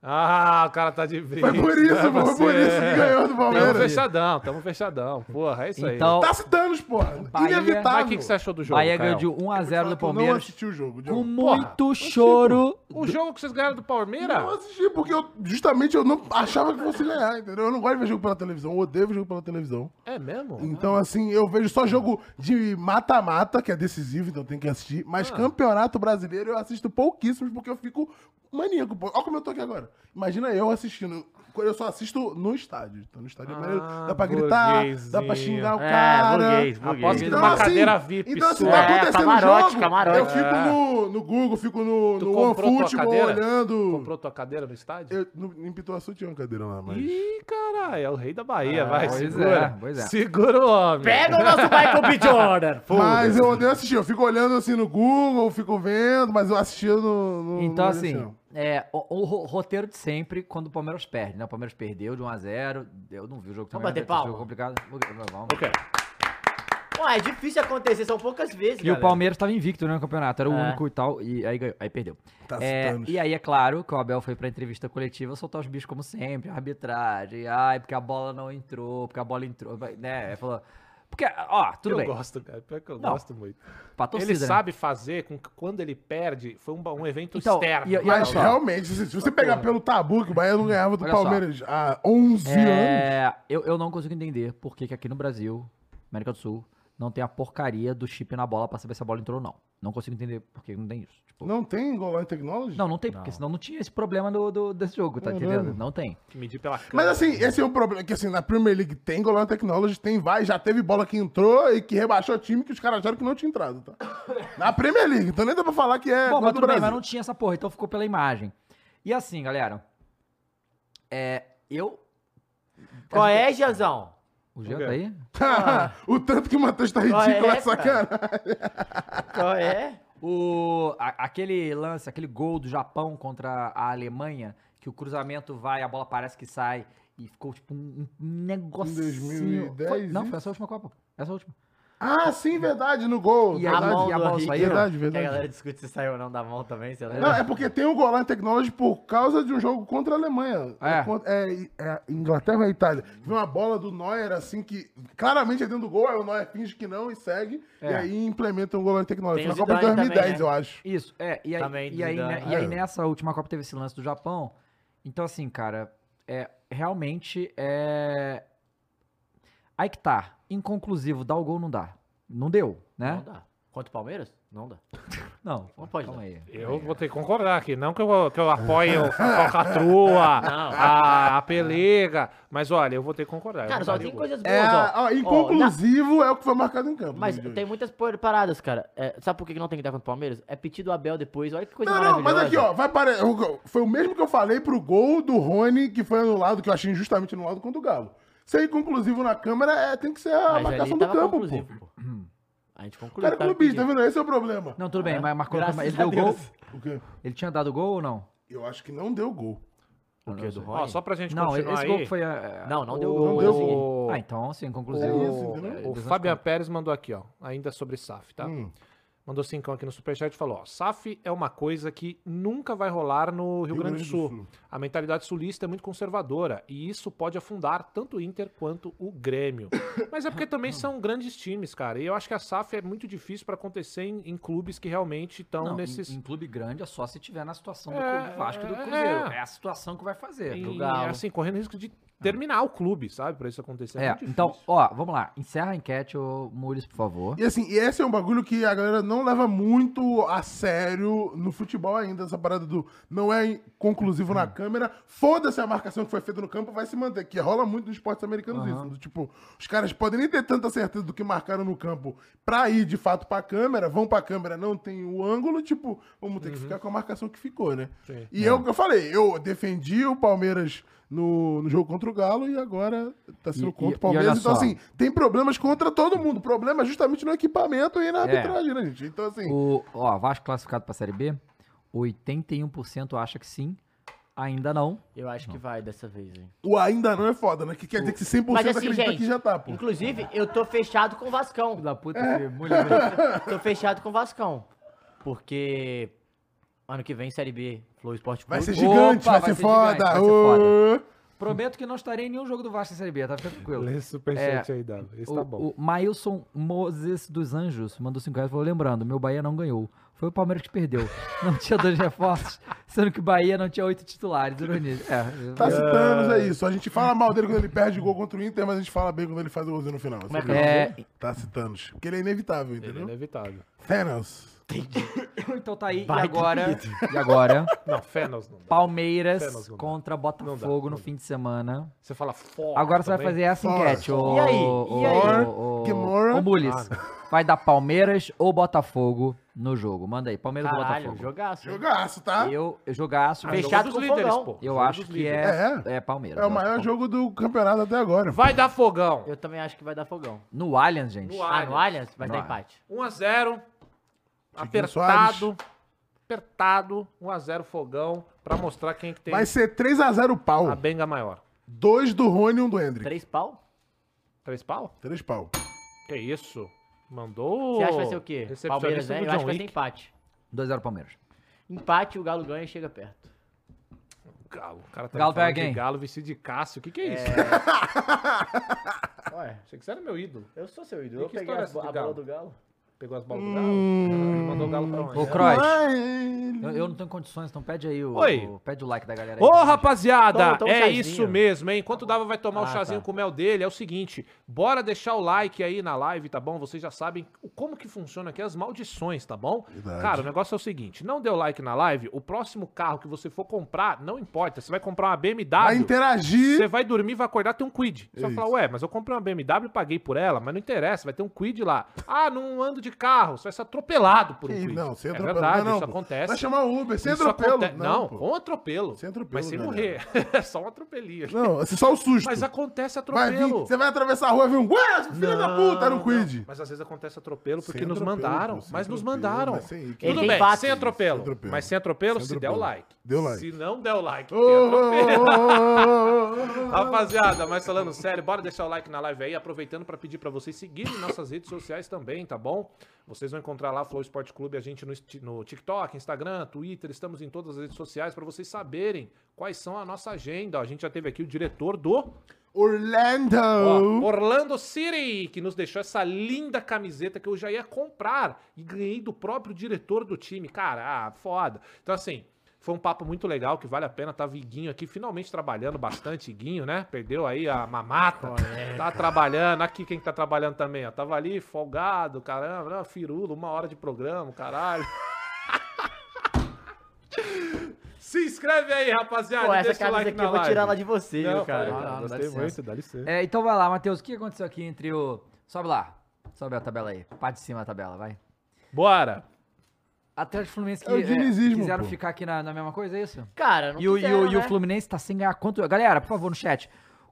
C: Ah, o cara tá de brisa.
B: Foi por isso,
C: né,
B: foi por
C: você? é
B: isso que ganhou do
C: Tamo
B: Palmeiras.
C: fechadão, tamo fechadão. Porra, é isso aí.
A: Então, é
B: Tá citando, porra.
A: Bahia-
B: Inevitável.
C: Mas o que, que você achou do jogo,
A: Bahia ganhou
C: Caio?
A: de 1x0 do
B: Eu Não
A: Palmeiras.
B: assisti o jogo,
A: Com
B: Diogo.
A: muito choro.
C: O jogo que vocês ganharam do
B: Eu não
C: Palmeiras?
B: assisti, porque eu, justamente eu não achava que fosse ganhar, entendeu? Eu não gosto de ver jogo pela televisão, eu odeio ver jogo pela televisão.
C: É mesmo?
B: Então, assim, eu vejo só jogo de mata-mata, que é decisivo, então tem que assistir. Mas campeonato brasileiro eu assisto pouquíssimos, porque eu fico maníaco. pô. Olha como eu tô aqui agora. Imagina eu assistindo. eu só assisto no estádio. Então, no estádio é maneiro.
C: Ah,
B: Dá pra gritar, dá pra
C: burguesinho.
B: xingar o
D: É,
B: cara.
D: burguês, burguês.
C: Aposto que
D: Então,
C: numa
B: assim,
C: cadeira VIP
B: Então, assim,
C: sua.
B: tá
D: É,
B: acontecendo o
D: camarote,
B: jogo,
D: camarote.
B: eu fico
C: É.
B: no, no Google, fico no,
C: Tu
B: no
C: comprou tua
B: OneFootball
C: cadeira?
B: olhando.
C: Comprou tua cadeira no estádio?
B: Eu, no, em Pituaçu tinha uma cadeira lá, mas...
C: Ih, caralho, é o rei da Bahia, vai,
A: pois
C: segura.
A: é, pois é.
C: Segura o homem.
D: Pega o nosso Michael B. Jordan.
B: Mas eu odeio assistir, eu fico olhando assim no Google, fico vendo, mas eu assisti no... no
A: Então,
B: no
A: assim,
B: não.
A: é, o, o ro- roteiro de sempre quando o Palmeiras perde, né? O Palmeiras perdeu de 1x0. Eu não vi o jogo também.
D: Vamos bater
A: né? Esse
D: palma.
A: jogo complicado. Vou- vamos.
C: Ok.
D: Ué, é difícil acontecer, são poucas vezes,
A: E
D: galera.
A: o Palmeiras estava invicto né, no campeonato, era o
D: É.
A: único e tal, e aí, ganhou, aí perdeu.
B: Tá
A: É,
B: citando.
A: e aí é claro que o Abel foi pra entrevista coletiva soltar os bichos como sempre, arbitragem, ai, porque a bola não entrou, porque a bola entrou, vai- né? Falou, porque, ó, tudo
C: eu
A: bem,
C: gosto, cara. Pior que eu
A: Não.
C: gosto muito.
A: pra torcida,
C: ele
A: né?
C: sabe fazer com que quando ele perde, foi um, ba- um evento
A: Então,
C: externo.
A: e- e olha
B: Mas
A: só.
B: realmente, se, se você pegar pelo tabu que o Bahia não ganhava do
A: Olha só.
B: Palmeiras há 11 anos...
A: É, eu, eu não consigo entender por que, que aqui no Brasil, América do Sul, não tem a porcaria do chip na bola pra saber se a bola entrou ou não. Não consigo entender por que não tem isso. Tipo,
B: Não tem Goal Line Technology?
A: não, não tem, porque senão não tinha esse problema do, do- desse jogo, tá
B: Caramba.
A: entendendo? Não tem.
C: Medir pela câmera.
B: Mas assim, esse é um problema, que assim, na Premier League tem Goal Line Technology, tem vai, já teve bola que entrou e que rebaixou o time que os caras acharam que não tinha entrado, tá? Na Premier League, então nem dá pra falar que
A: Bom,
B: é coisa
A: mas
B: do
A: tudo bem,
B: Brasil.
A: mas não tinha essa porra, então ficou pela imagem. E assim, galera. É. Eu.
D: Qual é, Giazão?
A: O Jean
C: quê?
A: tá aí?
B: o tanto que o Matheus tá
D: Qual é,
B: ridículo é
D: cara?
B: sacanagem.
D: Qual é?
A: O, a- aquele lance, aquele gol do Japão contra a Alemanha, que o cruzamento vai, a bola parece que sai, e ficou tipo um, um negocinho.
B: Em 2010
A: Foi- não,
B: isso?
A: foi essa última Copa. Essa última.
B: Ah, sim, verdade, no gol.
A: E a
D: a
B: verdade,
D: mão
A: e a
D: do
A: bola
D: Henrique,
A: saiu?
B: verdade,
D: Que a
B: verdade.
D: galera discute se saiu ou não da mão também, você lembra?
B: Não, é porque tem o Goal Line Technology por causa de um jogo contra a Alemanha.
A: É.
B: Con- é, é Inglaterra e Itália. Viu uma bola do Neuer assim que claramente é dentro do gol, aí o Neuer finge que não e segue.
A: É.
B: E aí implementa um Goal Line Technology.
D: Tem
B: Foi
D: o
B: na Copa de
D: Zidane também,
B: 2010,
D: né?
B: eu acho.
A: Isso, é. E aí,
D: Também
A: e aí,
D: duvidando.
A: né, e aí
B: É.
A: nessa última Copa teve esse lance do Japão. Então, assim, cara, é, realmente é. Aí que tá. Inconclusivo, dá o gol, não dá. Não deu,
D: Não
A: né?
D: dá. Contra o Palmeiras? Não dá.
A: Não,
D: Não pode dar.
A: aí.
C: Eu vou ter que concordar aqui. Não que eu, que eu apoie o Falcatrua,
D: Não.
C: a, a pelega. Mas olha, eu vou ter que concordar. Ah, eu
D: Cara,
C: não
D: só
C: daria
D: tem
C: o gol.
D: coisas boas,
B: É,
D: ó.
B: ó,
D: Ó,
B: inconclusivo é o que foi marcado em campo.
D: Mas
B: no vídeo.
D: tem muitas por- paradas, cara. É, sabe por que que não tem que dar contra o Palmeiras? É pedido do Abel depois. Olha que coisa
B: Não, não,
D: maravilhosa.
B: mas aqui, ó, vai parar. o gol- Foi o mesmo que eu falei pro gol do Rony, que foi anulado, que eu achei injustamente anulado contra o Galo. Ser inconclusivo na câmera é, tem que ser a
D: Mas ali
B: marcação do
D: tava
B: campo, pô.
D: conclusivo, pô. A gente
B: O
D: concluiu.
B: cara é
D: tava
B: clubista, tá
D: impedido.
B: vendo? Esse é o problema.
A: Não, tudo bem,
D: É.
A: mas marcou.
D: Graças
A: Ele
D: a
A: deu o gol.
D: Deus.
B: O quê?
A: Ele tinha dado gol ou não?
B: Eu acho que não deu gol.
A: O
D: quê, do Rony?
C: Ó, só pra gente
A: Não,
C: continuar
A: esse
C: aí.
A: gol que foi. é,
D: Não, não deu
C: o-
D: gol.
B: Não deu
D: assim.
C: o-
A: Ah, então, sim, conclusivo.
B: É isso, entendeu?
A: é,
C: O
A: desastroso.
C: Fabian Pérez mandou aqui, ó, ainda sobre SAF, tá?
B: Hum.
C: Mandou cincão aqui no superchat e falou, ó, SAF é uma coisa que nunca vai rolar no Rio, Grande do Sul. A mentalidade sulista é muito conservadora e isso pode afundar tanto o Inter quanto o Grêmio. Mas é porque também são grandes times, cara, e eu acho que a SAF é muito difícil pra acontecer em, em clubes que realmente estão
A: Não,
C: nesses...
A: em, em clube grande é só se tiver na situação do
C: um É,
A: clube Vasco e do
C: é,
A: Cruzeiro.
C: é.
A: É a situação que vai fazer.
C: em-
A: do
D: Galo.
C: assim, correndo risco de terminar o clube, sabe, pra isso acontecer.
A: É,
C: muito difícil.
A: então, ó, vamos lá. Encerra a enquete, ô Mules, por favor.
B: E assim, e esse é um bagulho que a galera não leva muito a sério no futebol ainda, essa parada do não é conclusivo
A: Hum.
B: na câmera, foda-se a marcação que foi feita no campo, vai se manter, que rola muito nos esportes americanos
A: Aham.
B: isso. do Tipo, os caras podem nem ter tanta certeza do que marcaram no campo pra ir de fato pra câmera, vão pra câmera, não tem o ângulo, tipo, vamos
A: Uhum.
B: ter que ficar com a marcação que ficou, né?
C: Sim.
B: E é o que eu falei, eu defendi o Palmeiras no, no jogo contra o Galo e agora tá sendo
A: E- e-
B: contra o
A: e olha
B: Palmeiras. Então,
A: só.
B: assim, tem problemas contra todo mundo. O problema é justamente no equipamento e na arbitragem, né, gente? Então, assim,
A: O, ó, Vasco classificado pra Série B, 81% acha que sim, ainda não.
D: Eu acho que vai dessa vez, hein.
B: o ainda não é foda, né? Que quer dizer que 100%
D: Mas assim,
B: acredita
D: gente,
B: que já tá, pô.
D: Inclusive, eu tô fechado com o Vascão.
A: Da puta
C: É.
A: que Mules.
D: Tô fechado com o Vascão. Porque ano que vem, Série B, Flow Esporte
B: Vai
D: Clube.
B: ser
A: Opa,
B: gigante, vai,
A: vai
B: ser
A: ser
B: foda.
A: gigante, vai ser
B: ô.
A: Prometo que não estarei em nenhum jogo do Vasco em Série B, tá? Fica tranquilo.
C: Lê superchat aí, Dava. Esse tá
A: É, O,
C: bom.
A: o Mailson Moses dos Anjos mandou 5 reais e falou: lembrando, meu Bahia não ganhou. Foi o Palmeiras que perdeu. Não tinha dois reforços, sendo que o Bahia não tinha oito titulares. Ironia. É,
B: Tá citando, é isso. A gente fala mal dele quando ele perde gol contra o Inter, mas a gente fala bem quando ele faz o golzinho no final. Assim,
D: Como é que
A: é,
B: Tá citando. Porque ele é inevitável,
C: Ele é
B: entendeu?
C: inevitável.
B: Thanos.
D: Entendi.
A: Então tá aí.
D: Baita
A: e agora.
D: apelido.
A: E agora?
C: Não, Fennels não. dá.
A: Palmeiras
C: Apenas não dá.
A: contra
C: Não dá,
A: Botafogo
C: não
A: no
C: dá.
A: fim de semana.
C: Você fala fora.
A: Agora você vai
C: também.
A: fazer essa
B: Fora.
A: enquete, ô.
D: E aí? E
A: ô-
D: aí? Ah,
A: ô- ô-
B: Kimura?
A: ô, Mules. Vai dar Palmeiras ou Botafogo no jogo? Manda aí, Palmeiras ou
D: Caralho,
A: Botafogo.
D: jogaço. hein?
B: Jogaço, tá?
A: Eu, eu jogaço.
C: Ah,
A: mas
C: jogo
D: Fechado
C: dos
D: com
C: líderes,
D: fogão.
C: pô.
A: Eu
C: Jogo
A: acho
C: dos
A: que
C: líderes.
A: é,
B: É.
A: é Palmeiras.
B: É o
A: eu acho
B: maior
A: que
B: jogo do campeonato até
D: é-
B: agora.
C: Vai dar fogão.
D: Eu também acho que vai dar fogão.
A: No Allianz, gente.
C: No
D: Ah, no Allianz? Vai
A: No
D: dar
A: Allianz.
D: empate.
C: 1x0.
B: Soares.
C: Apertado. Apertado. 1x0 fogão. Pra mostrar quem que tem
B: Vai ser 3x0
C: a
B: pau.
C: benga maior.
B: Dois do Rony e um do Hendrick.
D: Três pau?
C: Três pau?
B: Três pau.
C: Que isso? Mandou.
D: Você acha que vai ser o quê?
C: Recepcionista
D: Palmeiras, né?
C: do
D: Eu acho
C: John
D: que vai ser
C: Wick.
D: empate.
A: 2x0 Palmeiras.
D: Empate, o Galo ganha e chega perto.
C: Galo. O cara tá
A: Galo
C: Galo
A: pega
C: de
A: quem?
C: Galo vestido de Cássio. O que, que é isso?
D: Ué,
C: Achei que você era meu ídolo.
D: eu sou seu
C: E
D: ídolo. Eu
C: que
D: peguei
C: história
D: a,
C: é essa
D: bo-
C: do
D: a
C: Galo?
D: bola do Galo.
C: Pegou as bolas do
D: Hum.
C: Galo? Mandou o Galo pra onde?
A: Ô, Croix.
B: Mas-
A: Eu, eu não tenho condições, então pede aí o,
C: Oi.
A: o- pede o like da galera aí.
C: Ô, rapaziada,
D: Toma- toma um
C: é
D: chazinho.
C: isso mesmo, hein? Enquanto o Dava vai tomar o
D: Ah,
C: chazinho
D: tá.
C: com o mel dele, é o seguinte, bora deixar o like aí na live, tá bom? Vocês já sabem o- como que funciona aqui as maldições, tá bom?
B: Verdade.
C: Cara, o negócio é o seguinte, não deu like na live, o próximo carro que você for comprar, não importa, você vai comprar uma
B: Vai
C: BMW... Você
B: interagir.
C: vai dormir, vai acordar, tem um quid. Você vai
B: Isso.
C: falar, ué, mas eu comprei uma BMW, paguei por ela, mas não interessa, vai ter um quid lá. Ah, não ando de carro, você vai ser atropelado por um
B: Ih,
C: quid.
B: Não, sem
C: é
B: atropelo.
C: verdade,
B: não, não,
C: isso
B: pô.
C: acontece.
B: Vai chamar o Uber, sem
C: Isso
B: atropelo.
C: aconte- Não,
B: pô.
C: com atropelo.
B: Sem atropelo,
C: Mas sem
B: galera.
C: morrer. É só um atropelinho.
B: Não, assim, só o susto.
C: Mas acontece
B: Vai vir,
C: atropelo.
B: você vai atravessar a rua e vir um. Ué, filha da puta, era um
C: Não,
B: quid.
C: Mas às vezes acontece atropelo porque
B: Sem
C: nos
B: atropelo,
C: mandaram.
B: pô, sem
C: mas nos
B: atropelo,
C: mandaram.
B: mas sem-
C: Tudo
D: Ele tem
C: bem,
D: bate.
C: sem atropelo,
B: Sem atropelo.
C: Mas sem atropelo,
B: Sem
C: se der
B: atropelo.
C: o like.
B: Deu like.
C: Se não der o like,
B: Ô,
C: tem
B: ô,
C: atropelo.
B: ô, ô, ô, ô, ô.
C: Rapaziada, mas falando sério, bora deixar o like na live aí, aproveitando pra pedir pra vocês seguirem nossas redes sociais também, tá bom? Vocês vão encontrar lá Flow Esporte Clube, a gente no, esti- no TikTok, Instagram, Twitter, estamos em todas as redes sociais pra vocês saberem quais são a nossa agenda. ó. A gente já teve aqui o diretor do ó,
B: Orlando.
C: Orlando City, que nos deixou essa linda camiseta que eu já ia comprar e ganhei do próprio diretor do time. Cara, ah, foda. Então, assim, foi um papo muito legal que vale a pena. Tá Viguinho aqui finalmente trabalhando bastante, Guinho, né? Perdeu aí a mamata.
D: é,
C: Tá trabalhando. Aqui quem tá trabalhando também, ó. Tava ali folgado, caramba, não, firulo, uma hora de programa, caralho. Se inscreve aí, rapaziada.
D: Pô, essa
C: deixa o
D: camisa
C: like
D: aqui
C: na
D: eu vou
C: live.
D: tirar ela de você,
C: Não,
D: viu, cara.
C: cara,
A: Não, dá
C: gostei
A: licença.
C: muito, dá licença.
A: É, então vai lá, Matheus. O que aconteceu aqui entre o. Sobe lá. Sobe a tabela aí. Parte de cima da tabela, vai.
C: Bora!
A: Atlético e Fluminense que
B: É o dinizismo,
A: quiseram
B: pô.
A: ficar aqui na, na mesma coisa, é isso?
D: Cara, não
A: E o, e o-
D: quiseram,
A: e o
D: né?
A: Fluminense tá sem ganhar quanto. Galera, por favor, no chat.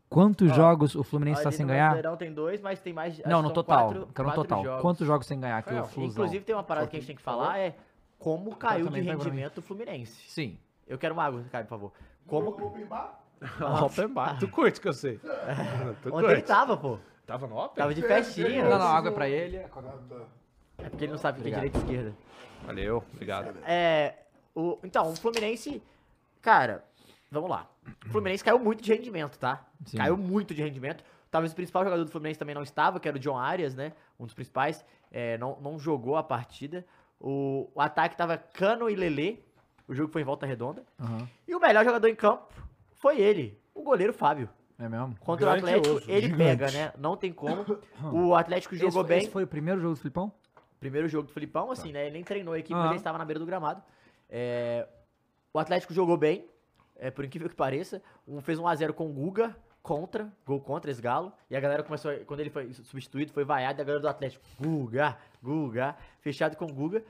A: Quantos jogos o Fluminense tá
D: Ali
A: sem
D: no
A: ganhar?
D: Brasileirão tem dois, mas tem mais. acho
A: Não,
D: que
A: no
D: são
A: total.
D: quatro-
A: Quero no
D: quatro
A: total.
D: jogos.
A: Quantos jogos sem ganhar que
C: É,
A: o Flusão?
D: Inclusive, tem uma parada que a gente tem que falar, é como caiu de
A: também pego, né?
D: rendimento o Fluminense.
A: Sim.
D: Eu quero uma água, Ricardo, por favor. Como...
C: Open bar. Tu curte que eu sei. tu
D: Onde ele
C: curte.
D: É. tava, pô?
C: Tava no Open?
D: Tava de festinha.
A: Não, não, água é pra ele.
D: É porque ele não sabe o que é direita e esquerda.
C: Valeu, obrigado.
D: É. O, então, o Fluminense. Cara, vamos lá. O Fluminense caiu muito de rendimento, tá?
A: Sim.
D: Caiu muito de rendimento. Talvez o principal jogador do Fluminense também não estava, que era o John Arias, né? Um dos principais. É, não, não jogou a partida. O, o ataque tava Cano e Lelê. O jogo foi em volta redonda.
A: Aham.
D: E o melhor jogador em campo foi ele, o goleiro Fábio.
A: É mesmo?
D: Contra o
C: Grandioso,
D: Atlético, ele
B: gigante.
D: pega, né? Não tem como. O Atlético
A: Esse
D: jogou
A: foi-
D: bem.
A: Esse foi o primeiro jogo do Filipão?
D: Primeiro jogo do Filipão, assim, né? Ele nem treinou a equipe, mas
A: Aham.
D: ele estava na beira do gramado. É, o Atlético jogou bem, é, por incrível que pareça. Um, fez 1x0 com o Guga, contra, gol contra esse galo. E a galera começou, a- quando ele foi substituído, foi vaiado, e a galera do Atlético, Guga, Guga, fechado com o Guga.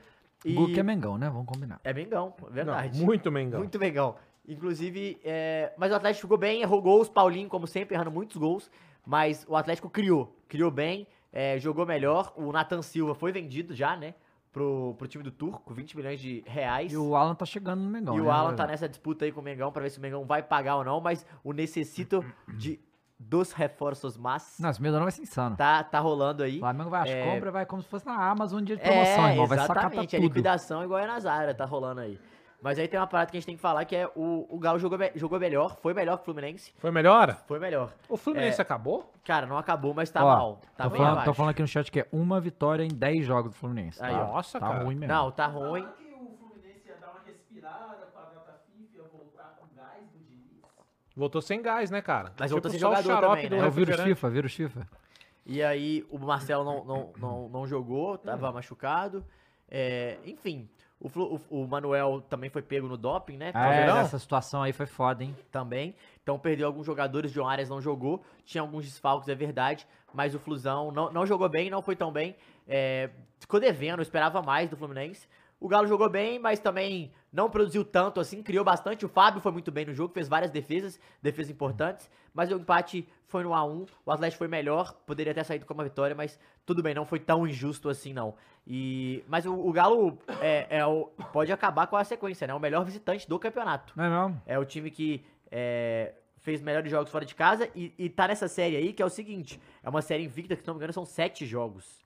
D: E
A: Guga que é Mengão, né? Vamos combinar.
D: é Mengão, é verdade.
C: muito Mengão.
D: Muito Mengão. Inclusive, é, mas o Atlético jogou bem, errou gols, Paulinho, como sempre, errando muitos gols. Mas o Atlético criou, criou bem, é, jogou melhor. O Nathan Silva foi vendido já, né? Pro, pro time do Turco, 20 milhões de reais.
A: E o Alan tá chegando no Mengão.
D: E o
A: né?
D: Alan tá nessa disputa aí com o Mengão pra ver se o Mengão vai pagar ou não, mas o necessito de dos reforços mas
A: Nossa, meu não vai ser insano.
D: tá, tá rolando aí.
A: O Flamengo vai às
D: É.
A: compras, vai como se fosse na Amazon um dia de promoção, irmão. Vai sacar tá
D: exatamente, é
A: tudo.
D: liquidação igual é na Zara, tá rolando aí. Mas aí tem uma parada que a gente tem que falar que é o, o Galo jogou, me- jogou melhor, foi melhor que o Fluminense,
C: Foi melhor? É.
D: foi melhor.
C: O Fluminense acabou?
D: Cara, não acabou, mas tá
A: Ó,
D: mal. Tá
A: tô,
D: bem
A: falando,
D: abaixo.
A: tô falando aqui no chat que é uma vitória em 10 jogos do Fluminense.
D: Aí,
A: tá?
D: ó.
C: Nossa,
A: tá
C: cara.
A: ruim mesmo.
D: Não, tá ruim.
E: que o Fluminense ia dar uma respirada com a data FIFA, ia voltar com gás do Diniz?
C: Voltou sem gás, né, cara?
D: Mas voltou sem
C: só o
D: jogador
C: xarope
D: também,
C: do
D: né?
A: é o vírus
C: refrigerante.
A: FIFA, vírus FIFA. Hum.
D: E aí o Marcelo não, não, não, não jogou, tava machucado. É, enfim, o, Flu- o- o Manuel também foi pego no doping, né?
A: Ah, é,
C: verão?
A: essa situação aí foi foda, hein?
D: também. Então perdeu alguns jogadores, John Arias não jogou, tinha alguns desfalques, é verdade, mas o Flusão não, não jogou bem, não foi tão bem. é, ficou devendo, eu esperava mais do Fluminense. O Galo jogou bem, mas também não produziu tanto assim, criou bastante. O Fábio foi muito bem no jogo, fez várias defesas, defesas importantes, mas o empate foi no 1x1. O Atlético foi melhor, poderia ter saído com uma vitória, mas tudo bem, não foi tão injusto assim, não. E, mas o, o Galo é, é o- pode acabar com a sequência, né? O melhor visitante do campeonato.
A: Não é não?
D: É o time que é, fez melhores jogos fora de casa e, e tá nessa série aí, que é o seguinte: é uma série invicta, que se não me engano, são sete jogos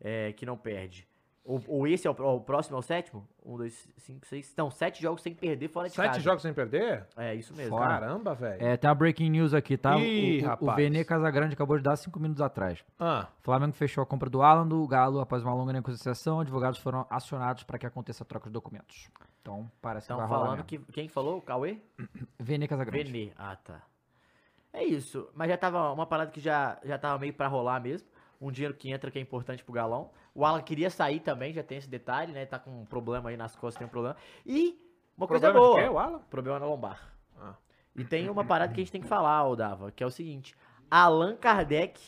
D: é, que não perde. Ou, ou esse é o, pró- o próximo, é o sétimo? Um, dois, cinco, seis. Não, sete jogos sem perder fora de casa.
C: Sete jogos sem perder?
D: É, isso mesmo.
A: Fora.
C: Caramba, velho.
A: É, tem uma breaking news aqui, tá? O-
C: Ih,
A: o, o,
C: rapaz.
A: Vene Casagrande acabou de dar cinco minutos atrás.
C: Ah,
A: O Flamengo fechou a compra do Alan, do Galo, após uma longa negociação, advogados foram acionados para que aconteça a troca de documentos. Então, parece que
D: Estão
A: vai rolar
D: falando
A: mesmo.
D: que. Quem falou? O Cauê?
A: Vene Casagrande.
D: Vene. Ah, tá. É isso. Mas já tava uma parada que já, já tava meio pra rolar mesmo. Um dinheiro que entra que é importante pro galão. O Alan queria sair também, já tem esse detalhe, né? Tá com um problema aí nas costas, tem um problema. E uma coisa
C: problema
D: boa.
C: de quê, o Alan?
D: Problema na lombar.
C: Ah.
D: E tem uma parada que a gente tem que falar, ô Dava, que é o seguinte: Allan Kardec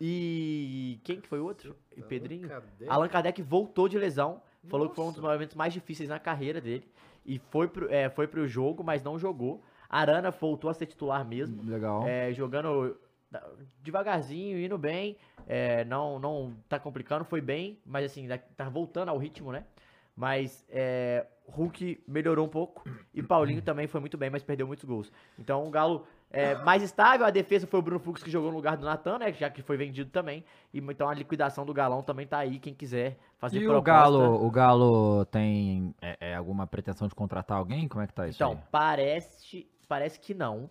D: e. Quem que foi o outro? E Pedrinho? Allan Kardec voltou de lesão. Falou que foi um dos momentos mais difíceis na carreira dele. E foi pro, é, foi pro jogo, mas não jogou. Arana voltou a ser titular mesmo.
A: Legal.
D: É, jogando da- devagarzinho, indo bem. é, não, não tá complicando, foi bem, mas assim, da- tá voltando ao ritmo, né? Mas é, Hulk melhorou um pouco e Paulinho também foi muito bem, mas perdeu muitos gols. Então o Galo é mais estável, a defesa foi o Bruno Fux que jogou no lugar do Natan, né? Já que foi vendido também. E, então a liquidação do Galão também tá aí, quem quiser fazer
A: E o
D: proposta.
A: Galo, o Galo tem é, é, alguma pretensão de contratar alguém? Como é que tá isso
D: Então,
A: aí?
D: parece, parece que não.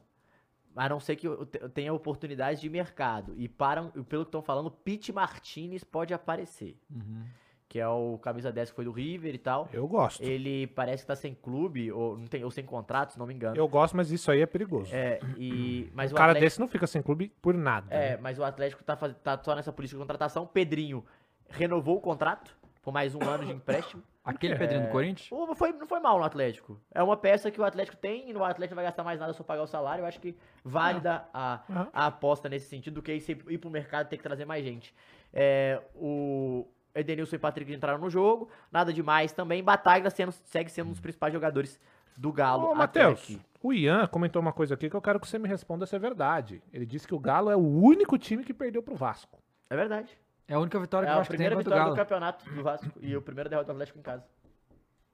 D: A não ser que eu te- eu tenha oportunidades de mercado. E para, pelo que estão falando, Pete Martinez pode aparecer.
A: Uhum.
D: Que é o camisa 10 que foi do River e tal.
C: Eu gosto.
D: Ele parece que tá sem clube, ou, não tem, ou sem contrato, se não me engano.
C: Eu gosto, mas isso aí é perigoso.
D: É, e, mas
C: um
D: o
C: cara
D: Atlético,
C: desse não fica sem clube por nada.
D: é,
C: né?
D: mas o Atlético tá, faz- tá só nessa política de contratação. Pedrinho renovou o contrato por mais um ano de empréstimo.
A: Aquele Pedrinho do Corinthians?
D: Pô, mas foi- não foi mal no Atlético. É uma peça que o Atlético tem e o Atlético não vai gastar mais nada só pagar o salário. Eu acho que válida a,
C: Aham.
D: a aposta nesse sentido do que ir, ir pro mercado e ter que trazer mais gente. É, o Edenilson e Patrick entraram no jogo, nada demais também. Bataglia sendo- segue sendo um dos principais jogadores do Galo.
C: Ô,
D: até
C: Matheus,
D: aqui.
C: o Ian comentou uma coisa aqui que eu quero que você me responda se é verdade. Ele disse que o Galo é o único time que perdeu pro Vasco.
D: É verdade.
A: É a única vitória
D: É
A: que eu
D: a
A: acho que tem
D: primeira
A: contra o
D: vitória do
A: Galo.
D: campeonato do Vasco e a primeira derrota do Atlético em casa.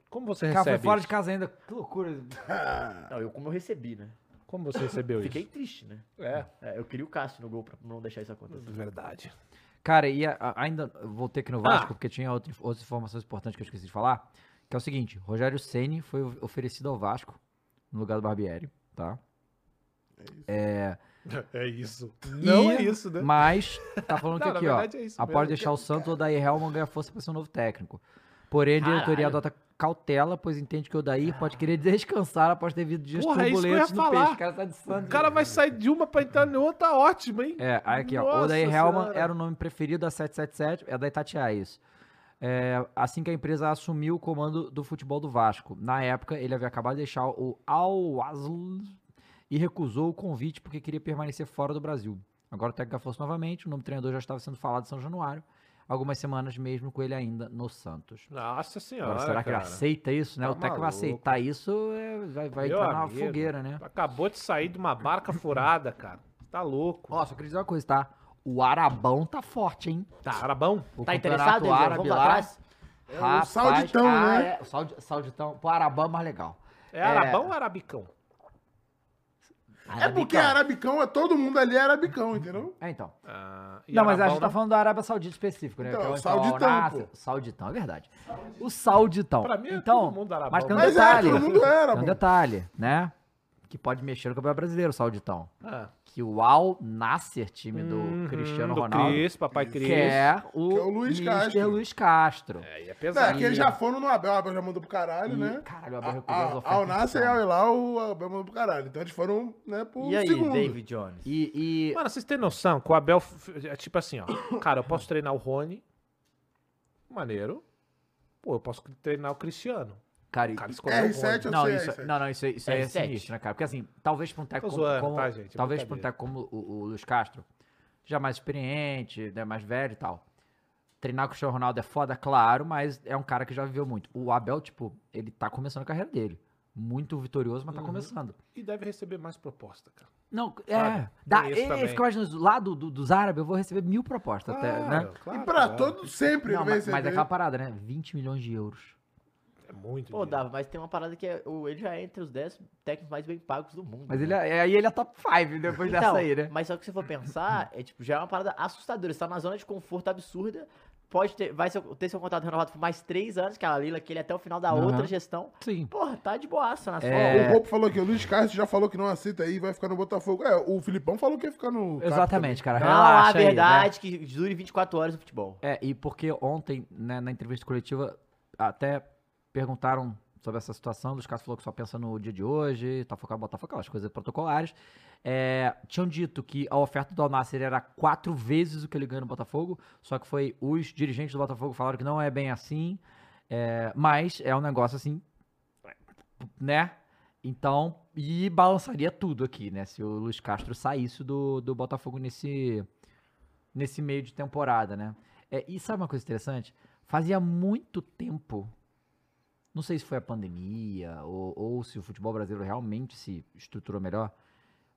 C: Como você
A: Cara, foi
C: recebe
A: fora
C: isso?
A: de casa ainda. Que loucura.
D: Não, eu como eu recebi, né?
C: Como você recebeu isso?
D: Fiquei triste, né?
C: É,
D: É, eu queria o Cássio no gol pra não deixar isso acontecer.
C: verdade.
A: Cara, e a- a- ainda voltei aqui no
C: Ah.
A: Vasco, porque tinha outra inf- outras informações importantes que eu esqueci de falar. Que é o seguinte, Rogério Ceni foi of- oferecido ao Vasco, no lugar do Barbieri, tá?
C: É isso.
A: Não é
C: isso, né?
A: Mas, tá falando que
C: Não, na
A: aqui, ó,
C: verdade é isso
A: após
C: mesmo.
A: deixar o Santos, o Odair Helman ganha força pra ser um novo técnico. Porém, a diretoria
D: Caralho.
A: adota cautela, pois entende que o Odair pode querer descansar após ter vindo dias
C: Porra, é isso que eu ia
A: turbulentos no
C: falar.
A: peixe. O cara tá de Santos.
C: O cara vai sair de uma pra entrar em outra, tá ótimo, hein?
A: É, aí aqui, ó.
C: Nossa
A: O Daí Hellman
C: Senhora.
A: era o nome preferido da 777, é da Itatiaia isso. É, assim que a empresa assumiu o comando do futebol do Vasco. Na época, ele havia acabado de deixar o Al Wasl e recusou o convite porque queria permanecer fora do Brasil. Agora o técnico afastou novamente, o nome do treinador já estava sendo falado em São Januário, algumas semanas mesmo com ele ainda no Santos.
C: Nossa
A: É.
C: senhora.
A: Agora, será que é ele
C: cara.
A: aceita isso, né?
C: Tá
A: o técnico vai
C: maluco.
A: aceitar isso, é, vai, vai
C: Meu
A: entrar na
C: amigo.
A: fogueira, né?
C: Acabou de sair de uma barca furada, cara. Tá louco.
A: Ó, só queria dizer uma coisa, tá? O Arabão tá forte, hein?
C: Carabão.
A: O
D: Tá
A: campeonato
D: interessado, Eliano?
A: árabe
D: Vamos lá
A: lá.
D: atrás?
B: É o Sauditão,
A: ah,
B: né?
A: É, o saudi, sauditão. Pô, Arabão é mais legal.
C: É Arabão ou Arabicão?
B: É porque arabicão é todo mundo ali é arabicão, entendeu?
A: É, então.
C: Ah, e
A: não, mas a
C: Arabão
A: gente tá
C: não-
A: falando da Arábia Saudita específico, né?
B: Então,
A: Que é onde tá
B: sauditão,
A: o Al-Nassr.
B: pô.
A: Sauditão, é verdade. O sauditão.
C: Pra mim é
A: então,
C: todo mundo Arabão. né?
A: Mas tem um
B: Mas é,
A: detalhe.
B: todo mundo era,
A: tem um
B: pô.
A: detalhe, né? Que pode mexer no campeonato brasileiro, o sauditão.
C: Ah,
A: Que o Al Nasser, time Hum, do
C: uhum,
A: Cristiano Ronaldo,
C: Cris, papai Cris.
A: quer o,
B: Que é o Luiz
A: Mr.
B: Castro.
A: Luiz Castro.
C: É, e é
B: Não,
C: pesado.
B: é que eles já foram no Abel, o Abel já mandou pro caralho,
A: E,
B: né?
A: Caralho, o Abel
B: A-
A: recusou as
B: a-
A: ofertas
B: Ao
A: do
B: Nasser é e
A: Santos.
B: ao Hilal, o Abel mandou pro caralho. Então eles foram, né, pro
D: E aí,
B: segundo.
D: David Jones?
A: E, e
C: Mano, vocês têm noção que o Abel f- é tipo assim, ó. Cara, eu posso treinar o Rony. Maneiro. Pô, eu posso treinar o Cristiano.
A: Cara, e-
C: O cara escolheu o
B: R7
C: Rony.
B: eu
A: Não,
B: sei,
A: isso,
B: R7.
A: não, não, isso, isso é,
D: É sete.
A: sinistro, né, cara? Porque assim, talvez pra um técnico
C: Tô
A: como,
C: zoando,
A: como-
C: tá, gente? É
A: talvez pra um
C: brincadeira.
A: técnico como o, o Luiz Castro, já mais experiente, né, mais velho e tal. Treinar com o Cristiano Ronaldo é foda, claro, mas é um cara que já viveu muito. O Abel, tipo, ele tá começando a carreira dele. Muito vitorioso, mas tá
C: Uhum.
A: começando.
C: E deve receber mais proposta, cara.
A: Não, é.
C: Sabe?
A: Dá,
C: Tem isso
A: e,
C: também.
A: fica imaginando, lá do, do- dos árabes, eu vou receber mil propostas até, né?
C: Claro, claro,
B: e pra
C: claro.
B: todo sempre
A: Não,
B: ele vai
A: mas, mas é
B: receber.
A: aquela parada, né? 20 milhões de euros.
C: É muito
D: Pô,
C: dinheiro.
D: Dava, mas tem uma parada que é, o- ele já é entre os 10 técnicos mais bem pagos do mundo.
A: Mas
C: Uhum.
D: né?
A: ele é, aí ele é top 5 depois
D: Então,
A: dessa aí, né?
D: Mas só que se for pensar, é tipo, já é uma parada assustadora. Você tá na zona de conforto absurda. Pode ter, vai ser- ter seu contrato renovado por mais três anos, que é a Lila, que ele até o final da
A: Aham. É,
D: outra gestão.
A: Sim.
D: Porra, tá de boaça na sua.
B: Ó, O Roupo falou aqui, o Luiz Castro já falou que não aceita aí, vai ficar no Botafogo. É, o Filipão falou que ia ficar no.
A: Exatamente, cara.
D: Não há
A: relaxa aí, né?
D: verdade que dure 24 horas no futebol.
A: É, e porque ontem, né, na entrevista coletiva, até perguntaram sobre essa situação. O Luiz Castro falou que só pensa no dia de hoje, tá focado no Botafogo, aquelas coisas protocolares. É, tinham dito que a oferta do Alnasser era quatro vezes o que ele ganha no Botafogo, só que foi os dirigentes do Botafogo falaram que não é bem assim, é, mas é um negócio assim, né? Então, e balançaria tudo aqui, né? Se o Luiz Castro saísse do, do Botafogo nesse, nesse meio de temporada, né? É, e sabe uma coisa interessante? Fazia muito tempo, não sei se foi a pandemia ou, ou se o futebol brasileiro realmente se estruturou melhor,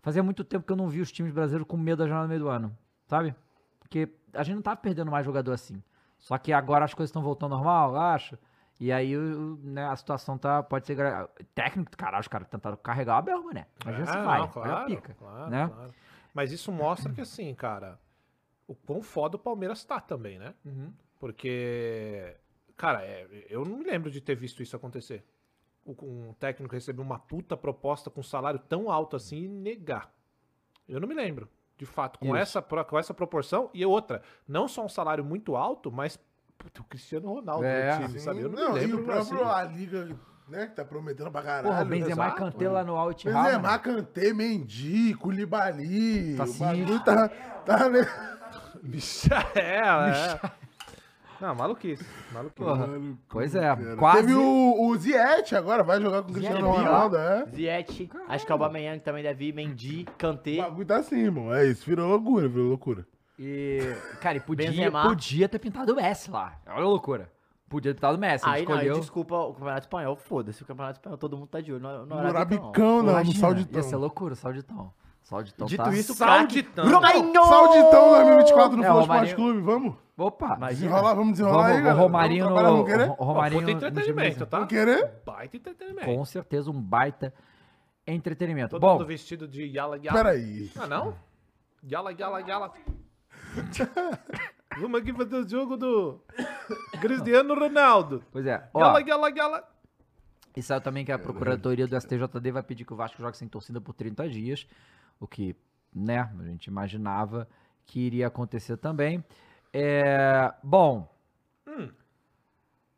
A: fazia muito tempo que eu não vi os times brasileiros com medo da jornada do meio do ano, sabe? Porque a gente não tava perdendo mais jogador assim. Só que agora as coisas estão voltando ao normal, eu acho. E aí o- o, né, a situação tá, pode ser... gra- Técnico, caralho, os caras tentaram carregar o Abel, mané. Mas já se
C: Ah,
A: vai,
C: não,
A: já
C: claro,
A: pica,
C: claro,
A: né?
C: claro. Mas isso mostra que, assim, cara, o quão foda o Palmeiras tá também, né?
A: Uhum.
C: Porque, cara, é, eu não me lembro de ter visto isso acontecer. O, um técnico receber uma puta proposta com um salário tão alto assim e negar. Eu não me lembro, de fato, com,
A: Isso.
C: essa, pro- com essa proporção. E outra, não só um salário muito alto, mas puta, o Cristiano Ronaldo
A: É,
C: no
B: Sim,
C: time, sabe? Eu não,
B: não,
C: me
B: e
C: lembro.
B: o próprio
C: assim.
B: A Liga, né, que tá prometendo pra caralho.
A: Porra, o Benzema é e
C: exato,
A: Kanté lá no Alt
B: Benzema, Kanté, Mendy, Koulibaly.
A: Tá
B: o
A: sim.
B: bagulho tá, tá né?
C: Michael, é. Não, maluquice, maluquice.
A: Porra. Pois é,
B: Cara,
A: quase...
B: Teve o, o Ziet agora, vai jogar com o Cristiano
D: Ziet,
B: Ronaldo, é.
D: Ziet, acho que o Aubameyang também deve ir, Mendy, Kanté.
B: O bagulho tá assim, irmão. É isso, virou loucura, virou loucura.
A: E, cara, e podia,
D: Benzema.
A: podia ter pintado o Messi lá. Olha a loucura. Podia ter pintado o Messi, ele
D: Aí não, aí
A: escolheu.
D: desculpa o Campeonato Espanhol, foda-se, o Campeonato Espanhol todo mundo tá de olho no, tá no Arabicão.
B: Murabicão, não, no
A: Imagina, Ia ser
B: Sauditão.
A: loucura, o Sauditão. Sauditão
D: Dito
A: tá...
D: isso, craque,
C: Sauditão.
D: Romarinho!
B: Sauditão 2024 no
A: É,
B: Flow
A: o
B: Esporte
A: Romarinho-
B: Clube, vamos?
A: Opa!
D: Mas-
B: Desenrolar, vamos desenrolar aí,
A: Vamos, o
B: galera.
A: Romarinho
B: Vamos
A: no...
B: trabalhar, né? não querer?
A: o
C: Pô,
A: Romarinho
C: puta
A: no time
C: entretenimento,
A: brasileiro.
C: tá?
B: Não querer?
C: Baita entretenimento.
A: Com certeza, um baita entretenimento.
C: Todo
A: Bom,
C: mundo vestido de yala
A: Tá.
C: yala.
B: Peraí.
C: Ah, não? Yala yala yala. Vamos aqui fazer o jogo do Cristiano Ronaldo.
A: pois é. Ó,
C: Yala yala yala.
A: E saiu também
D: É,
A: que a Procuradoria do STJD vai pedir que o Vasco jogue sem torcida por 30 dias, o que, né, a gente imaginava que iria acontecer também. É, bom,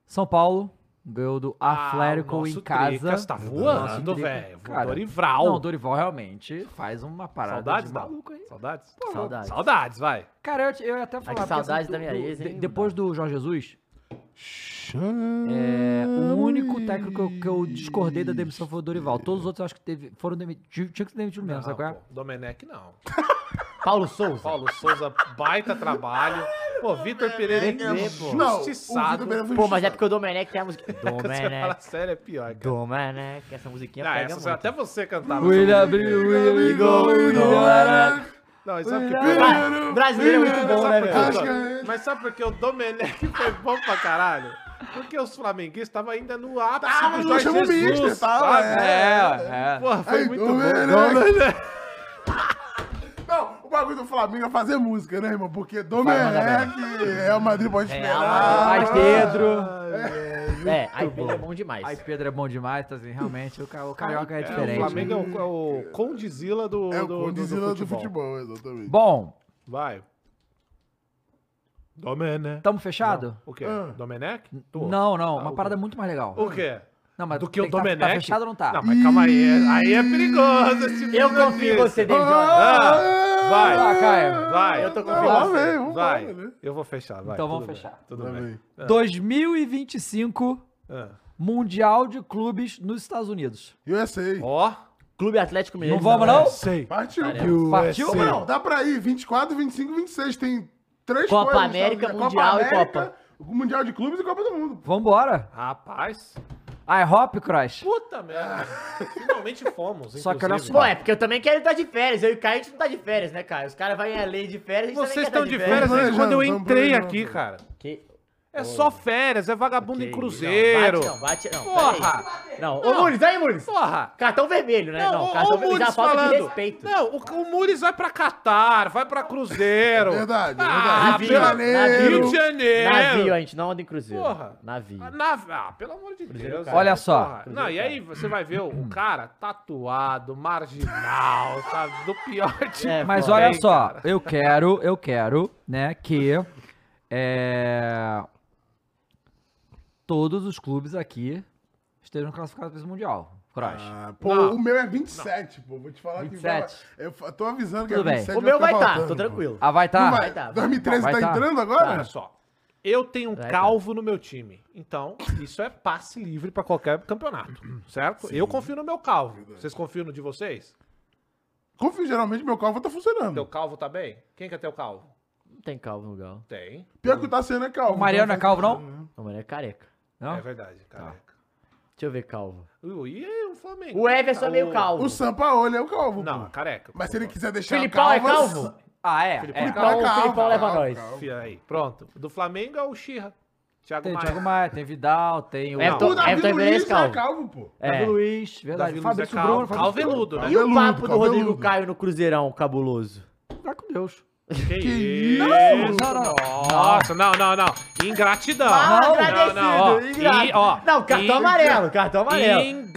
A: São Paulo ganhou do
C: Hum. Ah, o
A: Atlético
C: nosso
A: em casa.
C: Tricas tá voando,
A: Nosso Trica.
C: velho.
A: Cara,
C: Dorival.
A: Não, Dorival realmente faz uma parada
C: Saudades,
A: de
C: Dal?
A: maluco aí.
C: Saudades?
D: Saudades.
C: Saudades, vai.
A: Cara, eu, te- eu ia até falar... porque,
D: saudades
A: assim,
D: da
A: do-
D: minha
A: do-
D: ex,
A: de-
D: hein,
A: Depois do Jorge Jesus,
B: É,
A: O único técnico que eu- que eu discordei da demissão foi o Dorival. Todos os outros eu acho que teve, foram demitidos. Tinha que ser demitido mesmo, sabe qual é?
C: Não, pô, Domenech não.
D: Paulo Souza.
C: Paulo Souza, baita trabalho. Pô, Vitor Pereira
D: Pereira,
C: é
D: pô.
C: injustiçado.
D: Pô, mas é porque o Domenech tem a música.
C: Você fala
D: Domenech,
C: sério, é pior, cara.
D: Domenech, essa musiquinha
C: Ah,
D: pega
C: essa,
D: muito.
C: até você cantava.
B: é-
A: William abriu, William ligou, William
C: Não, mas sabe por
B: é
C: que-
D: Cara, brasileiro é muito
C: Mas
D: bom,
C: sabe
D: né,
C: por que
D: velho?
C: o
B: Acho
C: Do-
B: que é-
C: Mas sabe por que o Domenech foi bom pra caralho? Porque os flamenguistas estavam ainda no ápice
B: Tava
C: do
B: no
C: Jorge
B: chama o
C: Jesus,
B: mister, tava,
C: sabe?
A: É, é.
C: Porra, foi
B: Ai,
C: muito
B: Domenech.
C: bom. é. Domenech.
B: Não, o bagulho do Flamengo é fazer música, né, irmão? Porque
D: Vai
B: Domenech, Real Madrid
A: É,
B: pode esperar.
A: Mas Pedro.
D: É, aí Pedro é bom demais.
A: Aí Pedro é bom demais, tá assim, realmente o, ca- o carioca é
C: É, o
A: diferente.
C: Flamengo é o, é o Condizila do,
B: É
C: do-
B: o
C: do- do
B: condizila do
C: futebol.
B: futebol, exatamente.
A: Bom,
C: Vai. Domenech.
A: tamo fechado?
C: O quê?
B: Ah.
C: Domenech? Tô.
A: Não, não,
C: Tá,
A: uma
C: o
A: parada
C: quê?
A: muito mais legal.
C: O quê?
A: Não, mas
C: Do que o
A: tem tá-
C: Domenech?
A: Tá, fechado ou não tá?
C: Não, mas calma aí. Aí é perigoso esse
D: Eu
C: menino
D: confio em
C: disso.
D: você, David Jones.
C: Ah, Vai.
A: Tá, Caio.
C: Vai.
D: Eu tô
B: Não,
D: confiante.
B: lá vem, vamos né? lá,
C: Vai.
B: beleza.
C: Eu vou fechar, vai.
A: Então vamos
C: tudo bem,
A: fechar.
C: Tudo
B: Lá
C: bem.
B: vem.
A: 2025,
C: Ah.
A: Mundial de Clubes nos Estados Unidos.
B: USA.
C: Ó.
D: Clube Atlético Mineiro.
A: Não vamos, não?
C: Sei.
B: Partiu.
A: Partiu,
B: Não, não, dá pra ir. 24, 25, 26. Tem três
D: Copa
B: coisas, tá
D: América,
B: sabe?
D: Mundial e
B: O Mundial de Clubes e Copa do Mundo.
A: Vambora.
C: Rapaz.
A: I Hop Crush.
C: Puta merda.
B: Ah.
C: Finalmente fomos,
A: Só que olha
C: inclusive.
D: Pô, é porque eu também quero estar de férias. Eu e o Caio, a gente não tá de férias, né, Caio? Os caras vão em LA de férias, a gente
C: Vocês
D: também
C: estão
D: quer
C: de
D: tá
C: férias
B: né?
C: desde quando eu
B: Vamos
C: entrei
B: planejando.
C: aqui, cara.
D: Que-
C: É só férias, é vagabundo em
D: que-
C: cruzeiro.
D: Não, bate, não, bate, não.
C: Porra!
D: peraí. Não,
C: Não.
D: ô Muniz, aí, Muniz.
C: Porra!
D: Cartão vermelho, né? Não,
C: Não, o,
D: cartão
C: o
D: vermelho.
C: Muris
D: Já falta
C: falando.
D: de respeito.
C: Não, o, o Muris vai pra Catar, vai pra Cruzeiro.
B: Verdade,
C: Ah,
B: verdade.
C: pela-
D: Navio.
C: Rio de Janeiro.
D: Navio, a gente não anda em cruzeiro.
C: É, né? Porra.
D: Navio.
C: Ah, nave- Ah, pelo amor de Deus.
D: cara.
A: Olha só.
C: Porra. Não, e aí você vai ver o, o cara tatuado, marginal, sabe? Do pior tipo.
D: É,
A: Mas
D: pô.
A: olha
C: Tem,
A: só,
C: cara.
A: eu quero, eu quero, né, que é, todos os clubes aqui estejam classificados para esse Mundial. Crush.
B: Ah, pô,
C: Não.
B: o meu é 27, pô. Vou te falar que
A: 27.
B: vai. Eu fa- tô avisando que
A: Tudo
B: é
A: bem.
B: 27.
D: O meu
B: ficar
D: vai estar,
B: faltando,
D: tô
B: pô.
D: tranquilo.
A: Ah, vai
B: Não
A: tá?
B: vai.
D: vai tá.
B: 2013
A: Vai
B: tá,
A: tá.
B: entrando
C: Olha
B: agora?
C: só. Eu tenho um
D: Vai, tá.
C: calvo no meu time. Então, isso é passe livre pra qualquer campeonato. Certo? Eu confio no meu calvo. Vocês confiam no de vocês?
B: Confio, geralmente meu calvo tá
D: Hum.
B: funcionando.
C: Teu calvo tá bem? Quem quer ter o calvo?
D: Não tem calvo no Gal.
C: Tem.
B: Pior que o tá sendo é calvo.
A: O Mariano é calvo, não?
D: Não, mano, é careca.
A: Não?
C: É verdade,
D: Tá.
C: careca.
D: Deixa eu ver calvo.
C: Ui, E aí, o Flamengo?
D: O Everson é meio calvo.
B: O Sampaoli é o calvo,
C: Não,
B: pô.
C: careca.
B: Mas se ele quiser deixar
D: Filipão é
B: assim-
D: calvo?
A: Ah, é.
C: Filipão.
A: é.
D: Então
B: Calvo,
D: o Filipão
B: calvo,
D: leva
B: calvo,
D: nós.
B: calvo.
C: Fia aí. Pronto. Do Flamengo é o Xirra. Thiago
A: Tem Thiago
C: Maia.
A: Maia, tem Vidal, tem o
D: É,
B: O
D: tô-
A: Davi
B: Davi
D: Everton
B: Luiz
D: Ibanez
B: é
D: calvo.
B: calvo, pô.
D: É.
A: Luiz, verdade.
C: Davi Luiz
A: Fabrício
C: é
A: Bruno,
C: calvo.
A: Fabrício Bruno.
C: Calveludo, né?
D: E o
B: Cabeludo,
D: papo do Rodrigo
B: cabeludo.
D: Caio no Cruzeirão, cabuloso?
A: Tá com Deus.
C: Que
B: isso?
A: Não, não, não.
C: Nossa, não, não, não. Ingratidão.
D: Ah,
A: Não,
D: agradecido.
C: não, não, ó.
D: ingrato.
C: E, ó,
D: não, cartão
C: ingra-
D: amarelo, cartão amarelo. Cartão amarelo.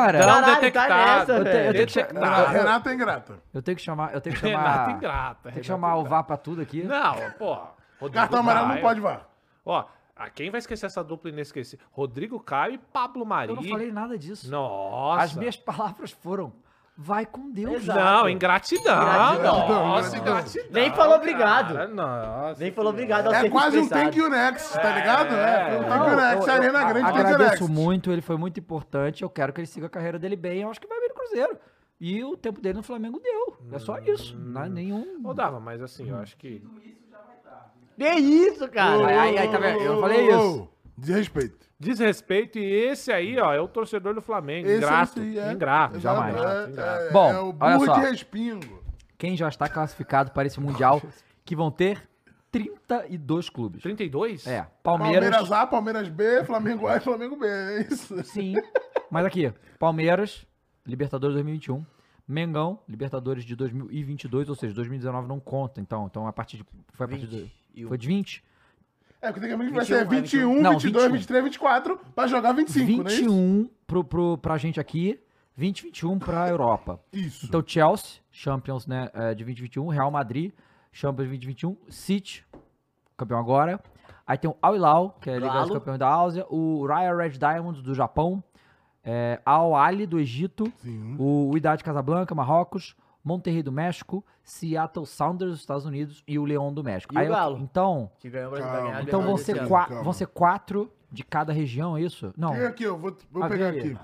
A: Cara,
C: Ingratidão
D: caralho, tá
C: detectada.
D: nessa, velho.
A: Eu tenho que-
B: Renata
C: Detectada.
B: Renato é ingrata.
A: Eu tenho que chamar, eu tenho que
C: Renato
A: chamar,
C: ingrata.
A: tenho que
C: Renato
A: chamar o
C: ingrata.
A: VAR pra tudo aqui.
C: Não, pô. Rodrigo
B: Cartão amarelo não
C: Caio.
B: pode vá.
C: Ó, ah, quem vai esquecer essa dupla inesquecível? Rodrigo Caio e Pablo Mari.
A: Eu não falei nada disso.
C: Nossa.
A: As minhas palavras foram, vai com Deus.
D: Exato.
C: Não, ingratidão.
D: Ingratidão,
B: ingratidão.
C: Nossa, ingratidão.
D: Nem falou obrigado.
C: cara, Nossa.
D: Nem falou obrigado ao
B: É
D: serviço
B: quase um
D: prestado.
B: thank you next, tá ligado? É, um thank
A: Não,
B: you next,
A: eu- eu
B: Arena Grande thank you
A: Agradeço
B: next.
A: muito, ele foi muito importante. Eu quero que ele siga a carreira dele bem. Eu acho que vai bem no Cruzeiro. E o tempo dele no Flamengo deu. É só isso. Não é nenhum.
C: Ô, Dava, mas assim, eu acho que.
D: Que isso, cara?
A: Ô, Aí, aí, tá vendo? Eu falei isso.
B: Desrespeito.
C: Desrespeito, e esse aí, ó, é o torcedor do Flamengo.
B: Esse
C: ingrato.
B: aí é-
C: Ingrato, jamais.
B: É,
C: ingrato.
B: é-
A: Bom,
B: é o
A: olha
B: burro
A: só.
B: de respingo.
A: Quem já está classificado para esse Mundial, que vão ter 32 clubes.
C: 32?
A: É,
B: Palmeiras...
A: Palmeiras.
B: A, Palmeiras B, Flamengo A e Flamengo B, é isso.
A: Sim. Mas aqui, Palmeiras, Libertadores 2021. Mengão, Libertadores de 2022, ou seja, 2019 não conta, então, então a partir de foi a partir de foi de 20,
B: É, porque tecnicamente vai
D: 21,
B: ser
D: é
B: 21,
A: Não,
B: 22,
A: 21.
B: 23, 24 pra jogar 25, né?
A: 21 pro, pro, pra gente aqui, 2021 pra Europa.
B: Isso.
A: Então Chelsea, Champions né, é, de 2021, Real Madrid, Champions 2021, City, campeão agora. Aí tem o Al Hilal, que é a Liga dos
D: Galo.
A: Campeões da Áustria, o Raya Red Diamonds do Japão, é, Al Ali do Egito,
B: Sim.
A: o Idade Casablanca, Marrocos, Monterrey do México, Seattle Sounders dos Estados Unidos e o Leão do México.
D: E o
A: eu-
D: Galo.
A: então,
D: Que ganhou o Brasil vai
B: Calma,
D: ganhar a
A: então
B: Leão
A: vão,
D: Libertadores
A: ser
D: esse
A: qua-
B: calma.
A: vão ser quatro de cada região, é isso? Não,
B: Tem aqui, eu vou, vou
A: Aqui.
B: pegar aqui.
D: ano.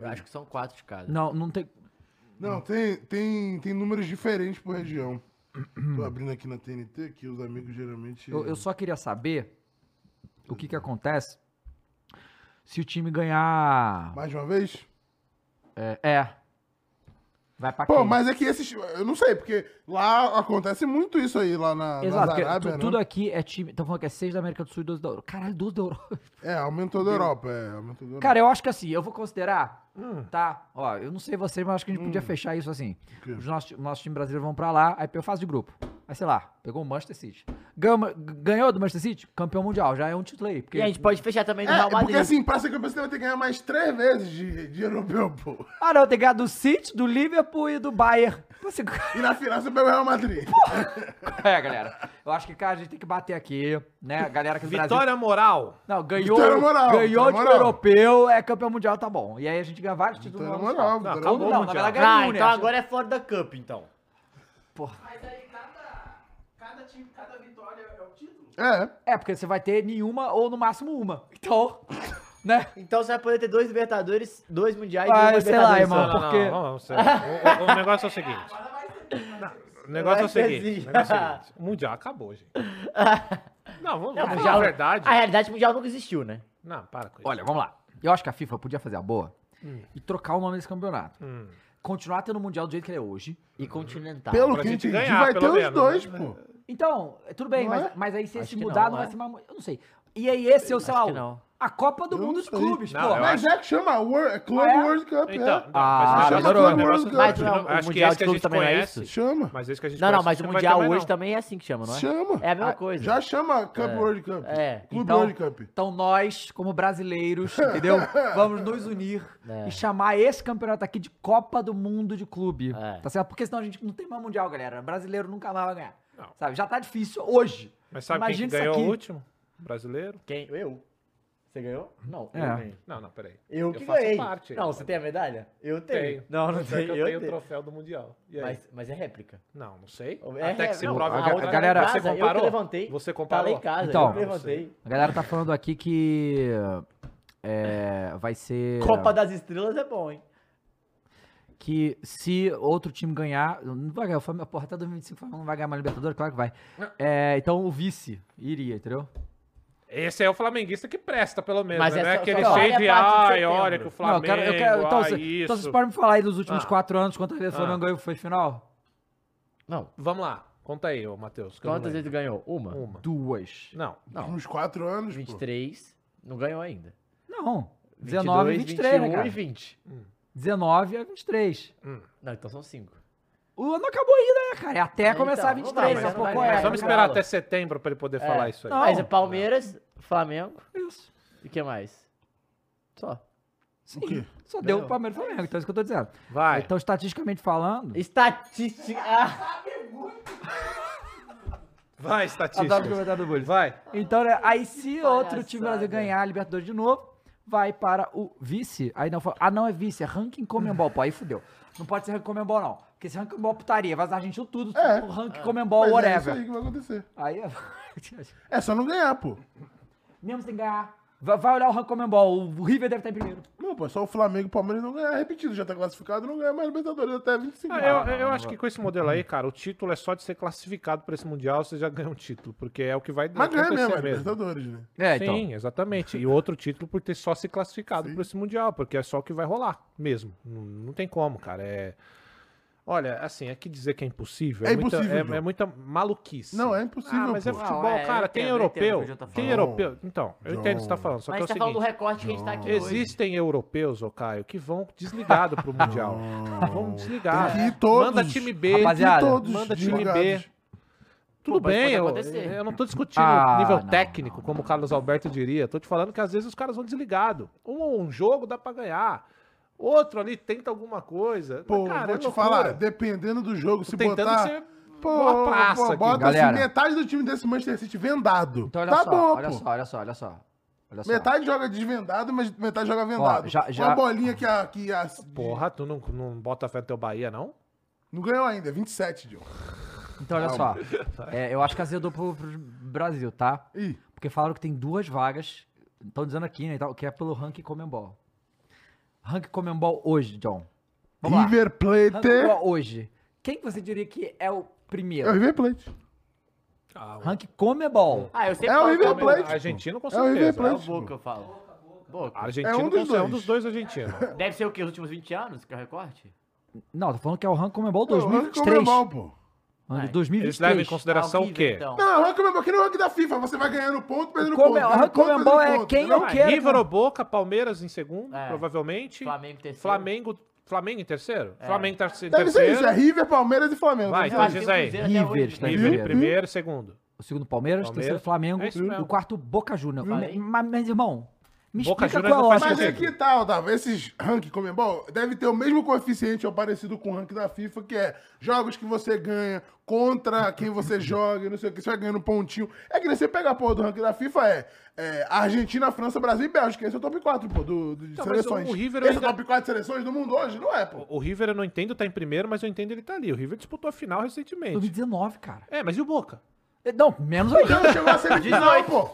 D: Eu acho que são quatro de cada.
A: não, não tem. Hum.
B: Não, tem, tem, tem números diferentes por região. Tô abrindo aqui na TNT, que os amigos geralmente...
A: Eu, eu só queria saber o que que acontece se o time ganhar.
B: Mais uma vez?
A: É. é. vai pra
B: Pô,
A: quem?
B: mas é que esses... Eu não sei, porque lá acontece muito isso aí, lá na, na
A: Exato, porque
B: Arábia,
A: tu-
B: né?
A: tudo aqui é time. Estão falando que é 6 da América do Sul e 12 da Europa. Caralho, 12 da Europa.
B: É, aumentou da Europa, é, aumentou da Europa.
A: Cara, eu acho que assim, eu vou considerar,
C: Hum.
A: tá? Ó, eu não sei vocês, mas acho que a gente
B: Hum.
A: podia fechar isso assim.
B: quê?
A: Os nossos, o nosso time brasileiro vão pra lá, aí eu faço de grupo. Aí, sei lá, pegou o Manchester City. Gama- ganhou do Manchester City? Campeão mundial, já é um título aí. Porque...
D: E a gente pode fechar também no
B: É,
D: Real
B: porque
D: Madrid. né?
B: assim, pra ser campeão, você vai ter que ganhar mais três vezes de, de europeu, pô.
A: Ah, não, tem ganhado do City, do Liverpool e do Bayern. Você...
B: E na final você pega o Real Madrid.
A: é, galera. Eu acho que, cara, a gente tem que bater aqui, né? A galera que do Brasil.
C: Vitória moral.
A: Não, ganhou.
B: Vitória é moral,
A: ganhou
B: vitória
A: de
B: moral.
A: europeu, é campeão mundial, tá bom. E aí a gente ganha vários títulos
B: Vitória é
A: no ano só.
B: moral,
C: Não,
B: vitória
C: acabou
A: Não,
B: moral.
A: não, mas ela
C: Mundial.
A: ganhou,
D: Ah,
A: né?
D: então agora é fora da Cup, então.
A: Porra.
E: Mas aí cada, cada time, cada vitória é o título.
B: É.
A: É, porque você vai ter nenhuma ou no máximo uma. Então, né?
D: Então você vai poder ter dois Libertadores, dois Mundiais
A: Ah,
D: e uma
A: sei lá,
D: Libertadores
A: irmão.
D: só.
A: Não, porque-
C: não, não, sério. O, o- o negócio é o seguinte. O negócio é o
D: Vai ser
C: seguinte.
D: assim.
C: O negócio é o seguinte. O Mundial acabou, gente. Não, vamos, vamos falar a
D: Mundial-
C: verdade.
D: A realidade mundial nunca existiu, né?
C: Não, para com isso.
A: Olha, vamos lá. Eu acho que a FIFA podia fazer a boa e trocar o nome desse campeonato.
C: Hum.
A: Continuar tendo o Mundial do jeito que ele é hoje.
D: E continental.
B: Pelo
C: Ah, pra
B: que eu
C: gente
B: entendi,
C: ganhar,
B: vai
C: pelo
B: ter os
C: menos,
B: dois,
C: né?
B: pô.
A: Então, é, tudo bem,
B: Não
A: mas,
B: é?
A: mas aí se
D: Acho
A: esse
D: que
A: mudar,
D: não,
A: não,
D: é?
A: vai ser mais. Eu não sei. E aí esse é o, sei lá,
D: Acho que
A: o-
D: não.
A: a Copa do
B: Eu
A: Mundo
B: não
A: dos
B: sei.
A: clubes,
C: Não,
A: pô.
C: eu
B: Mas
C: acho-
B: é que chama World, é Club
A: É?
B: World Cup,
C: Então,
B: é.
C: não,
A: Ah,
C: mas, o negócio-
A: adorou.
C: o negócio-
D: Mas não, né? o
C: acho que
D: Mundial
C: esse
D: de
C: que a
D: clube
C: gente
D: também não é
C: conhece-
D: isso?
B: Chama.
C: Mas esse que a gente
D: Não, não,
C: conhece,
D: mas o
C: não vai ter
D: Mundial
C: mais,
D: hoje
C: não.
D: também é assim que chama, não é?
B: Chama. Ah,
D: É a mesma coisa.
B: Já chama Cup World Cup.
D: É.
B: Clube
A: Então-
B: World Cup.
A: Então nós, como brasileiros, entendeu? Vamos nos unir
D: É.
A: e chamar esse campeonato aqui de Copa do Mundo de clube.
D: É.
A: Tá certo? Porque senão a gente não tem mais mundial, galera. Brasileiro nunca mais vai ganhar.
C: Não.
A: Sabe? Já tá difícil hoje.
C: Mas sabe
A: Imagina
C: quem que
A: isso
C: ganhou o
A: aqui.
C: último? Brasileiro?
D: Quem? Eu. Você ganhou? Não,
A: É.
D: eu ganhei.
C: Não, não, peraí.
D: Eu que
C: faço
D: ganhei.
C: parte.
D: não, você tem a medalha? Eu tenho.
C: Tenho.
D: Não, não
C: Tanto é
D: tenho.
C: que eu,
D: Eu,
C: tenho o
D: tenho.
C: troféu do Mundial. E aí?
D: Mas, mas é réplica.
C: Não, não sei.
D: É,
C: Até que se
D: não,
C: prove
D: a
C: o contrário.
D: outra
A: galera-
D: tá em casa,
C: você
D: eu que
C: comparou?
D: levantei.
C: Você
D: Tá lá
C: comparou?
D: em casa,
A: Então,
D: eu que levantei.
A: A galera tá falando aqui que. é, vai ser.
D: Copa das Estrelas é bom, hein?
A: Que se outro time ganhar. Não vai ganhar. O Flamengo, porra, até 2025 o Flamengo não vai ganhar mais Libertadores? Claro que vai. É, então o vice iria, entendeu?
C: Esse é o flamenguista que presta, pelo menos.
D: Mas
C: né?
D: é
C: Não é
D: só-
C: aquele
D: só
C: cheio
D: vale
C: de
D: a parte de
C: ai,
D: setembro."
C: olha que o
A: Não, eu
C: Flamengo.
A: quero- eu quero- então,
D: ah,
C: ai,
A: cê-
C: isso.
A: então vocês podem me falar aí dos últimos
C: Ah.
A: quatro anos, quantas vezes o
C: Ah.
A: Flamengo ganhou foi final?
D: Não.
C: Vamos lá. Conta aí, ô Matheus. que eu não
D: Quantas vezes
C: lembro. Um.
D: ganhou? Uma?
C: Uma.
A: Duas.
C: Não.
D: Não.
B: Uns quatro anos, pô.
D: 23. Não ganhou ainda.
A: Não. 19 e 23, né, cara?
D: e 20.
A: 19 a 23.
D: Não, então são 5.
A: O ano acabou ainda, né, cara? É até
D: Então,
A: começar a
D: não
A: 23,
D: dá,
A: daqui a
D: mas não
A: pouco
D: vai-
A: é.
D: mas
C: Vamos
D: vamos
C: esperar
D: lá.
C: até setembro pra ele poder falar isso aí.
A: Não.
D: Mas é Palmeiras, Flamengo
A: Isso.
D: e que mais? Só.
A: Sim.
B: quê?
A: Só deu
D: Ganhou.
A: o Palmeiras e Flamengo, então é isso que eu tô dizendo.
C: Vai.
A: Então, estatisticamente falando.
D: Estatística. Ah,
C: Vai,
A: Adoro o
C: estatística.
A: comentário do Bulls.
C: Vai.
A: Então, né, aí se outro time
D: Palhaçada.
A: brasileiro ganhar a Libertadores de novo, vai para o vice. Aí não fala, ah, não é vice, é ranking Comembol. Pô, aí fudeu. Não pode ser ranking Comembol, não. Porque esse ranking Comembol é putaria, vai dar gente tudo,
B: É.
A: o ranking Comembol,
B: Mas É isso
A: whatever.
B: aí que vai acontecer.
A: Aí é...
B: É só não ganhar, pô.
A: Mesmo sem ganhar. Vai vai olhar o ranking Comembol, o River deve estar em primeiro.
B: Não, pô, é só o Flamengo e o Palmeiras não ganhar. Repetido, já tá classificado, não ganha mais Libertadores até 25
C: Ah, eu, eu acho que com esse modelo aí, cara, o título é só de ser classificado pra esse Mundial, você já ganha um título, porque é o que vai
B: Mas ganha
C: acontecer
B: mesmo, é Libertadores, né?
A: É,
D: então.
C: Sim, exatamente. E outro título por ter só se classificado
B: Sim.
C: para esse Mundial, porque é só o que vai rolar mesmo. Não, não tem como, cara. É... Olha, assim, aqui dizer que é impossível
B: É
C: muita,
B: impossível, João.
C: é, é muita maluquice.
B: Não, é impossível,
C: Ah, mas é
B: pô.
C: futebol,
D: Não, é, eu
C: cara.
D: entendo,
C: Tem
D: eu entendo o que o
C: europeu.
D: João tá falando.
C: Tem
B: João.
C: europeu. Então, eu entendo o que você tá
B: João.
C: falando. Só
D: mas
C: que é
D: tá
C: o
D: falando do
C: seguinte.
D: recorte que a gente tá aqui hoje.
C: Existem europeus, ô Caio, que vão desligado pro Mundial. vão desligar.
B: Tem que ir todos.
C: Manda time B.
A: Rapaziada,
B: E todos
C: manda time
B: desligados.
C: B. Tudo
D: Pô, mas
C: bem,
D: pode
C: eu,
D: acontecer.
C: eu não tô discutindo
A: Ah,
C: nível
A: não,
C: técnico,
A: não,
C: como o Carlos Alberto diria. Tô te falando que às vezes os caras vão desligado. Um, um jogo dá pra ganhar. Outro ali tenta alguma coisa.
B: Pô,
C: Cara,
B: vou
C: é
B: te
C: loucura.
B: falar, dependendo do jogo, se
C: tentando
B: botar...
C: ser
B: Pô,
C: uma praça
B: pô,
C: aqui.
B: bota
A: Galera.
B: assim, metade do time desse Manchester City vendado.
A: Então, olha
B: tá
A: só,
B: bom,
A: olha
B: pô.
A: só, olha só, olha só. Olha só.
B: Metade joga desvendado, mas metade joga vendado.
A: já- já-
B: Uma bolinha que a... Que a
C: Porra, tu não, não bota fé no teu Bahia, não?
B: Não ganhou ainda, é 27, John.
A: Então, olha só. É, eu acho que azedou pro, pro Brasil, tá?
B: Ih,
A: Porque falaram que tem duas vagas. Estão dizendo aqui, né? e tal, Que é pelo ranking Comembol. Ranking Comembol hoje, John. Vamos lá.
B: River Plate...
A: Ranking Comembol hoje. Quem que você diria que é o
B: É o
A: primeiro?
B: River Plate.
A: Ranking Comebol.
D: Ah, eu sempre
B: É o
D: falo
B: Ah, River
D: Palmeiras.
B: Plate.
C: argentino com
B: É o River
C: certeza.
D: É o
B: Plate.
D: Boca, eu falo. Boca.
C: Argentino
B: É um
C: com
B: dos
C: certeza, é
B: dois.
C: um dos dois argentinos.
D: Deve ser o quê? Os últimos 20 anos que é o recorte?
A: Não, tô falando que é o Ranking Comebol
B: Pô, o ranking
A: 2023.
B: Comebol, pô.
A: Ano de
C: Eles levam em
A: 2023.
C: consideração
D: Ao
C: o
D: vivo,
C: quê?
D: então.
B: Não, o ranking Comebol que nem o ranking da FIFA. Você vai ganhando ponto, perdendo
A: Come-
B: ponto. ganhando
A: ranking
B: ponto,
A: Comebol
B: perdendo
A: é
B: ponto,
A: quem
B: entendeu?
A: eu
C: Ah,
A: quero,
C: River
A: cara.
C: ou Boca, Palmeiras em segundo,
D: É.
C: provavelmente. Flamengo,
D: Flamengo terceiro.
C: Flamengo, em terceiro? Flamengo tá em terceiro.
B: Deve ser isso, é River, Palmeiras e Flamengo.
C: Vai,
B: Deve ser
C: então
B: isso.
C: diz aí.
D: Cruzeiro até hoje,
A: River está em
D: River.
C: River tá.
A: River.
C: em primeiro, segundo.
A: O segundo Palmeiras, o terceiro
C: Palmeiras.
A: Flamengo
C: É isso
A: e
C: mesmo.
A: o quarto Boca Júnior.
D: Falei.
A: Mas, mas, irmão, Me
C: Boca
A: explica
C: Juniors
A: qual
C: não
A: a
C: faz
B: Mas
A: lógica.
B: é
C: sentido.
B: que tal, Dava? Esses ranking Comembol deve ter o mesmo coeficiente ou parecido com o ranking da FIFA, que é jogos que você ganha contra quem você joga, e não sei o que, você vai ganhando pontinho. É que nem você pega a porra do ranking da FIFA, é, é Argentina, França, Brasil e Bélgica. Esse é o top 4, pô, do, do- de
C: Então, mas
B: seleções.
C: o- o River
B: Esse é
C: ainda-
B: o top 4 de seleções do mundo hoje? Não é, pô.
C: O River, eu não entendo, tá em primeiro, mas eu entendo ele tá ali. O River disputou a final recentemente.
A: 2019, cara. É,
C: É, mas e o Boca?
A: Não, menos ainda.
B: Não Então chegou a semifinal, pô.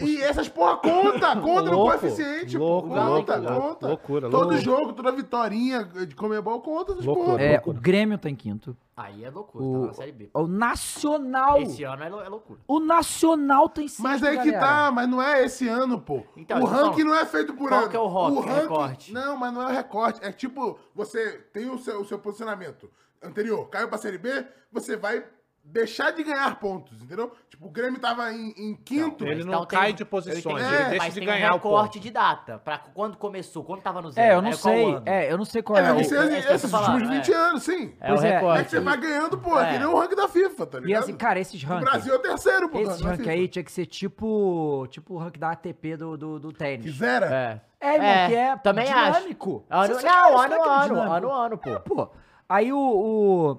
B: E essas porra conta, conta no
C: Louco,
B: coeficiente,
C: louco,
B: pô. Conta,
C: louco,
B: conta.
C: loucura,
B: Todo
C: louco.
B: jogo, toda vitorinha de Comembol conta essas
C: Loucura.
B: porra.
A: É, o
C: loucura.
A: Grêmio tá em quinto.
D: Aí é loucura, tá
A: O,
D: na Série B.
A: o Nacional.
D: Esse ano é, lou- é loucura.
A: O Nacional tá em sexto,
B: Mas aí que
A: galera.
B: tá, mas não é esse ano, pô.
D: Então,
B: o
D: então,
B: ranking não é feito por
D: qual
B: ano.
D: que é o rock- recorte?
B: Não, mas não é o recorte. É tipo, você tem o seu, o seu posicionamento anterior, caiu pra Série B, você vai deixar de ganhar pontos, entendeu? Tipo, o Grêmio tava em, em quinto.
C: Ele
D: Mas
C: não
D: tem-
C: cai de
D: eu
C: posições,
D: entendi,
B: ele
C: deixa
D: mas
C: de
D: tem
C: ganhar o
D: um recorte de data, pra quando começou, quando tava no zero.
A: É, eu não
D: né? Qual
A: sei.
D: ano.
A: É, eu não sei qual
B: É,
A: é.
B: mas
A: o-
B: esse-
D: é isso que eu tô
B: esses
D: falando,
B: últimos 20 anos, sim.
D: É
A: Pois
D: o
A: é,
B: É,
D: recorte.
B: que você vai ganhando, pô. É que
D: É.
B: nem o ranking da FIFA, tá ligado?
A: E assim, cara, esses
B: o
A: rankings.
B: Brasil é o terceiro, pô.
A: Esse
B: da
A: rank
B: FIFA.
A: aí tinha que ser tipo, tipo o rank da ATP do, do, do tênis.
B: Quisera.
D: É.
A: É, irmão,
D: É,
A: que é
D: também
A: dinâmico.
D: Ano,
A: Você sabe,
D: não,
A: isso
D: ano,
A: é que é
D: ano,
A: dinâmico.
D: ano, ano, pô.
A: É, pô. Aí o,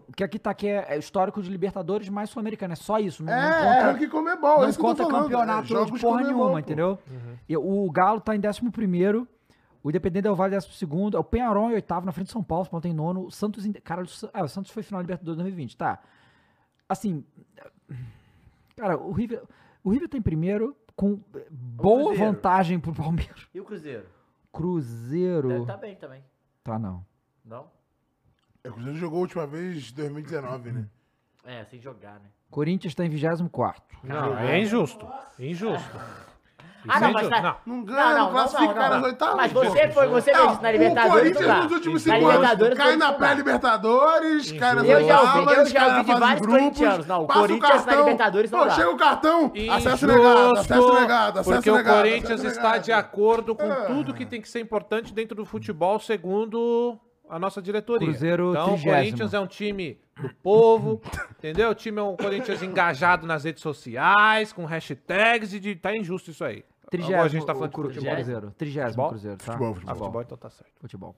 A: o- que aqui tá aqui é é histórico de Libertadores mais Sul-Americana, é só isso. Não,
B: É,
A: não
B: é
A: conta,
B: ranking Comebol,
A: não
B: é isso que eu
A: conta
B: tô falando,
A: campeonato
B: é,
A: de
B: jogos
A: porra
B: Comebol,
A: nenhuma,
B: pô.
A: entendeu? E o Galo tá em 11º, o Independente Del é Vale 12º, o Penharol em oitavo, na frente de São Paulo, São Paulo tem nono, o Santos... em- Cara, o, Sa- ah, o Santos foi final da Libertadores 2020, tá. Assim, cara, o River, o River tá em primeiro com boa
D: Cruzeiro.
A: vantagem pro Palmeiras.
D: E o Cruzeiro?
A: Cruzeiro...
D: Deve tá bem também.
A: Tá, não.
D: Não?
B: O Cruzeiro jogou a última vez em 2019, né?
D: É, sem jogar, né?
A: Corinthians tá em 24º.
C: Não, é injusto. Injusto.
D: Ah,
C: Isso
D: não,
C: é
D: mas
C: injusto.
D: na-
C: Não.
B: Não ganha, não, classifica nas oitavas.
D: Mas você foi, você
B: Não,
D: fez isso na Libertadores.
B: O Corinthians é
D: não dá.
B: nos últimos
D: Na
B: cinco anos
D: Libertadores,
B: cai na
D: Corinthians não dá.
B: pré-Libertadores, cai nas
C: Eu já
D: ouvi- eu
B: oitavas,
D: já
B: cai na
D: ouvi de
B: fase de
D: vários
B: grupos,
D: corintianos. Não, o
B: passa o
D: Corinthians na
B: cartão.
D: Libertadores não
B: Pô,
D: dá.
B: chega o cartão, acesso
C: Injusto,
B: negado, acesso negado, acesso
C: porque
B: Tá negado.
C: o Corinthians
B: acesso
C: está
B: negado.
C: de acordo com
B: Ah.
C: tudo que tem que ser importante dentro do futebol, segundo a nossa diretoria.
A: Cruzeiro
C: então, o
A: 30º.
C: Corinthians é um time do povo, entendeu? O time é um Corinthians engajado nas redes sociais, com hashtags e de... tá injusto isso aí.
A: Trigésimo,
C: Agora a gente tá falando de
A: o Cru-
C: futebol.
A: Cruzeiro. Trigésimo
C: Futebol?
A: Cruzeiro, tá?
B: Futebol,
C: Ah,
B: futebol.
C: futebol então tá certo.
A: Futebol.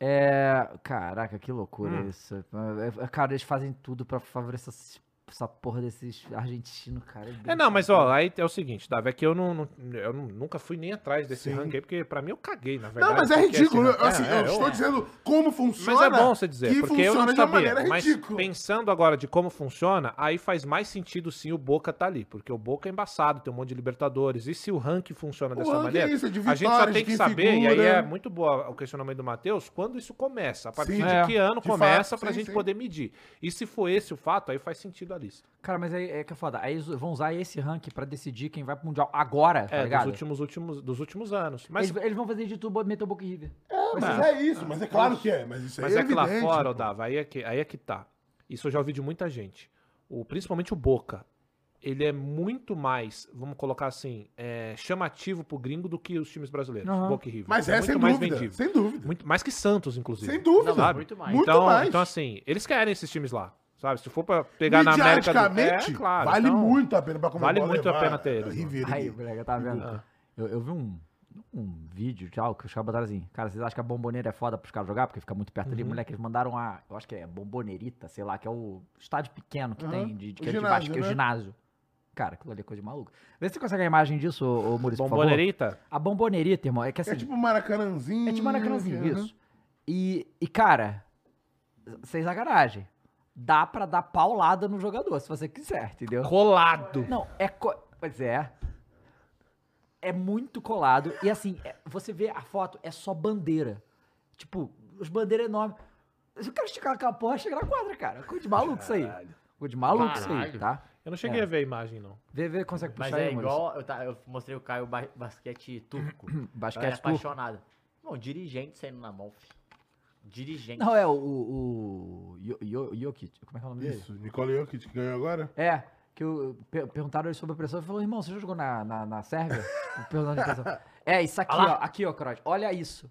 A: É, Caraca, que loucura
C: Hum.
A: isso. É, é, Cara, eles fazem tudo pra favorecer esses- essa porra desses argentinos, cara.
C: É, não, mas ó, aí é o seguinte, Davi, é que eu, não, não- eu não- nunca fui nem atrás desse ranking aí, porque pra mim eu caguei, na verdade.
B: Não, mas é
C: porque esse
B: ridículo.
C: ranking-
B: eu- assim,
C: é,
B: eu
C: eu-
B: estou dizendo como
C: Mas é
B: funciona.
C: bom você dizer,
B: que
C: porque eu
B: funciona
C: não
B: de uma
C: sabia.
B: maneira
C: Mas
B: ridícula.
C: pensando agora de como funciona, aí faz mais sentido sim o Boca tá ali, porque o Boca é embaçado, tem um monte de Libertadores. E se o ranking funciona dessa
B: ranking é
C: maneira,
B: isso, é de
C: a gente só
B: vitórias,
C: tem
B: de
C: que
B: quem
C: saber, e aí
B: figura.
C: é muito boa o questionamento do Matheus, quando isso começa, a partir
B: Sim.
C: de
A: É,
C: que ano
B: de
C: começa
B: fato,
C: pra
B: sim,
C: gente
B: sim.
C: poder medir. E se for esse o fato, aí faz sentido a lista.
A: Cara, mas aí é que é foda. Aí eles vão usar esse ranking pra decidir quem vai pro Mundial agora, tá
C: é, dos
A: ligado?
C: últimos, últimos, dos últimos anos. Mas,
A: Eles, eles vão fazer de tudo, meter o Boca e River.
B: É, mas é isso, mas é claro que é. Mas isso aí
C: mas é que lá
B: evidente,
C: fora,
B: pô.
C: Odava, aí é que, aí é que tá. Isso eu já ouvi de muita gente. O, principalmente o Boca. Ele é muito mais, vamos colocar assim, é, chamativo pro gringo do que os times brasileiros.
A: Aham.
C: Boca e River.
B: Mas é,
C: muito
B: sem
C: mais
B: dúvida.
C: vendível.
B: Sem dúvida.
C: Muito, mais que Santos, inclusive.
B: Sem dúvida.
D: Não,
C: Sabe?
D: muito mais.
B: Muito
C: então,
B: mais.
C: então, assim, eles querem esses times lá. Sabe? Se for pra pegar na América do
B: Mediaticamente,
C: É, claro,
B: vale
C: então-
B: muito a pena pra comer
C: vale muito a pena ter
B: É,
C: eles,
A: Aí, moleque, tá vendo?
C: ah,
A: Eu, eu vi um, um vídeo tal, que os caras botaram assim, cara, vocês acham que a bomboneira é foda pros caras jogar? Porque fica muito perto
B: Uhum.
A: ali. Moleque, eles mandaram a. Eu acho que é bombonerita, sei lá, que é o estádio pequeno que
B: Aham.
A: tem de, de,
B: Uhum. O
A: que é de
B: ginásio,
A: baixo, que é o
B: né?
A: ginásio. Cara, aquilo ali é coisa de maluco. Vê se você consegue a imagem disso, ô, ô Maurício, por favor.
C: Bombonerita?
A: A bombonerita, irmão, é que assim.
B: É tipo Maracanãzinho.
A: É tipo Maracanãzinho,
B: né?
A: isso. E, e, cara, sem sacanagem. Dá pra dar paulada no jogador, se você quiser, entendeu?
C: Colado.
A: Não, é. Co... Pois é. É muito colado. E assim, é- você vê a foto, é só bandeira. Tipo, as bandeiras enormes. Eu quero esticar aquela porra e chegar na quadra, cara. Coisa de maluco isso aí. Coisa de maluco isso aí,
D: Caralho.
A: tá?
C: Eu não cheguei a ver a imagem, não.
A: Vê, vê, consegue puxar
D: Mas
A: aí,
D: é
A: Maurício?
D: igual, eu, tá- eu mostrei o Caio ba- basquete turco.
A: Basquete
D: Galera
A: turco.
D: apaixonada. Bom, dirigente saindo na mão, filho. Dirigente.
A: Não, é o. o, o Yo- Yo- Jokic. Como é que é o nome dele?
B: Isso. Nicole Jokic que ganhou agora.
A: É, que eu, per- perguntaram ele sobre a pressão. Ele falou, irmão, você já jogou na, na, na Sérvia? Perguntando de pressão. É, isso aqui, ó. Aqui, ó, Crote. Olha isso.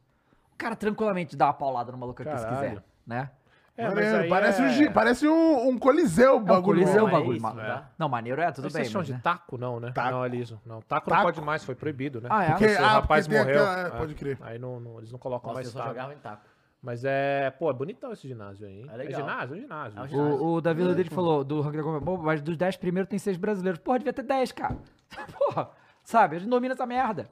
A: O cara tranquilamente dá uma paulada no maluco aqui se
C: Caralho.
A: quiser, né?
F: É, mas
B: Maneiro,
F: aí
B: parece,
F: é-
B: um, gi- parece um, um coliseu o
A: É um
B: bagulho.
A: coliseu
D: não
A: o
D: é
A: bagulho.
D: isso,
A: mano.
D: não dá.
A: Não, maneiro é, tudo
C: Vocês
A: bem.
C: chamam
A: Mas,
C: de
A: né?
C: taco, não, né?
B: Taco.
C: Não, é liso. Não, taco, não
B: Taco.
C: pode mais, foi proibido, né?
A: Ah, é?
B: Porque-
C: Se o
B: ah,
C: rapaz
B: porque tem
C: morreu.
B: aquela-
C: é,
B: pode crer.
C: Aí não, não- eles não colocam
D: Nossa, eu
C: mais
D: só
A: tá.
C: taco.
D: jogava em taco.
C: Mas é, pô, é bonitão esse ginásio aí. hein?
D: É
C: É,
D: legal.
C: ginásio, é ginásio.
D: É um ginásio.
A: O, o Davi Rodrigues falou do Hungry Dragon, "Bom, mas dos 10 primeiros tem 6 brasileiros. Porra, devia ter 10, cara. Porra, sabe? A gente domina essa merda.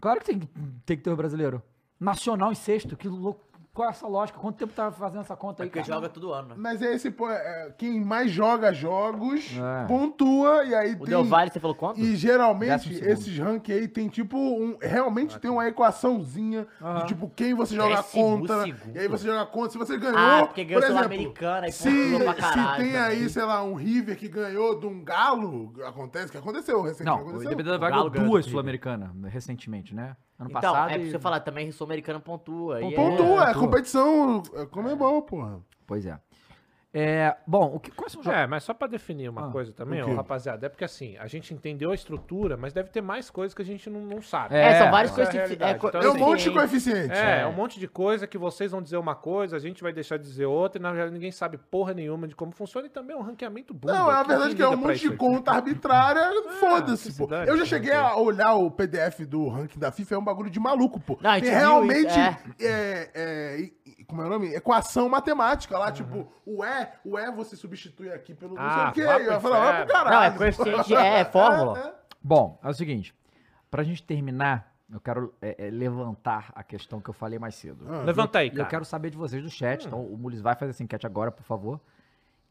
A: Claro que tem, que- tem que ter o brasileiro. Nacional em sexto, que louco. Qual é essa lógica? Quanto tempo tá fazendo essa conta
D: É
A: aí,
D: porque
A: cara?
D: joga todo ano, né?
B: Mas é esse, pô, é, quem mais joga jogos,
A: É.
B: pontua, e aí
D: O
B: tem...
D: Del Valle, é um você falou quanto?
B: E
A: Décimo
B: geralmente
A: segundo.
B: esses rank aí tem tipo um. Realmente tem uma equaçãozinha de tipo quem você joga
D: Décimo
B: contra.
D: segundo?
B: E aí você joga contra. Se você ganhou.
D: Ah, porque ganhou
B: por
D: pela
B: exemplo,
D: Americana e
B: se,
D: pontuou pra
B: se
D: caralho
B: tem aí,
D: também.
B: sei lá, um River que ganhou de um galo, acontece que aconteceu recentemente.
A: Não, o
B: aconteceu.
A: Independente
D: O
A: vai
D: Galo
A: ganhou
D: ganhou
A: duas
D: do River.
A: Sul-Americanas recentemente, né? Ano
D: Então,
A: passado.
D: é pra
A: e-
D: você falar, também sul-americano pontua. e é-
B: Pontua, é,
A: pontua.
B: competição. É, como é bom, porra.
A: Pois é. É, Bom, o que, quais são os jogos?
C: É, mas só pra definir uma
A: Ah,
C: coisa também,
B: o
C: ó,
B: quê?
C: rapaziada, é porque assim, a gente entendeu a estrutura, mas deve ter mais coisas que a gente não, não sabe.
A: É,
D: É, são várias
C: essa
D: coisas
C: é a
D: que...
C: realidade.
D: co-
C: Então,
B: É um
C: assim,
B: monte de
D: tem-
B: coeficiente.
C: É, é um monte de coisa que vocês vão dizer uma coisa, a gente vai deixar de dizer outra, e na verdade ninguém sabe porra nenhuma de como funciona, e também é um ranqueamento bom.
B: Não, é a verdade que é um monte de conta arbitrária,
C: que
B: foda-se,
C: se
B: pô.
C: dane,
B: Eu já
C: que
B: cheguei
C: se dane.
B: a olhar o PDF do ranking da FIFA, é um bagulho de maluco, pô.
D: Não, a
B: Tem
D: gente viu
B: realmente,
D: isso, é.
B: é, é, e- e- como é o nome? Equação matemática lá, tipo, o E, o E você substitui aqui pelo
C: Ah,
B: não sei o
C: vá
B: quê,
C: pro
B: e vai falar, vai pro
C: inferno.
B: caralho.
D: Não, é coeficiente, é, é fórmula.
B: né?
A: Bom, é o seguinte. Pra gente terminar, eu quero é, é, levantar a questão que eu falei mais
C: Ah,
A: cedo.
C: Levanta aí,
A: E eu
C: cara.
A: quero saber de vocês do
C: Hum.
A: chat, então o Mules vai fazer essa enquete agora, por favor.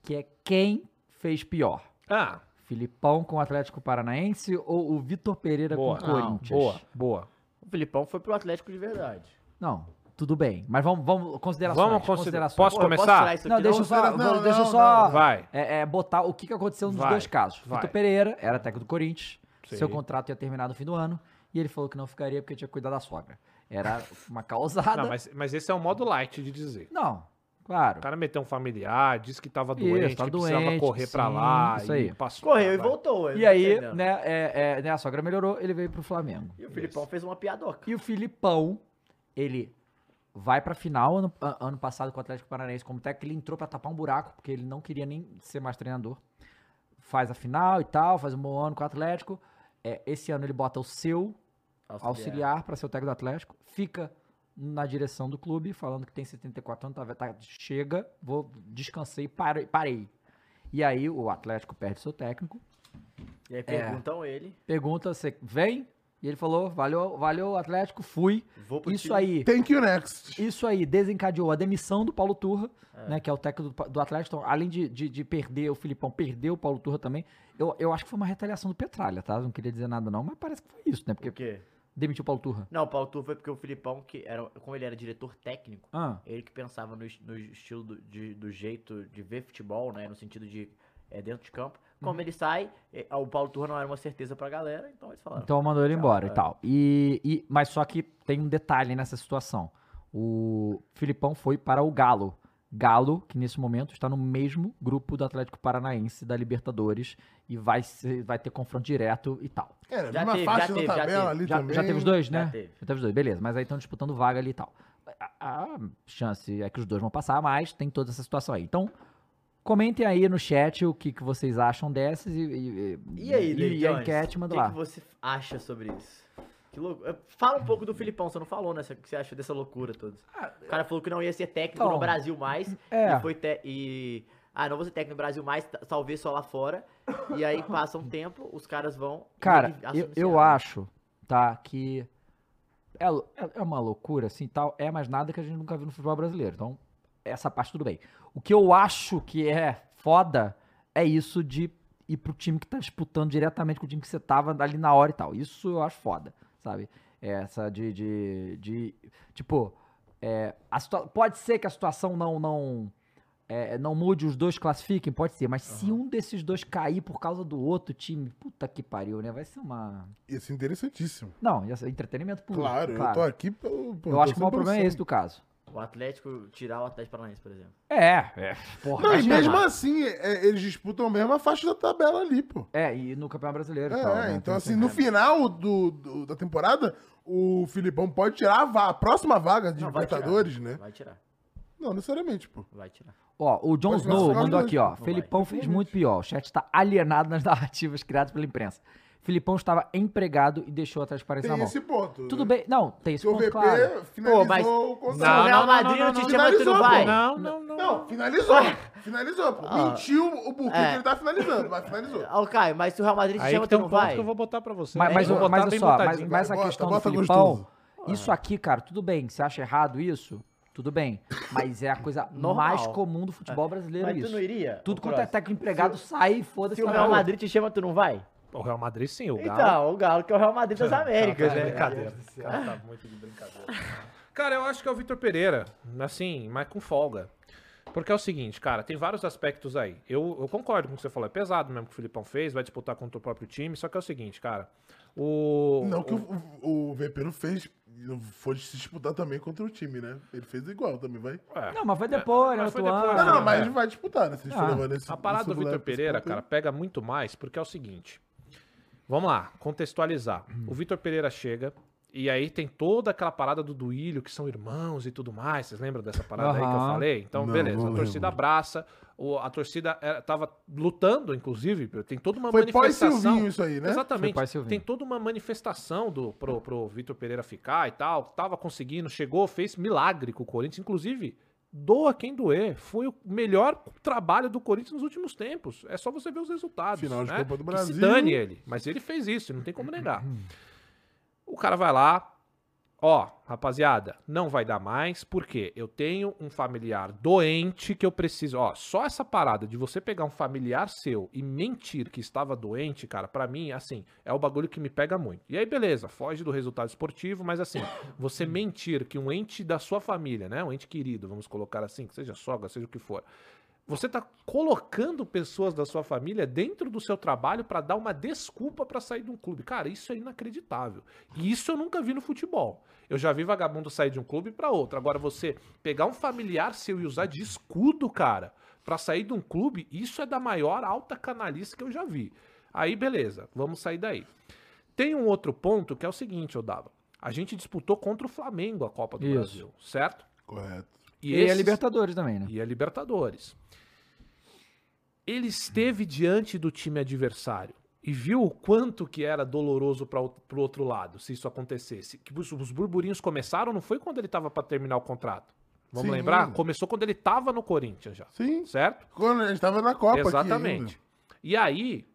A: Que é quem fez pior?
C: Ah,
A: Filipão com o Atlético Paranaense ou o Vitor Pereira
C: Boa.
A: com o
D: Não,
A: Corinthians?
C: Ah, boa, boa.
D: O Filipão foi pro Atlético de verdade.
A: Não, tudo bem. Mas vamos, vamos considerações.
C: Vamos considerar.
A: considerações.
C: Posso
D: Pô, eu
C: começar?
D: tirar isso
A: Não,
D: aqui,
A: deixa eu só, vou-
B: Não, não,
A: deixa eu
B: não,
D: Ah,
A: só
C: Vai.
A: é, é, botar o que, que aconteceu nos
C: Vai,
A: dois casos.
C: vai.
A: Vitor Pereira era técnico do Corinthians,
C: Sim.
A: seu contrato ia terminar no fim do ano, e ele falou que não ficaria porque tinha que cuidar da sogra. Era uma causada.
C: Não, mas, mas esse é um modo light de dizer.
A: Não, claro.
C: O cara meteu um familiar, disse que tava
A: Isso,
C: doente,
A: tava
C: que precisava
A: doente,
C: correr pra
A: sim,
C: lá.
A: isso aí.
C: E passou.
D: Correu e
C: Vai.
D: voltou. eu
A: E
D: não tô
A: aí,
D: entendendo.
A: né, é- é, né, a sogra melhorou, ele veio pro Flamengo.
D: E o Filipão fez uma piadoca.
A: E o Filipão, ele vai pra final ano, a- ano passado com o Atlético Paranaense como técnico, ele entrou pra tapar um buraco, porque ele não queria nem ser mais treinador. Faz a final e tal, faz um bom ano com o Atlético. É, esse ano ele bota o seu
D: é
A: auxiliar pra ser o técnico do Atlético, fica na direção do clube, falando que tem 74 anos, tá, tá- chega, vou descansei, parei, parei. E aí o Atlético perde seu técnico,
D: E aí perguntam ele.
A: pergunta se vem, e ele falou, valeu, valeu Atlético, fui.
D: Vou pro
A: Isso
D: time.
A: aí,
B: Thank you, next.
A: isso aí desencadeou a demissão do Paulo Turra, né, que é o técnico do, Pa- do Atlético. Então, além de, de, de perder o Filipão, perdeu o Paulo Turra também. Eu, eu acho que foi uma retaliação do Petralha, tá? Não queria dizer nada não, mas parece que foi isso, né?
D: O
A: Porque
D: quê?
A: demitiu o Paulo Turra.
D: Não, o Paulo Turra foi porque o Filipão, que era, como ele era diretor técnico,
A: Ah,
D: ele que pensava no, es- no estilo do, de- do jeito de ver futebol, né? No sentido de é, dentro de campo.
A: Uhum.
D: Como ele sai, eh, o Paulo Turra não era uma certeza pra galera, então eles falaram.
A: então mandou ele
D: Tchau,
A: embora
D: é.
A: e tal. E, e, mas só que tem um detalhe nessa situação. O Filipão foi para o Galo. Galo, que nesse momento está no mesmo grupo do Atlético Paranaense da Libertadores e vai, ser- vai ter confronto direto e tal.
B: Era
D: Já
B: uma
D: teve, já
B: faixa
D: teve, já
B: da tabela
D: teve.
B: ali
A: Já,
B: também.
A: já teve os dois,
D: Já
A: né?
D: teve.
A: Já teve os dois, beleza. Mas aí estão disputando vaga ali e tal. A, a chance é que os dois vão passar, mas tem toda essa situação aí. Então, comentem aí no chat o que, que vocês acham dessas e, e,
D: E aí, David
A: e a
D: Jones,
A: enquete manda
D: O que,
A: lá.
D: que você acha sobre isso? Que louco. Eh, Fala um pouco do Filipão, você não falou, né? O que você achou dessa loucura toda? O cara falou que não ia ser técnico
A: Ah, Então,
D: no Brasil mais.
A: é.
D: E foi te- e- Ah, não vou ser técnico no Brasil mais, ta- talvez só lá fora. E aí passa um tempo, os caras vão. e
A: Cara,
D: ele assume
A: eu,
D: o
A: eu
D: Ceará.
A: acho, tá, que é, lou- é- é uma loucura, assim, tal. É mais nada que a gente nunca viu no futebol brasileiro. Então, essa parte tudo bem. O que eu acho que é foda é isso de ir pro time que tá disputando diretamente com o time que você tava ali na hora e tal. Isso eu acho foda, sabe? É Essa de. de, de tipo, é, a situa- pode ser que a situação não. não é, não mude, os dois classifiquem, pode ser, mas se um desses dois cair por causa do outro time, puta que pariu, né? Vai ser uma.
B: Isso é interessantíssimo.
A: Não, ia ser entretenimento puro.
B: Claro, eu tô aqui pelo.
A: Eu acho que o maior problema é esse do caso.
D: O Atlético tirar o Atlético Paranaense, por exemplo.
A: É, é. Porra,
B: Não,
A: vai
B: e
A: chamar.
B: mesmo assim, é, eles disputam mesmo a faixa da tabela ali, pô.
A: É, e no Campeonato Brasileiro. e
B: É,
A: tal, né?
B: então assim, no final do, do- da temporada, o Filipão pode tirar a, va- a próxima vaga de
D: Não, vai
B: Libertadores, né?
D: Vai tirar.
B: Não, necessariamente, pô.
D: Vai tirar.
A: Ó, o Jon
B: Pode
A: Snow mandou
B: classificar os dois.
A: aqui, ó.
B: Não
D: vai.
A: Felipão fez muito pior. O chat tá alienado nas narrativas criadas pela imprensa. Filipão estava empregado e deixou a transparência na
B: Tem
A: mão.
B: esse ponto.
A: Tudo
B: né?
A: bem. Não, tem esse
B: Porque o
A: ponto,
B: VP
A: claro.
B: finalizou
D: Pô, mas-
B: o
D: Se o
B: contrato.
D: Real Madrid não, te chama, tu não
B: finalizou,
D: vai?
B: pô.
C: Não, não, não.
B: Não, finalizou. Finalizou, pô.
D: Ah.
B: Mentiu o porquê
D: É.
B: que ele tá finalizando, mas finalizou.
D: Ó, Caio, mas se o Real Madrid te
C: Aí
D: chama,
C: que
D: tu
C: tem
D: não
C: um ponto
D: vai?
C: que É, eu vou botar pra você.
A: Mas, mas,
C: Vou botar
A: mas olha
C: bem
A: só, mas,
C: botadinho,
A: mas a
C: vai.
B: Bota,
A: questão
B: bota
A: do Filipão,
B: gostoso.
A: isso aqui, cara, tudo bem. Você acha errado isso? Tudo bem. Mas é a coisa
D: Normal.
A: mais comum do futebol brasileiro
D: Mas tu
A: isso.
D: não iria?
A: Tudo
D: ô,
A: quanto é
D: Cross?
A: técnico empregado sai e foda-se.
D: Se o
A: tá
D: Real
A: maluco.
D: Madrid te chama, tu não vai?
C: O Real Madrid sim, o Galo.
D: Então, o Galo que é o Real Madrid das Américas,
C: Tá de
D: né?
C: Brincadeira. Cara, tá muito de brincadeira. Cara, eu acho que é o Vitor Pereira, assim, mas com folga. Porque é o seguinte, cara, tem vários aspectos aí. Eu, eu concordo com o que você falou, é pesado mesmo que o Filipão fez, vai disputar contra o próprio time, só que é o seguinte, cara, o...
B: Não
C: o-
B: que o, o, o VP não fez, não foi se disputar também contra o time, né? Ele fez igual também, vai.
C: é,
A: Não, mas vai depois, né?
C: Mas foi
A: outro
C: depois,
A: ano.
B: Não,
C: Ah,
B: não, mas vai disputar, né? Se a gente
A: Ah,
B: for levar nesse,
C: A parada
B: nesse
C: do Vitor
B: lado,
C: Pereira,
B: esse ponto
C: cara,
B: aí.
C: pega muito mais porque é o seguinte. Vamos lá, contextualizar. O Vitor Pereira chega e aí tem toda aquela parada do Duílio, que são irmãos e tudo mais. Vocês lembram dessa parada aí que eu
A: Aham.
C: falei? Então,
B: Não,
C: beleza.
B: não
C: a torcida
B: lembro.
C: abraça. o- a torcida eh, tava lutando, inclusive. Tem toda uma
B: Foi
C: manifestação.
B: pós-Silvinho isso aí, né?
A: Foi
C: Exatamente.
A: quase Silvinho.
C: Tem toda uma manifestação do, pro, pro Vitor Pereira ficar e tal. Tava conseguindo, chegou, fez milagre com o Corinthians. Inclusive, doa quem doer. Foi o melhor trabalho do Corinthians nos últimos tempos. É só você ver os resultados.
B: Final de
C: né?
B: Copa do
C: Que
B: Brasil. Uhum.
C: se dane ele. Mas ele fez isso, não tem como negar. O cara vai lá. Ó, rapaziada, não vai dar mais, porque eu tenho um familiar doente que eu preciso. Ó, só essa parada de você pegar um familiar seu e mentir que estava doente, cara, pra mim, assim, é o bagulho que me pega muito. E aí, beleza, foge do resultado esportivo, mas assim, você mentir que um ente da sua família, né, um ente querido, vamos colocar assim, que seja sogra, seja o que for, você tá colocando pessoas da sua família dentro do seu trabalho pra dar uma desculpa pra sair de um clube. Cara, isso é inacreditável. E isso eu nunca vi no futebol. Eu já vi vagabundo sair de um clube pra outro. Agora você pegar um familiar seu e usar de escudo, cara, pra sair de um clube, isso é da maior alta canalice que eu já vi. Aí beleza, vamos sair daí. Tem um outro ponto que é o seguinte, Odava. A gente disputou contra o Flamengo a Copa do
A: Isso.
C: Brasil, certo?
B: Correto.
A: E é
C: esses-
A: Libertadores também, né?
C: e a Libertadores. Ele esteve diante do time adversário e viu o quanto que era doloroso para o outro lado, se isso acontecesse. Que os, os burburinhos começaram, não foi quando ele estava para terminar o contrato. Vamos
B: Sim.
C: lembrar? Começou quando ele estava no Corinthians já,
B: Sim.
C: certo?
B: Quando a gente tava na Copa aqui
C: Exatamente.
B: ainda.
C: E aí,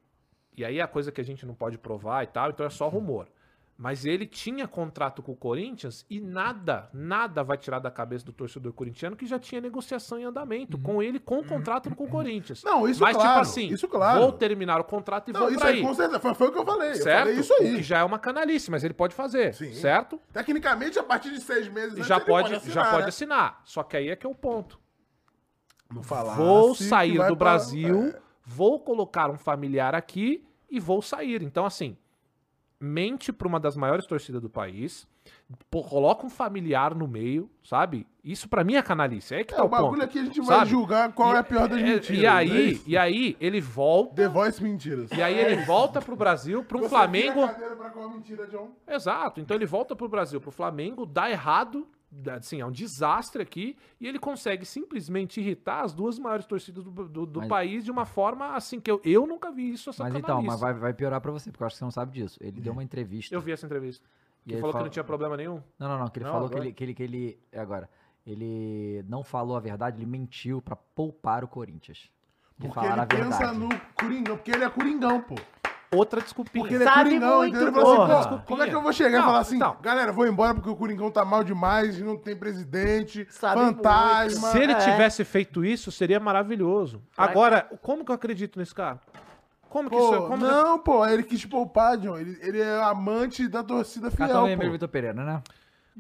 C: e aí é a coisa que a gente não pode provar e tal, então é só rumor. Mas ele tinha contrato com o Corinthians e nada, nada vai tirar da cabeça do torcedor corintiano que já tinha negociação em andamento com ele com o contrato com o Corinthians.
B: Uhum. Não, isso
C: Mas
B: claro,
C: tipo assim,
B: isso claro.
C: vou terminar o contrato e
B: Não,
C: vou
B: isso
C: pra
B: aí,
C: aí.
B: com certeza. Foi, foi o que eu falei. Eu
C: certo?
B: falei isso
C: O que
B: aí.
C: já é uma canalice, mas ele pode fazer,
B: Sim.
C: certo?
B: Tecnicamente, a partir de seis meses.
C: E
B: antes,
C: já
B: ele
C: pode, já
B: assinar,
C: pode
B: né?
C: assinar. Só que aí é que é o ponto.
B: Não falasse
C: vou
B: que
C: sair
B: vai
C: do
B: pra- É,
C: Brasil, vou colocar um familiar aqui e vou sair. Então, assim, mente para uma das maiores torcidas do país, pô, coloca um familiar no meio, sabe? Isso pra mim é canalice. É aí que
B: É,
C: tá
B: o
C: o ponto.
B: bagulho aqui a gente vai
C: sabe?
B: julgar qual é a pior das
C: É,
B: mentiras.
C: e
B: não é
C: aí,
B: isso?
C: e aí ele volta,
B: The Voice Mentiras.
C: e aí ele volta pro Brasil, para um
B: Você
C: Flamengo.
B: vira a cadeira pra qual mentira, John?
C: Exato. Então ele volta pro Brasil, pro Flamengo, dá errado, dá- assim, é um desastre aqui, e ele consegue simplesmente irritar as duas maiores torcidas do, do- do
A: Mas-
C: país de uma forma assim que eu, eu nunca vi isso essa
A: Mas então, mas vai, vai piorar pra você, porque eu acho que você não sabe disso. Ele deu uma entrevista.
C: Eu vi essa entrevista.
A: E
C: Ele
A: aí
C: falou
A: fala-
C: que não tinha problema nenhum.
A: Não, não, não. Que ele
D: Não,
A: falou
D: agora.
A: que ele, que ele, que ele. É agora. Ele não falou a verdade, ele mentiu pra poupar o Corinthians. De
B: Porque
A: falar a
B: ele pensa
A: verdade.
B: no Coringão, porque ele é Coringão, pô.
C: Outra desculpinha.
B: Porque ele é
D: Sabe
B: Coringão,
D: muito,
B: entendeu? Ele falou assim,
D: porra.
B: pô, como é que eu vou chegar e
C: Não,
B: falar assim,
C: então.
B: galera, vou embora porque o Coringão tá mal demais, não tem presidente,
D: Sabe
B: fantasma.
C: Se ele
D: É.
C: tivesse feito isso, seria maravilhoso.
D: Será
C: Agora, como que eu acredito nesse cara? Como que
B: Pô,
C: isso é? Como que-
B: não, pô, ele quis poupar, John. Ele, ele é amante da torcida
A: Cada
B: fiel,
A: também lembra do
B: pô.
A: Vitor Pereira, né?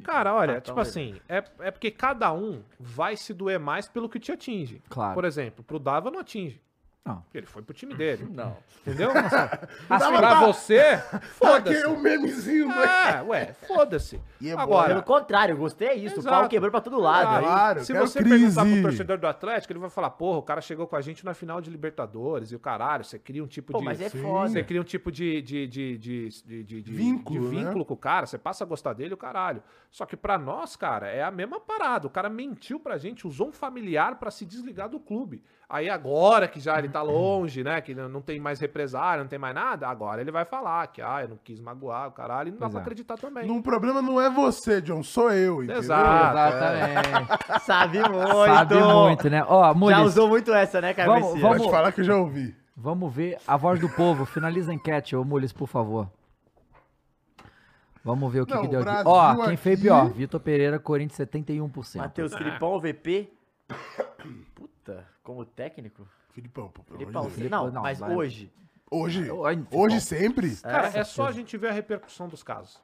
C: Cara,
A: tá,
C: olha,
D: Ah, então
C: tipo assim, é, é porque cada um vai se doer mais pelo que te atinge.
A: Claro.
C: Por exemplo, pro Dava não atinge.
A: Não.
C: Ele foi pro time dele.
D: Não.
C: Entendeu?
B: Assim,
C: pra
B: tá-
C: você,
B: Aqui
C: foda-se.
B: é o memezinho, né?
C: É, ué, foda-se.
B: E é boa,
C: Agora,
D: Pelo contrário, eu gostei disso. O pau
C: Exato. Ah,
D: quebrou pra todo lado. é
C: Aí,
D: aí.
B: Claro,
C: se
B: quero
C: você perguntar
B: crise.
C: pro torcedor do Atlético, ele vai falar, porra, o cara chegou com a gente na final de Libertadores e o caralho, você cria um tipo
D: Pô,
C: de.
D: mas é
B: sim.
D: foda.
C: Você cria um tipo de, de, de, de, de- de- de-
B: Vínculo,
C: de vínculo com o cara, você passa a gostar dele, o caralho. Só que pra nós, cara, é a mesma parada. O cara mentiu pra gente, usou um familiar pra se desligar do clube. Aí agora que já ele tá longe, né, que não não tem mais represário, não tem mais nada, agora ele vai falar que, ah, eu não quis magoar o caralho, e não dá
A: Pois
C: pra
A: é.
C: acreditar também.
B: Não, o problema não é você, John, sou eu, entendeu?
C: Exato.
A: Exatamente.
D: Sabe muito.
A: Sabe muito, né? Ó,
D: então, Já
A: Mules,
D: usou muito essa, né, Caio
A: Vamos-
D: Messias?
B: Pode
A: Vamos-
B: falar que eu já ouvi.
A: vamos ver a voz do povo. Finaliza a enquete, ô Mules, por favor. Vamos ver o que,
B: Não,
A: que
B: o
A: deu aqui.
B: Brasil
A: Ó, quem fez
B: aqui-
A: pior? Vitor Pereira, Corinthians, 71%.
D: Matheus Filipão, VP. Puta, como técnico?
B: Filipão, pô, pelo
D: Filipão,
B: amor de Deus.
A: Filipão,
D: não,
A: não,
D: mas
A: vai.
D: hoje.
B: Hoje,
A: Ai, Filipão.
B: hoje sempre.
C: Cara,
A: Essa
C: é só a
A: coisa.
C: gente ver a repercussão dos casos.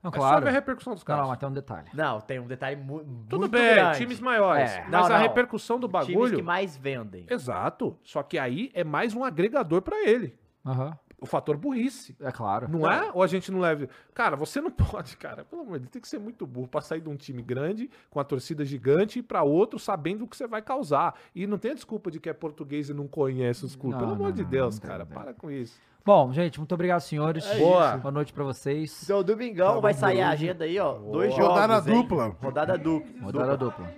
A: Não,
C: É só
A: claro.
C: ver a repercussão dos
A: Não,
C: casos.
A: não, mas tem um detalhe.
D: Não, tem um detalhe mu
C: Tudo
D: muito
C: bem,
D: grande.
C: times maiores.
A: É.
C: Mas
D: Não,
C: a
D: não.
C: repercussão do
D: Times
C: bagulho.
D: que mais vendem.
C: Exato. Só que aí é mais um agregador pra ele.
A: Aham,
C: O fator burrice.
A: É claro.
C: Não é? Ou a gente não leva. Cara, você não pode, cara. Pelo amor de Deus, tem que ser muito burro pra sair de um time grande, com a torcida gigante, e pra outro sabendo o que você vai causar. E não tem desculpa de que é português e não conhece os clubes.
A: Não,
C: Pelo amor
A: não,
C: de
A: não,
C: Deus,
A: não tem,
C: cara.
A: não tem.
C: Para com isso.
A: Bom, gente, muito obrigado, senhores.
D: É
C: Boa. isso.
A: Boa noite pra vocês.
D: Então, domingão vai sair a
B: hoje.
D: agenda aí, ó. Dois jogos.
B: Rodada
D: hein?
B: dupla.
D: Rodada dupla.
A: Rodada dupla.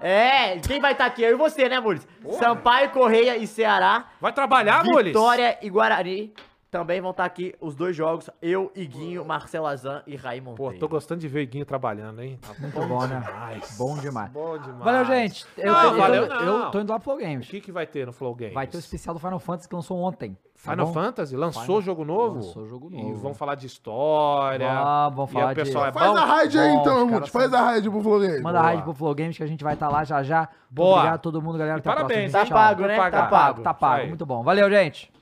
D: É, quem vai estar aqui? Eu e você, né, Mules? Sampaio, Correia e Ceará.
C: Vai trabalhar, Ah, Mules?
D: Vitória e Guarani. Também vão estar aqui os dois jogos. Eu, Iguinho, Marcelo Azan e Raí
C: Pô,
D: Monteiro.
C: tô gostando de ver o Guinho trabalhando, hein? Tá
A: Muito bom, né?
C: demais.
A: Bom demais.
C: Bom demais.
A: Valeu, gente. Eu,
C: Não,
A: tô,
C: valeu,
A: eu, tô,
C: não.
A: eu tô indo lá pro Flow
C: O
A: Games.
C: que, que é vai ter no Flow Games?
A: Vai ter o especial do Final Fantasy que lançou ontem. tá
C: Final
A: bom?
C: Fantasy? Lançou
A: Final-
C: jogo novo?
A: lançou jogo
C: E
A: novo.
C: vão falar de história.
A: Vamos, vamos
C: e
A: falar
C: aí o pessoal
A: de-
C: é
B: Faz
C: bom?
B: a raid aí
A: Bom,
B: então,
A: os
B: Amut.
A: caras
B: Faz
A: são-
B: a raid pro Flamengo.
A: Manda
C: Boa.
A: raid pro Flow Games que a gente vai estar lá já já. Muito
C: Boa.
A: Obrigado a todo mundo, galera.
C: E
A: Até a
C: parabéns,
A: próxima.
D: Tá
A: Tchau.
D: pago, né? Tá
C: Pagar.
A: Tá pago,
D: pago.
A: tá
C: Isso
A: pago.
C: aí.
A: Muito bom. Valeu, gente.